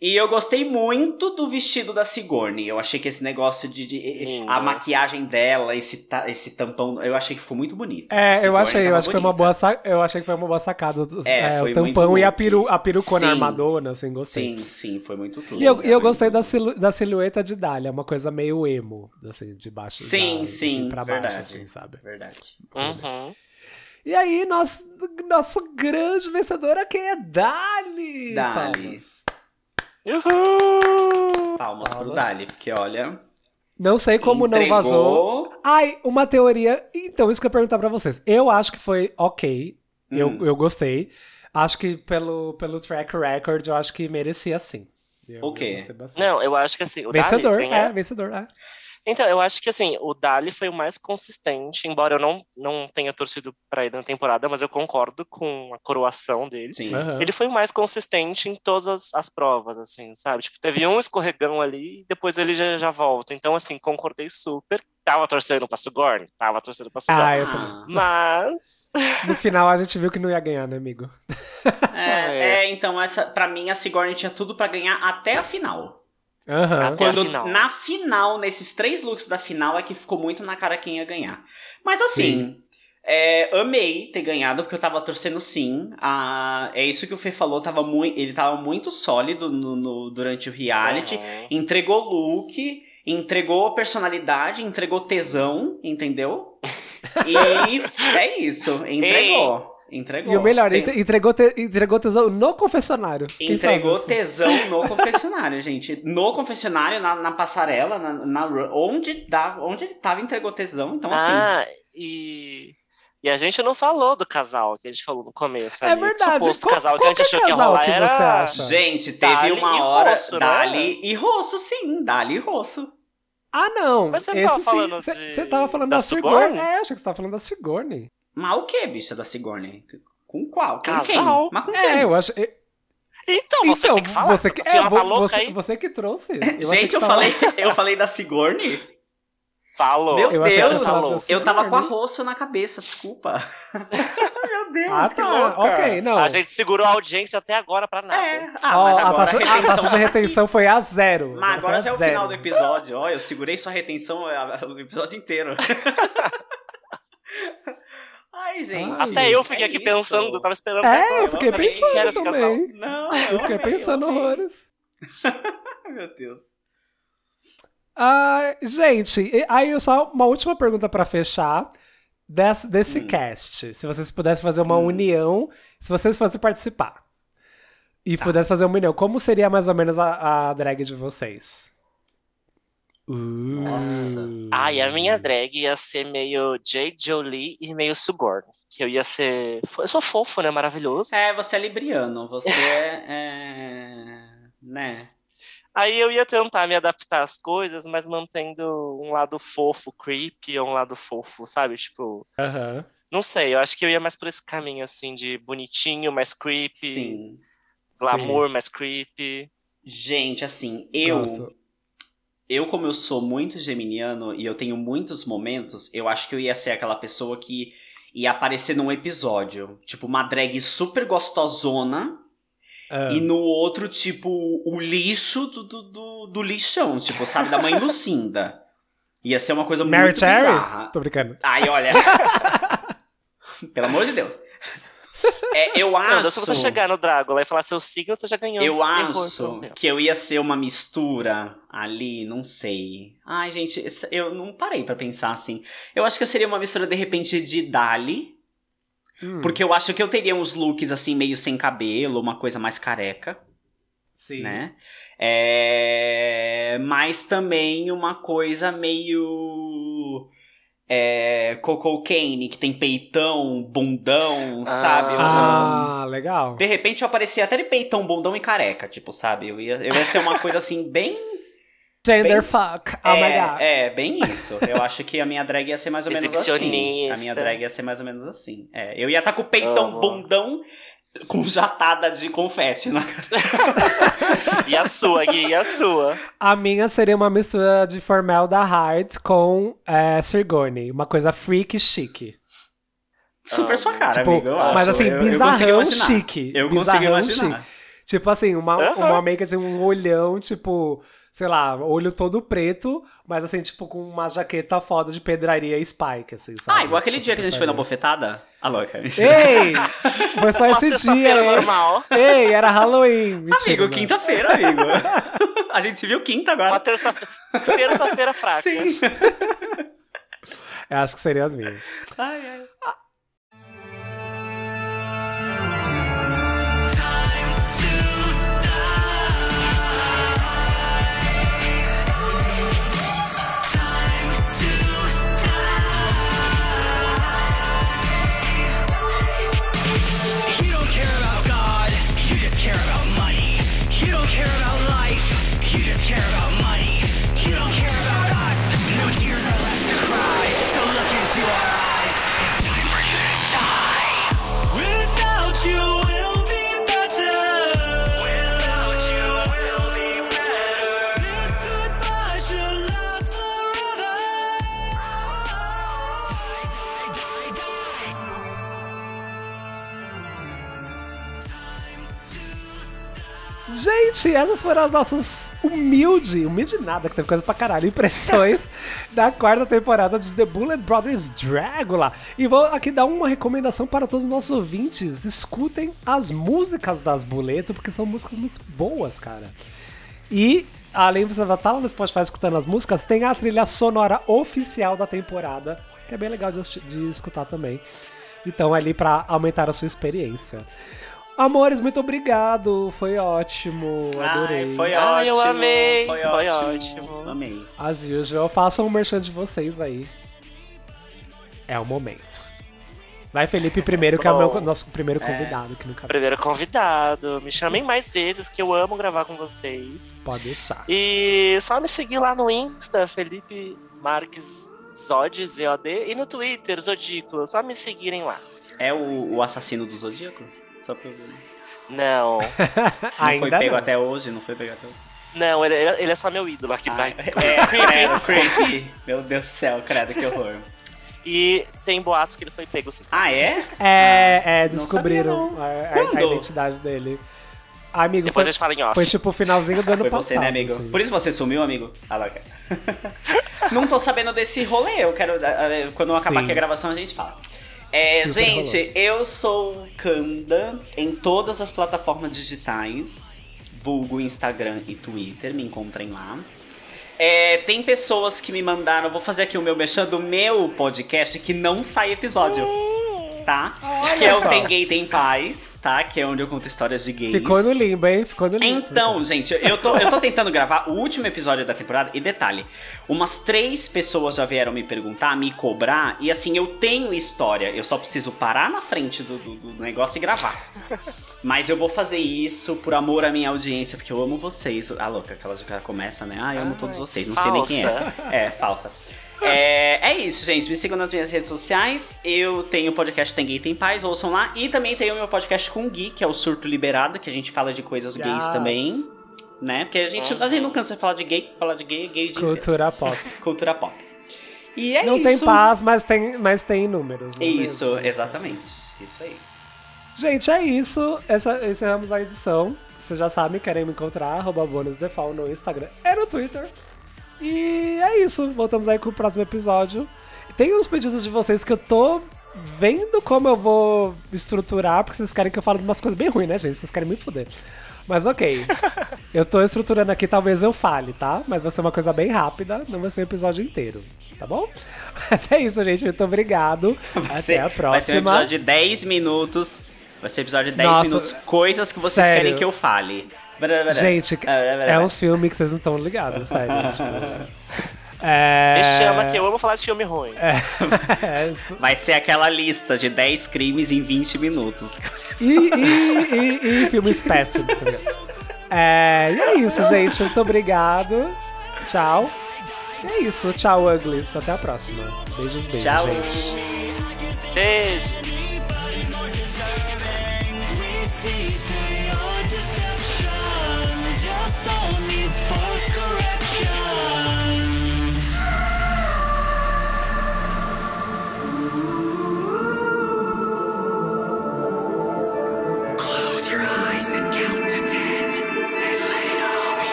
[SPEAKER 3] E eu gostei muito do vestido da Sigourney. Eu achei que esse negócio de. de-
[SPEAKER 2] Lindo.
[SPEAKER 3] a maquiagem dela, esse, ta- esse tampão, eu achei que ficou muito bonito.
[SPEAKER 1] É, eu
[SPEAKER 3] Sigourney
[SPEAKER 1] achei, eu
[SPEAKER 3] tava
[SPEAKER 1] acho que foi uma
[SPEAKER 3] bonita.
[SPEAKER 1] boa, sa- eu achei que foi uma boa sacada, os-
[SPEAKER 3] É,
[SPEAKER 1] é,
[SPEAKER 3] foi
[SPEAKER 1] o
[SPEAKER 3] muito
[SPEAKER 1] tampão e a,
[SPEAKER 3] look.
[SPEAKER 1] peru, a perucona
[SPEAKER 3] Sim.
[SPEAKER 1] armadona, assim, gostei.
[SPEAKER 3] Sim, sim, foi muito tudo.
[SPEAKER 1] E eu, e eu
[SPEAKER 3] Foi
[SPEAKER 1] gostei
[SPEAKER 3] muito
[SPEAKER 1] da,
[SPEAKER 3] tudo.
[SPEAKER 1] silu- da silhueta de Dália, uma coisa meio emo, assim, de baixo.
[SPEAKER 3] Sim,
[SPEAKER 1] da-
[SPEAKER 3] sim,
[SPEAKER 1] de pra
[SPEAKER 3] verdade.
[SPEAKER 1] baixo, assim, sabe?
[SPEAKER 3] Verdade.
[SPEAKER 2] Uhum.
[SPEAKER 1] E aí, nosso, nosso grande vencedor aqui é Dali!
[SPEAKER 3] Dali.
[SPEAKER 1] palmas.
[SPEAKER 2] Uhul.
[SPEAKER 3] Palmas pro
[SPEAKER 1] Palmas.
[SPEAKER 3] Dali, porque olha.
[SPEAKER 1] Não sei como não
[SPEAKER 3] entregou-
[SPEAKER 1] vazou. Ai, uma teoria. Então, isso que eu ia perguntar pra vocês. Eu acho que foi ok.
[SPEAKER 3] Hum.
[SPEAKER 1] Eu, eu gostei. Acho que pelo, pelo track record, eu acho que merecia sim. Eu,
[SPEAKER 3] Ok.
[SPEAKER 1] eu gostei bastante.
[SPEAKER 2] Não, eu acho que assim. O
[SPEAKER 1] vencedor,
[SPEAKER 2] Dali
[SPEAKER 1] é,
[SPEAKER 2] ganha-
[SPEAKER 1] vencedor, é.
[SPEAKER 2] Então, eu acho que assim, o Dali foi o mais consistente, embora eu não, não tenha torcido pra ele na temporada, mas eu concordo com a coroação dele.
[SPEAKER 3] Sim.
[SPEAKER 1] Aham.
[SPEAKER 2] Ele foi o mais consistente em todas as- as provas, assim, sabe? Tipo, teve um escorregão ali e depois ele já, já volta. Então, assim, concordei super. Tava torcendo pra Sugorn, tava torcendo pra Sugorn.
[SPEAKER 1] Ah, eu também.
[SPEAKER 3] Ah,
[SPEAKER 2] Mas.
[SPEAKER 1] No final a gente viu que não ia ganhar, né, amigo?
[SPEAKER 3] é, é, então essa, pra mim a Sigourney tinha tudo pra ganhar até a final.
[SPEAKER 1] Aham.
[SPEAKER 2] Até a
[SPEAKER 3] Quando
[SPEAKER 2] final.
[SPEAKER 3] na final, nesses três looks da final, é que ficou muito na cara quem ia ganhar. Mas assim, é, amei ter ganhado, porque eu tava torcendo sim. Ah, é isso que o Fê falou, tava muito, ele tava muito sólido no- no- durante o reality.
[SPEAKER 2] Uhum.
[SPEAKER 3] entregou look, entregou personalidade, entregou tesão, entendeu? E é isso, entregou. Entregou.
[SPEAKER 1] E o melhor,
[SPEAKER 3] Tem-
[SPEAKER 1] entre- entregou, te, entregou tesão no confessionário. Quem
[SPEAKER 3] entregou
[SPEAKER 1] faz assim? isso?
[SPEAKER 3] tesão no confessionário, gente. No confessionário, na, na passarela, na, na ru- onde, dava, onde ele tava, entregou tesão. Então, assim.
[SPEAKER 2] Ah, e. E a gente não falou do casal que a gente falou no começo.
[SPEAKER 1] É
[SPEAKER 2] ali.
[SPEAKER 1] verdade,
[SPEAKER 2] Suposto
[SPEAKER 1] qual-
[SPEAKER 2] casal que a gente
[SPEAKER 1] qual que é
[SPEAKER 2] achou que ia
[SPEAKER 1] casal
[SPEAKER 2] rolar
[SPEAKER 1] que
[SPEAKER 2] era.
[SPEAKER 1] você acha?
[SPEAKER 3] Gente, teve
[SPEAKER 2] Dali e
[SPEAKER 3] uma hora.
[SPEAKER 2] Rosso, né?
[SPEAKER 3] Dali e Rosso, sim. Dali e Rosso.
[SPEAKER 1] Ah, não.
[SPEAKER 2] Mas você não
[SPEAKER 1] Esse
[SPEAKER 2] tava falando
[SPEAKER 1] sim.
[SPEAKER 2] de-
[SPEAKER 1] Você tava falando da,
[SPEAKER 2] da
[SPEAKER 1] Sigourney?
[SPEAKER 2] Sigourney?
[SPEAKER 1] É, eu achei que você tava falando da Sigourney.
[SPEAKER 3] Mas o que, bicha da Sigourney? Com qual? Com
[SPEAKER 2] Casal.
[SPEAKER 3] quem? Mas com quem?
[SPEAKER 1] É, eu acho. eu-
[SPEAKER 2] Então, você
[SPEAKER 1] então,
[SPEAKER 2] tem que falar.
[SPEAKER 1] você
[SPEAKER 2] Você
[SPEAKER 1] que, é,
[SPEAKER 2] senhora
[SPEAKER 1] vo-
[SPEAKER 2] tá louca
[SPEAKER 1] você,
[SPEAKER 2] aí?
[SPEAKER 1] você que trouxe. achei
[SPEAKER 3] Gente,
[SPEAKER 1] que
[SPEAKER 3] eu
[SPEAKER 1] tava-
[SPEAKER 3] falei, eu falei da Sigourney?
[SPEAKER 2] Falou.
[SPEAKER 3] Meu
[SPEAKER 1] Eu achei que
[SPEAKER 3] Deus,
[SPEAKER 1] você tava falando
[SPEAKER 3] eu tava
[SPEAKER 1] assim,
[SPEAKER 3] com
[SPEAKER 1] Armin.
[SPEAKER 3] arroço na cabeça, desculpa. Meu Deus,
[SPEAKER 1] Ah,
[SPEAKER 3] que
[SPEAKER 1] tá,
[SPEAKER 3] louca.
[SPEAKER 1] ok, não.
[SPEAKER 2] A gente segurou a audiência até agora pra nada.
[SPEAKER 3] É. Ah, mas
[SPEAKER 1] Ó,
[SPEAKER 3] agora
[SPEAKER 1] a, taxa,
[SPEAKER 3] a
[SPEAKER 1] a
[SPEAKER 3] retenção
[SPEAKER 1] taxa de retenção foi a zero.
[SPEAKER 3] Mas agora
[SPEAKER 1] Foi a
[SPEAKER 3] já é o
[SPEAKER 1] zero.
[SPEAKER 3] final do episódio. Ó, eu segurei sua retenção a- a- o episódio inteiro. Ai, gente.
[SPEAKER 2] Até eu fiquei
[SPEAKER 3] é
[SPEAKER 2] aqui
[SPEAKER 3] isso.
[SPEAKER 2] pensando, eu tava esperando. até
[SPEAKER 1] É,
[SPEAKER 2] agora,
[SPEAKER 1] eu fiquei
[SPEAKER 2] sabia quem
[SPEAKER 1] pensando
[SPEAKER 2] era esse casal.
[SPEAKER 1] também.
[SPEAKER 3] Não,
[SPEAKER 1] Eu fiquei
[SPEAKER 3] amei,
[SPEAKER 1] pensando
[SPEAKER 3] amei.
[SPEAKER 1] horrores.
[SPEAKER 3] Meu Deus.
[SPEAKER 1] Ah, gente, e- aí eu só uma última pergunta pra fechar desse,
[SPEAKER 3] Hum.
[SPEAKER 1] desse cast. Se vocês pudessem fazer uma união, se vocês fossem participar e
[SPEAKER 3] Tá.
[SPEAKER 1] pudessem fazer uma união, como seria mais ou menos a, a drag de vocês?
[SPEAKER 3] Uh. Nossa.
[SPEAKER 2] Ai, a minha drag ia ser meio J. Jolie e meio Suborn. Que eu ia ser. Eu sou fofo, né? Maravilhoso.
[SPEAKER 3] É, você é libriano. Você é. é, né?
[SPEAKER 2] Aí eu ia tentar me adaptar às coisas, mas mantendo um lado fofo, creepy, ou um lado fofo, sabe? Tipo,
[SPEAKER 1] Aham.
[SPEAKER 2] não sei, eu acho que eu ia mais por esse caminho, assim, de bonitinho, mais creepy,
[SPEAKER 3] Sim.
[SPEAKER 2] glamour, mais creepy.
[SPEAKER 3] Gente, assim, eu.
[SPEAKER 1] Gosto.
[SPEAKER 3] Eu, como eu sou muito geminiano e eu tenho muitos momentos, eu acho que eu ia ser aquela pessoa que ia aparecer num episódio. Tipo, uma drag super gostosona.
[SPEAKER 1] Ah.
[SPEAKER 3] E no outro, tipo, o lixo do, do, do, do lixão. Tipo, sabe, da mãe Lucinda. Ia ser uma coisa
[SPEAKER 1] Mary
[SPEAKER 3] muito
[SPEAKER 1] Cherry?
[SPEAKER 3] bizarra.
[SPEAKER 1] Tô brincando.
[SPEAKER 3] Ai, olha. Pelo amor de Deus. É, eu acho.
[SPEAKER 2] Canda, se você chegar no Drácula e falar seu signo, você já ganhou.
[SPEAKER 3] Eu
[SPEAKER 2] Errou,
[SPEAKER 3] acho
[SPEAKER 2] então, né?
[SPEAKER 3] que eu ia ser uma mistura ali, não sei. Ai, gente, esse- eu não parei pra pensar assim. Eu acho que eu seria uma mistura, de repente, de Dali.
[SPEAKER 1] Hum,
[SPEAKER 3] Porque eu acho que eu teria uns looks, assim, meio sem cabelo, uma coisa mais careca,
[SPEAKER 1] sim.
[SPEAKER 3] né? É... Mas também uma coisa meio... É... Coco Kane, que tem peitão, bundão, sabe? Um-
[SPEAKER 1] Ah, legal.
[SPEAKER 3] de repente eu aparecia até de peitão, bundão e careca, tipo, sabe? Eu ia, eu ia ser uma coisa assim, bem.
[SPEAKER 1] Genderfuck. Oh my
[SPEAKER 3] é,
[SPEAKER 1] god.
[SPEAKER 3] é, bem isso. Eu acho que a minha drag ia ser mais ou menos assim. A minha
[SPEAKER 2] Exibicionista.
[SPEAKER 3] drag ia ser mais ou menos assim. É, eu ia estar com o peitão,
[SPEAKER 2] Amo.
[SPEAKER 3] bundão, com jatada de confete na cara.
[SPEAKER 2] E a sua, Gui, e a sua?
[SPEAKER 1] A minha seria uma mistura de Formel da Hart com é, Sirgone. Uma coisa freak e chique.
[SPEAKER 3] Super sua cara,
[SPEAKER 1] Tipo,
[SPEAKER 3] amigo. eu
[SPEAKER 1] mas
[SPEAKER 3] acho.
[SPEAKER 1] assim,
[SPEAKER 3] Eu- eu consegui
[SPEAKER 1] bizarrão
[SPEAKER 3] imaginar.
[SPEAKER 1] chique.
[SPEAKER 3] Eu consegui
[SPEAKER 1] bizarrão
[SPEAKER 3] imaginar.
[SPEAKER 1] chique. Tipo assim, uma,
[SPEAKER 2] Aham.
[SPEAKER 1] uma make assim, um olhão, tipo, sei lá, olho todo preto, mas assim, tipo, com uma jaqueta foda de pedraria e spike, assim, sabe?
[SPEAKER 3] Ah, igual aquele dia que a gente foi na bofetada? Ah, louca.
[SPEAKER 1] Ei! Foi só
[SPEAKER 2] Uma
[SPEAKER 1] esse dia, né?
[SPEAKER 3] é-
[SPEAKER 2] sexta-feira
[SPEAKER 1] hein?
[SPEAKER 2] normal.
[SPEAKER 1] Ei, era Halloween. Mentira,
[SPEAKER 3] Amigo,
[SPEAKER 1] não.
[SPEAKER 3] quinta-feira, amigo. a gente se viu quinta
[SPEAKER 2] Uma
[SPEAKER 3] agora.
[SPEAKER 2] terça- terça-feira fraca.
[SPEAKER 3] Sim.
[SPEAKER 1] Eu acho que seria as minhas.
[SPEAKER 3] Ai, ai.
[SPEAKER 4] You don't care about God, you just care about money. You don't care about life, you just care about money. You don't care about us, no tears are left to cry. So look into our eyes, it's time for you to die. Without you, will be better. Without you, will be better. This goodbye should last forever. Die, die, die, die.
[SPEAKER 1] Gente, essas foram as nossas humilde, humilde nada, que teve coisa pra caralho, impressões da quarta temporada de The Bullet Brothers Dragula. E vou aqui dar uma recomendação para todos os nossos ouvintes: escutem as músicas das Buleto, porque são músicas muito boas, cara. E, além de você estar lá no Spotify escutando as músicas, tem a trilha sonora oficial da temporada, que é bem legal de, assisti- de escutar também. Então, ali pra aumentar a sua experiência. Amores, muito obrigado. Foi ótimo. Adorei.
[SPEAKER 3] Ai, foi
[SPEAKER 2] Ai,
[SPEAKER 3] ótimo.
[SPEAKER 2] eu amei,
[SPEAKER 3] Foi,
[SPEAKER 2] foi
[SPEAKER 3] ótimo.
[SPEAKER 2] ótimo.
[SPEAKER 3] Amei.
[SPEAKER 1] As usual, façam um merchan de vocês aí. É o momento. Vai, Felipe, primeiro, que é o meu-
[SPEAKER 2] Bom.
[SPEAKER 1] nosso primeiro convidado, que nunca
[SPEAKER 2] Primeiro convidado. Me chamem mais vezes, que eu amo gravar com vocês.
[SPEAKER 1] pode deixar.
[SPEAKER 2] E só me seguir lá no Insta, Felipe Marques Zod, Z-O-D, e no Twitter, Zodículo. Só me seguirem lá.
[SPEAKER 3] É o, o assassino do Zodíaco? Só pra eu ver. né? Não
[SPEAKER 2] Não.
[SPEAKER 3] foi
[SPEAKER 1] Ainda
[SPEAKER 3] pego
[SPEAKER 1] não.
[SPEAKER 3] até hoje, não foi pego até hoje.
[SPEAKER 2] Não, ele, ele é só meu ídolo aqui.
[SPEAKER 3] Ai, é, creepy. creepy. Meu Deus do céu, credo, que horror.
[SPEAKER 2] E tem boatos que ele foi pego sem
[SPEAKER 3] Ah, é?
[SPEAKER 1] É, é, descobriram a, a- a
[SPEAKER 3] Quando?
[SPEAKER 1] identidade dele. Ah, Amigo,
[SPEAKER 2] Depois
[SPEAKER 1] foi,
[SPEAKER 2] a gente fala em off.
[SPEAKER 1] foi tipo o finalzinho do ano
[SPEAKER 3] Foi
[SPEAKER 1] passado.
[SPEAKER 3] você, né, amigo?
[SPEAKER 1] assim.
[SPEAKER 3] Por isso você sumiu, amigo? Ah, lá, cara. Não tô sabendo desse rolê. Eu quero. ah, ah, Quando acabar
[SPEAKER 1] Sim.
[SPEAKER 3] aqui a gravação, a gente fala. É,
[SPEAKER 1] Super
[SPEAKER 3] gente, eu sou o Kanda em todas as plataformas digitais, vulgo Instagram e Twitter, me encontrem lá. É, tem pessoas que me mandaram, vou fazer aqui o meu mexendo do meu podcast que não sai episódio. Tá? que é o
[SPEAKER 1] só.
[SPEAKER 3] Tem Gay Tem Paz, tá? Que é onde eu conto histórias de gays.
[SPEAKER 1] Ficou no limbo, hein? Ficou no limbo.
[SPEAKER 3] Então, gente, eu tô, eu tô tentando gravar o último episódio da temporada. E detalhe, umas três pessoas já vieram me perguntar, me cobrar. E assim, eu tenho história. Eu só preciso parar na frente do, do- do negócio e gravar. Mas eu vou fazer isso por amor à minha audiência, porque eu amo vocês. Ah, louca, aquela que ela começa, né? Ah, eu amo todos vocês. Não sei nem quem é.
[SPEAKER 2] falsa.
[SPEAKER 3] É, falsa. É, é isso, gente. Me sigam nas minhas redes sociais. Eu tenho o podcast Tem Gay Tem Paz, ouçam lá. E também tenho o meu podcast com o Gui, que é o Surto Liberado, que a gente fala de coisas gays
[SPEAKER 1] Yes.
[SPEAKER 3] também. Né? Porque a gente, a gente não cansa de falar de gay, falar de gay, gay de
[SPEAKER 1] Cultura pop.
[SPEAKER 3] cultura pop. E é
[SPEAKER 1] não
[SPEAKER 3] isso.
[SPEAKER 1] tem paz, mas tem, mas tem números. não é
[SPEAKER 3] Isso, exatamente. Isso aí.
[SPEAKER 1] Gente, é isso. Essa, encerramos a edição. Vocês já sabem, querem me encontrar, arroba bonusdefal no Instagram e no Twitter. E é isso. Voltamos aí com o próximo episódio. Tem uns pedidos de vocês que eu tô vendo como eu vou estruturar, porque vocês querem que eu fale umas coisas bem ruins, né, gente? Vocês querem me fuder. Mas ok. eu tô estruturando aqui, talvez eu fale, tá? Mas vai ser uma coisa bem rápida, não vai ser um episódio inteiro, tá bom? Mas é isso, gente. Muito obrigado.
[SPEAKER 3] Vai
[SPEAKER 1] Até
[SPEAKER 3] ser-
[SPEAKER 1] a próxima.
[SPEAKER 3] Vai ser um episódio de 10 minutos. Vai ser um episódio de 10
[SPEAKER 1] Nossa,
[SPEAKER 3] minutos. Coisas que vocês
[SPEAKER 1] sério.
[SPEAKER 3] querem que eu fale.
[SPEAKER 1] Gente, é uns filmes que vocês não estão ligados, sério. tipo. É...
[SPEAKER 2] Me chama que eu amo falar de filme ruim.
[SPEAKER 1] É, isso.
[SPEAKER 3] Vai ser aquela lista de 10 crimes em 20 minutos.
[SPEAKER 1] e, e, e, e filmes péssimos. tá ligado? É, e é isso, gente. Muito obrigado. Tchau. E é isso. Tchau, Uglis. Até a próxima. Beijos, beijos,
[SPEAKER 3] Tchau.
[SPEAKER 1] gente.
[SPEAKER 2] Beijo.